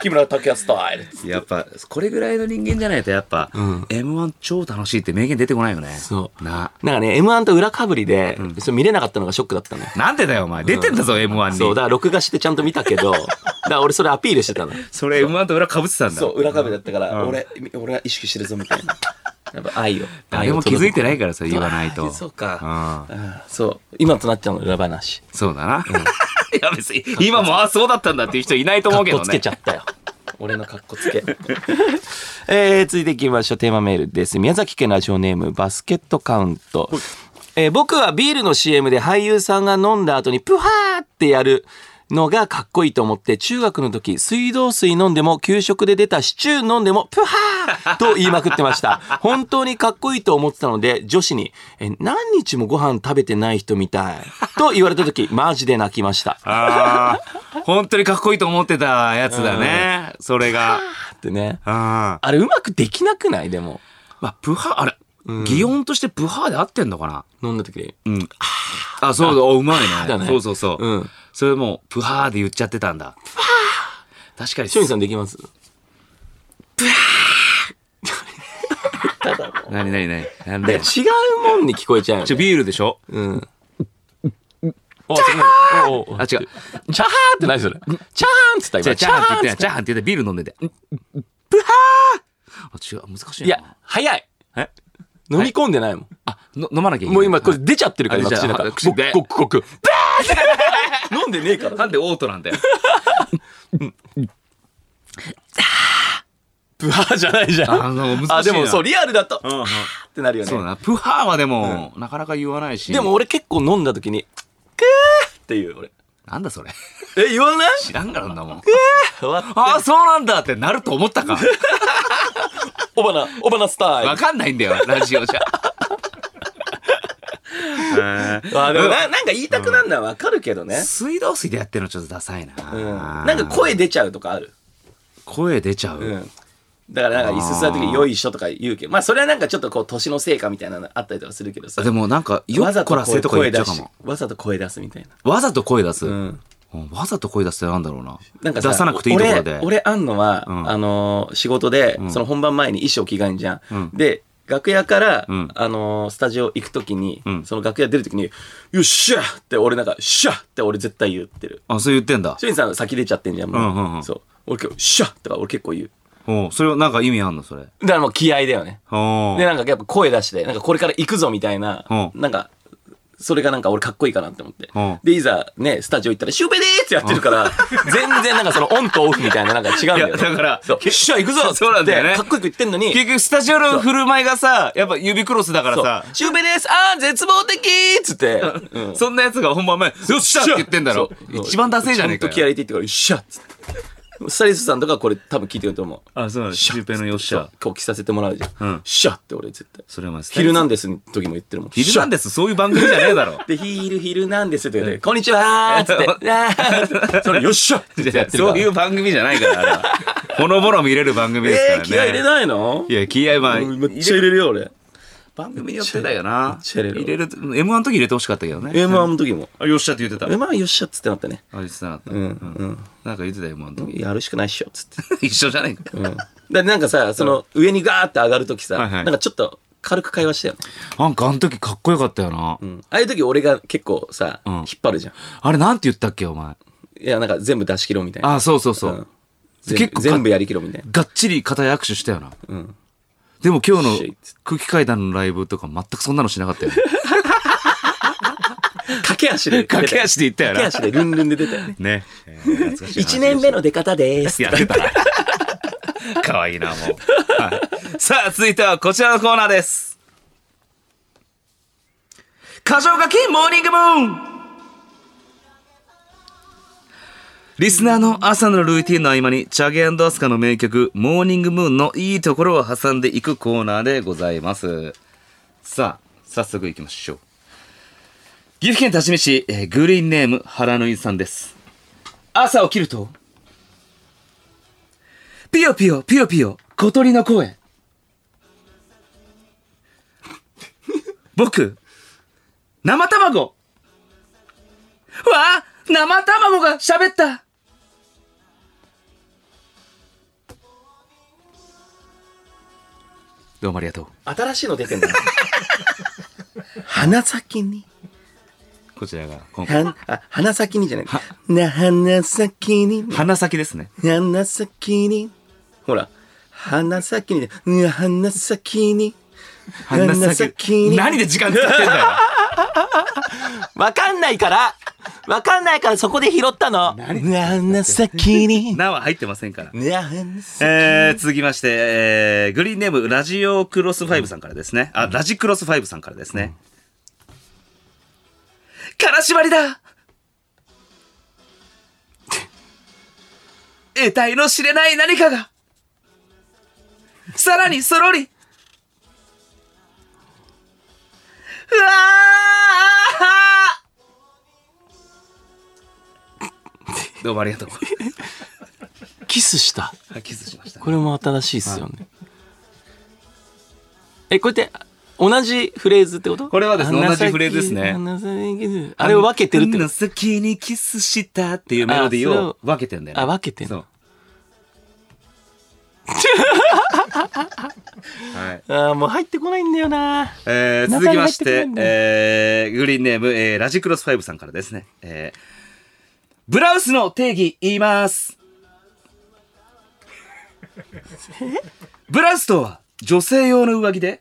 Speaker 1: 木村拓哉スタイル
Speaker 2: やっぱ、これぐらいの人間じゃないと、やっぱ、M1 超楽しいって名言出てこないよね。
Speaker 1: そう
Speaker 2: な。
Speaker 1: なんかね m 1と裏かぶりで、それ見れなかったのがショックだったのよ
Speaker 2: なんでだよ、お前。出てんだぞ、M1 に。
Speaker 1: そうだから録画してちゃんと見た けどだから俺それアピールしてたの
Speaker 2: それ M1 と裏被ってたんだ
Speaker 1: そ。う裏壁だったから、俺俺は意識してるぞみたいなやっぱ愛を
Speaker 2: 誰も気づいてないからさ、
Speaker 1: 愛を
Speaker 2: 言わないと。
Speaker 1: あーそうか、
Speaker 2: か。うん。
Speaker 1: あーそう今となっちゃうの裏話
Speaker 2: そうだな。 いや、別に、今も、あ、そうだったんだっていう人いないと
Speaker 1: かっ
Speaker 2: 思うけど
Speaker 1: こ
Speaker 2: ね。
Speaker 1: つけちゃったよ俺のかっこつけ えー、続いていきましょうテーマメールです宮崎県ラジオネームバスケットカウントえー僕はビールの CM で俳優さんが飲んだ後にプハーってやるのがかっこいいと思って中学の時水道水飲んでも給食で出たシチュー飲んでもプハーと言いまくってました本当にかっこいいと思ってたので女子にえ「何日もご飯食べてない人みたい」と言われた時マジで泣きました
Speaker 2: ああ、本当にかっこいいと思ってたやつだね。それが。
Speaker 1: ってね
Speaker 2: ああ。
Speaker 1: あれうまくできなくないでも
Speaker 2: まあ、プハ、あれ、擬音としてプハで合ってんのかな
Speaker 1: 飲んだ時に
Speaker 2: うん。あ、そうそう、おうまい
Speaker 1: だ
Speaker 2: ね。
Speaker 1: ね
Speaker 2: そうそうそう。
Speaker 1: うん
Speaker 2: それもう、プハーで言っちゃってたんだ。確かに
Speaker 1: しゅんさんできます
Speaker 2: 何何何なん
Speaker 1: 違
Speaker 2: で
Speaker 1: うもんに聞こえちゃうよ
Speaker 2: ちょ
Speaker 1: ね。
Speaker 2: ビールでしょ
Speaker 1: うん。お、すごい。おお
Speaker 2: あ違う。
Speaker 1: チャーハンって何それチャーハンっつった
Speaker 2: じゃ
Speaker 1: 今。
Speaker 2: あチャーハンって言ってチ
Speaker 1: チャーハンっつっ
Speaker 2: ャーハンって言ってビール飲んでてうんうんあ違う難しい
Speaker 1: た
Speaker 2: ない
Speaker 1: や、早い。
Speaker 2: え
Speaker 1: 飲み込んでないもん。
Speaker 2: あの飲まなきゃいけない
Speaker 1: もう今これ出ちゃってるから
Speaker 2: あ
Speaker 1: 今
Speaker 2: 出ちゃ
Speaker 1: 口
Speaker 2: う
Speaker 1: の中。
Speaker 2: あ口で
Speaker 1: ごっごっごっごっ飲んでねえから。
Speaker 2: なんでオートなんだよ
Speaker 1: ブハーじゃないじゃん。
Speaker 2: あの難しいな
Speaker 1: あ、でもそう、リアルだと、
Speaker 2: んうん
Speaker 1: ってなるよ
Speaker 2: そうだ
Speaker 1: ね。
Speaker 2: なプハーはでもなかなか言わないし
Speaker 1: でも俺結構飲んだ時に、くーっていう俺。
Speaker 2: なんだそれ
Speaker 1: え、言わない
Speaker 2: 知らんからんな もん
Speaker 1: 終わった
Speaker 2: ああそうなんだってなると思ったか
Speaker 1: おばな、おばなスタイル
Speaker 2: わ。かんないんだよラジオ じゃへー
Speaker 1: あ、でもな、なんか言いたくなんのはわかるけどね。
Speaker 2: 水道水でやってるのちょっとダサいな、
Speaker 1: うん。なんか声出ちゃうとかある。
Speaker 2: 声出ちゃう、
Speaker 1: うん。だからなんか椅子座る時よいしょとか言うけど、まあそれはなんかちょっとこう年の成果みたいなのあったりとかするけどさ。
Speaker 2: でもなんかよ
Speaker 1: わざ
Speaker 2: っことらせとか
Speaker 1: 声
Speaker 2: 言っち
Speaker 1: 出
Speaker 2: ゃうか
Speaker 1: し
Speaker 2: も、
Speaker 1: わざと声出すみたいな。
Speaker 2: わざと声出す、
Speaker 1: うん。
Speaker 2: うんわざと声出すってなんだろうな
Speaker 1: なんか
Speaker 2: 出さなくていいところで
Speaker 1: 俺、俺あんのは、
Speaker 2: うん
Speaker 1: あのー仕事で、
Speaker 2: ん
Speaker 1: その本番前に衣装着替えんじゃん。
Speaker 2: うん
Speaker 1: で、楽屋から、
Speaker 2: うん
Speaker 1: あのースタジオ行くときに、
Speaker 2: うん
Speaker 1: その楽屋出るときに、よっしゃって俺なんか、しゃって俺絶対言ってる。
Speaker 2: あそう言ってんだ
Speaker 1: 松陰さん先出ちゃってんじゃん、もう。
Speaker 2: うんうんうん
Speaker 1: そう。俺結構、しゃとか俺結構言う。
Speaker 2: おうそれはなんか意味あんのそれ
Speaker 1: だからもう気合だよね。
Speaker 2: おう
Speaker 1: で、なんかやっぱ声出して、なんかこれから行くぞみたいな
Speaker 2: うん、
Speaker 1: なんか、それがなんか俺かっこいいかなって思って
Speaker 2: うん。
Speaker 1: で、いざね、スタジオ行ったら、シュウペイでーってやってるから、全然なんかそのオンとオフみたいななんか違うんだよね。
Speaker 2: いやだから
Speaker 1: そう、よっしゃ行くぞっつって
Speaker 2: そうなんだよね
Speaker 1: かっこよく言ってんのに、
Speaker 2: 結局スタジオの振る舞いがさやっぱ指クロスだから
Speaker 1: そう
Speaker 2: さ
Speaker 1: シュウペイですあー絶望的ーっつって、
Speaker 2: そ,、
Speaker 1: うん
Speaker 2: んなやつが本番前「よっしゃ!」って言ってんだろ
Speaker 1: そう
Speaker 2: 一番ダセえじゃねえか
Speaker 1: ちゃんと気合
Speaker 2: よ
Speaker 1: 入れていってから、よっしゃっつって。スタイリストさんとかこれ多分聞いてると思う。
Speaker 2: あそうなのシュウペイのよっしゃ
Speaker 1: そう今日着させてもらうじゃん。
Speaker 2: うん
Speaker 1: よっしゃって俺絶対。
Speaker 2: それはお前
Speaker 1: ヒルナンデスの時も言ってるもん。
Speaker 2: ヒルナンデスそういう番組じゃね えだろ
Speaker 1: で、ヒールヒルなんですって言って、こんにちはーっつって、あーそれよっしゃって言ってやってるか
Speaker 2: そ
Speaker 1: ら。
Speaker 2: ういう番組じゃないからあれはほのぼの見れる番組ですから
Speaker 1: え
Speaker 2: ね
Speaker 1: ー、気合い入れないの
Speaker 2: いや気合いは
Speaker 1: うんめっちゃ入れるよ、俺。
Speaker 2: 番組によってだよ
Speaker 1: め
Speaker 2: な
Speaker 1: っちゃ入れる
Speaker 2: 入れる M1 の時入れてほしかったけどね
Speaker 1: M1 の時も。
Speaker 2: あよっしゃって言ってた
Speaker 1: M1 はよっしゃっつってなったね。
Speaker 2: あ言ってたな
Speaker 1: うん、うん。
Speaker 2: なんか言ってたよ M1 の 時
Speaker 1: やるしかないっしょ、つって。
Speaker 2: 一緒じゃないか
Speaker 1: うん。で、なんかさ、その、上にガーって上がる時さ、
Speaker 2: はいはい
Speaker 1: なんかちょっと軽く会話したよね。
Speaker 2: なんかあの時かっこよかったよな
Speaker 1: うん。ああいう時俺が結構さ、
Speaker 2: うん
Speaker 1: 引っ張るじゃん。
Speaker 2: あれなんて言ったっけお前
Speaker 1: いや、なんか全部出し切ろうみたいな。
Speaker 2: あそうそうそ
Speaker 1: うん
Speaker 2: う
Speaker 1: 全
Speaker 2: 結
Speaker 1: 部
Speaker 2: 構
Speaker 1: 全部やりきろうみたいな。
Speaker 2: がっちり固い握手したよな
Speaker 1: うん。
Speaker 2: でも今日
Speaker 1: シェイ
Speaker 2: の
Speaker 1: っつ
Speaker 2: 空気階段のライブとか全くそんなのしなかったよね
Speaker 1: 駆け足で出たよ。
Speaker 2: 駆け足で行ったよな
Speaker 1: 駆け足でルンルンで出たよね。
Speaker 2: ねえー懐かしい話
Speaker 1: 1年目の出方です。
Speaker 2: やってたなかわいいなもう、はいさあ続いてはこちらのコーナーです箇条書きモーニングムーンリスナーの朝のルーティンの合間にチャゲアスカの名曲「モーニングムーン」のいいところを挟んでいくコーナーでございますさあ早速いきましょう岐阜県多治見市、えーグリーンネーム原縫さんです朝起きるとピヨピヨ、ピヨピヨ、小鳥の声。僕、生卵わあ生卵が喋ったどうもありがとう。
Speaker 1: 新しいの出てんだ。 鼻先に。
Speaker 2: こちらが今回、
Speaker 1: はあ鼻先にじゃない
Speaker 2: は。
Speaker 1: な、鼻先に。
Speaker 2: 鼻先ですね。
Speaker 1: 鼻先に。ほら。鼻先に。な鼻先に。鼻先に。
Speaker 2: 何で時間使ってん だよ。
Speaker 1: わかんないから。わかんないからそこで拾ったの。な鼻先に。
Speaker 2: なは入ってませんから。
Speaker 1: な鼻先
Speaker 2: えー、続きまして、えー、グリーンネームラジオクロスファイブさんからですね。あ、ラジクロスファイブさんからですね。からしばりだ得体の知れない何かがさらにそろりうわーどうもありがとう。
Speaker 1: キスした。
Speaker 2: キスしました。
Speaker 1: これも新しいっすよね。え、これって、同じフレーズってこと
Speaker 2: これはですね
Speaker 1: あ
Speaker 2: 同じフレーズですね
Speaker 1: 鼻先あれを分けてるって
Speaker 2: あ
Speaker 1: こ
Speaker 2: の先にキスしたっていうメロディ
Speaker 1: あ
Speaker 2: ー
Speaker 1: それ
Speaker 2: を
Speaker 1: を
Speaker 2: 分けてんだよ、ね。
Speaker 1: あ分けてん
Speaker 2: そ
Speaker 1: の
Speaker 2: う。 はい。
Speaker 1: あーもう入ってこないんだよな。
Speaker 2: えー
Speaker 1: 中に
Speaker 2: 続きま
Speaker 1: 入
Speaker 2: し
Speaker 1: って
Speaker 2: て
Speaker 1: こないん、だ
Speaker 2: えーグリーンネーム、えーラジクロス5さんからですね。えーブラウスの定義言います。ブラウスとは女性用の上着で、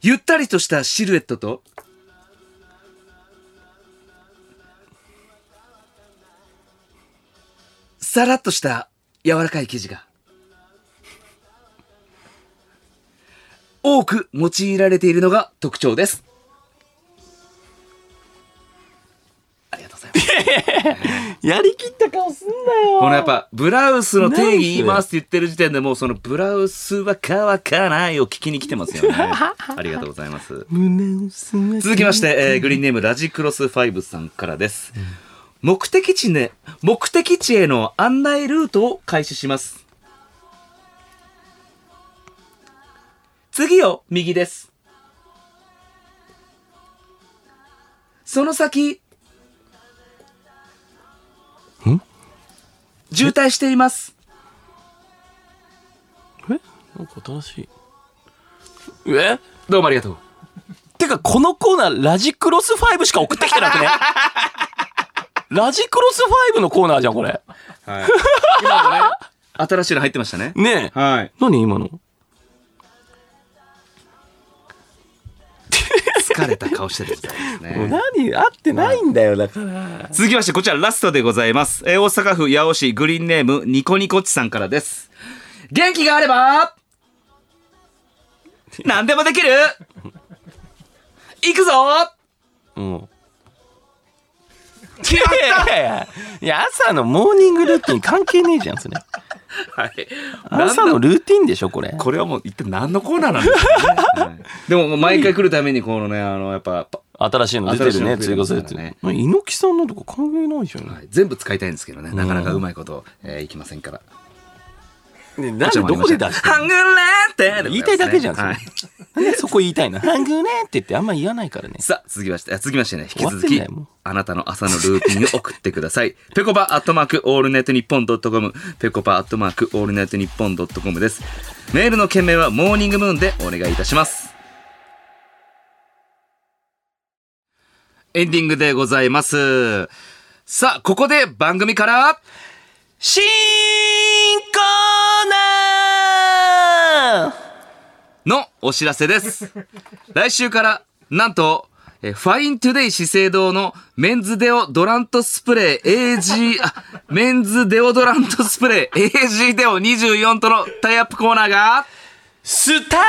Speaker 2: ゆったりとしたシルエットと、さらっとした柔らかい生地が多く用いられているのが特徴です。ありがとうございます。
Speaker 1: やりきった顔すんなよ。
Speaker 2: このやっぱ、ブラウスの定義言いますって言ってる時点でもうそのブラウスは乾かないを聞きに来てますよね。ありがとうございます。
Speaker 1: 胸をすま
Speaker 2: 続きまして、えーグリーンネームラジクロス5さんからです。目的地ね、目的地への案内ルートを開始します。次を右です。その先、渋滞しています。
Speaker 1: えなんか新しい。え
Speaker 2: どうもありがとう。
Speaker 1: てか、このコーナー、ラジクロス5しか送ってきてな くね。ラジクロス5のコーナーじゃん、これ。
Speaker 2: はい、今もね、新しいの入ってましたね。
Speaker 1: ねえ。
Speaker 2: はい。
Speaker 1: 何今の
Speaker 2: 疲れた顔してる時代ですね。
Speaker 1: もう何合ってないんだよ、だから。
Speaker 2: 続きましてこちらラストでございます、えー大阪府八尾市グリーンネームニコニコっちさんからです元気があれ ば何でもできる行くぞ
Speaker 1: うん。いやいやいやいや、朝のモーニングルーティン関係ねえじゃん、それ。
Speaker 2: はい
Speaker 1: 朝のルーティンでしょ、これ。
Speaker 2: これはもう一体何のコーナーなんですかね、 はいでももう毎回来るためにこのねあのやっぱ、
Speaker 1: 新しいの出てるね、
Speaker 2: 新しい
Speaker 1: 追
Speaker 2: の
Speaker 1: 加
Speaker 2: 出
Speaker 1: され
Speaker 2: てま
Speaker 1: て
Speaker 2: すからね
Speaker 1: る。猪木さんのとか関係ないじゃん。
Speaker 2: はい全部使いたいんですけどねなかなかうまいこと、えーいきませんから
Speaker 1: ね、なんでどこで出して
Speaker 2: ハングレーってでござますね
Speaker 1: 言いたいだけじゃん、それ
Speaker 2: はい
Speaker 1: なんでそこ言いたいの。ハングねって言ってあんま言わないからね。
Speaker 2: さあ、続きまして、あ続きましてね、引き続
Speaker 1: 終わってん
Speaker 2: き
Speaker 1: だよもう、
Speaker 2: あなたの朝のルーティンを送ってください。 ぺこぱアットマークオールネットニッポンドットコム、ぺこぱアットマークオールネットニッポンドットコムです。メールの件名はモーニングムーンでお願いいたします。エンディングでございます。さあ、ここで番組から、
Speaker 1: 新コーナー
Speaker 2: のお知らせです。来週から、なんと、えーファイントゥデイ資生堂のメンズデオドラントスプレー AG、あ、メンズデオドラントスプレー AG デオ24とのタイアップコーナーが、
Speaker 1: スター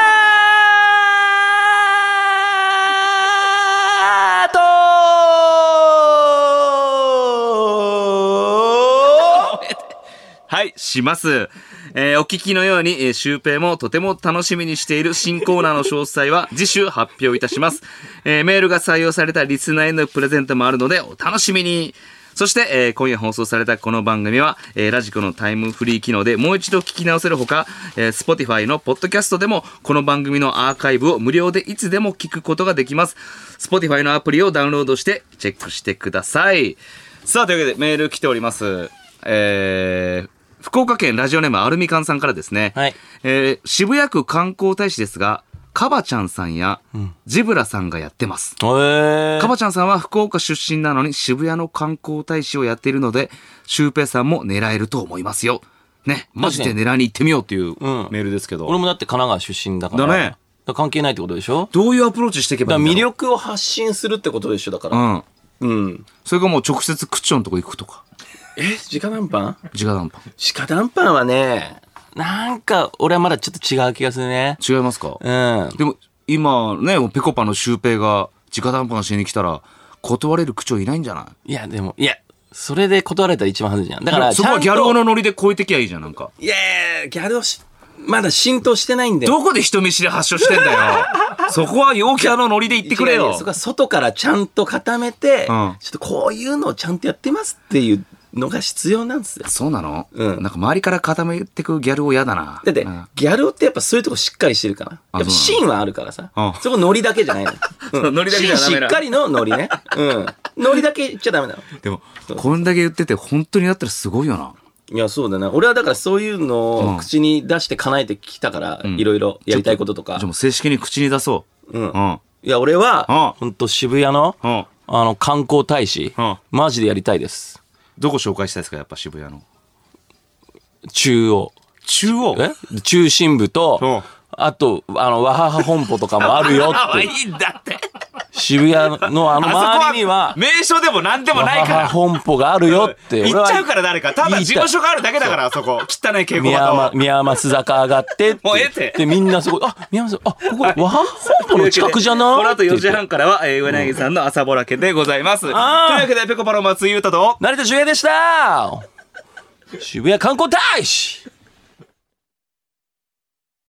Speaker 1: ト
Speaker 2: はい、します。えーお聞きのように、えー、シュウペイもとても楽しみにしている新コーナーの詳細は 次週発表いたします。えーメールが採用されたリスナーへのプレゼントもあるのでお楽しみに。そして、えー今夜放送されたこの番組は、えーラジコのタイムフリー機能でもう一度聞き直せるほか、えー Spotify のポッドキャストでも、この番組のアーカイブを無料でいつでも聞くことができます。Spotify のアプリをダウンロードしてチェックしてください。さあ、というわけでメール来ております。えー福岡県ラジオネームアルミカンさんからですね。
Speaker 1: はい
Speaker 2: えー渋谷区観光大使ですが、カバちゃんさんやジブラさんがやってます。
Speaker 1: え
Speaker 2: カバちゃんさんは福岡出身なのに渋谷の観光大使をやっているので、シュウペイさんも狙えると思いますよ。ね、マジで狙いに行ってみようっていう
Speaker 1: うん
Speaker 2: メールですけど、
Speaker 1: 俺もだって神奈川出身だから。
Speaker 2: だね
Speaker 1: から関係ないってことでしょ
Speaker 2: どういうアプローチしていけば
Speaker 1: だ
Speaker 2: い
Speaker 1: か
Speaker 2: い
Speaker 1: ら
Speaker 2: んだ
Speaker 1: 魅
Speaker 2: ろ
Speaker 1: 力を発信するってことでしょだか
Speaker 2: う。
Speaker 1: ら。
Speaker 2: うん。
Speaker 1: うん。
Speaker 2: それかもう直接区長のとこ行くとか、
Speaker 1: え、直談判
Speaker 2: 直談判。
Speaker 1: 直談判はね、なんか俺はまだちょっと違う気がするね。
Speaker 2: 違いますか
Speaker 1: うん。
Speaker 2: でも今ねペコパのシュウペイが直談判しに来たら断れる区長いないんじゃない
Speaker 1: いや、でも、いや、それで断られたら一番はずいじゃん。だから、
Speaker 2: そこはギャル語
Speaker 1: の。
Speaker 2: のノリで超えてきゃいいじゃんなんか
Speaker 1: いやいやギャルをし、まだ浸透してないんだよ。
Speaker 2: どこで人見知り発症してんだ よそこは陽キャのノリで言ってくれ
Speaker 1: いやい
Speaker 2: よ
Speaker 1: やそこは外からちゃんと固めて、
Speaker 2: うん
Speaker 1: ちょっとこういうのをちゃんとやってますっていうのが必要なんですよ。
Speaker 2: そうなの、
Speaker 1: うん
Speaker 2: なんか周りから固めてくギャルを嫌だな
Speaker 1: だって、
Speaker 2: うん
Speaker 1: ギャルってやっぱそういうとこしっかりしてるから。
Speaker 2: あ
Speaker 1: やっぱ芯はあるからさ
Speaker 2: うん。
Speaker 1: そこノリだけじゃないの。
Speaker 2: そうノリだけじゃダメ
Speaker 1: 芯
Speaker 2: な
Speaker 1: しっかりのノリね。うん。ノリだけじゃダメなの。
Speaker 2: でもこんだけ言ってて本当になったらすごいよな
Speaker 1: いや、そうだな。俺はだからそういうの
Speaker 2: う
Speaker 1: を
Speaker 2: ん
Speaker 1: 口に出して叶えてきたから、
Speaker 2: ん
Speaker 1: いろいろやりたいこととか
Speaker 2: じゃあ。もう正式に口に出そう。
Speaker 1: うん
Speaker 2: うん。
Speaker 1: いや、俺は、
Speaker 2: うん
Speaker 1: ほんと渋谷の、
Speaker 2: うん
Speaker 1: あの、観光大使
Speaker 2: うん、
Speaker 1: マジでやりたいです。
Speaker 2: どこ紹介したいですか、やっぱ渋谷の。
Speaker 1: 中央。
Speaker 2: 中央
Speaker 1: え中心部
Speaker 2: うん
Speaker 1: と、あと、あの、わはは本舗とかもあるよ
Speaker 2: あ
Speaker 1: っ
Speaker 2: あ、い
Speaker 1: て。
Speaker 2: いんだって。
Speaker 1: 渋谷のあの 周りには、
Speaker 2: 名所でも何でもない
Speaker 1: わ
Speaker 2: か
Speaker 1: はは
Speaker 2: ら。
Speaker 1: 本舗があるよって。
Speaker 2: 行っ
Speaker 1: 俺は
Speaker 2: ちゃうから誰か。ただ事務所があるだけだから、あそこ。汚い稽古
Speaker 1: 宮
Speaker 2: 場
Speaker 1: 山
Speaker 2: と。
Speaker 1: 宮益坂上がってって
Speaker 2: もうええって
Speaker 1: でみんなそこあ宮益坂あここわは本舗の近くじゃない
Speaker 2: この後4時
Speaker 1: って言って
Speaker 2: 半からは、えー、上柳さんの朝ぼらけでございます。という
Speaker 1: あー
Speaker 2: わけで、ぺこぱの松井優太と、
Speaker 1: 成田修平でした渋谷観光大使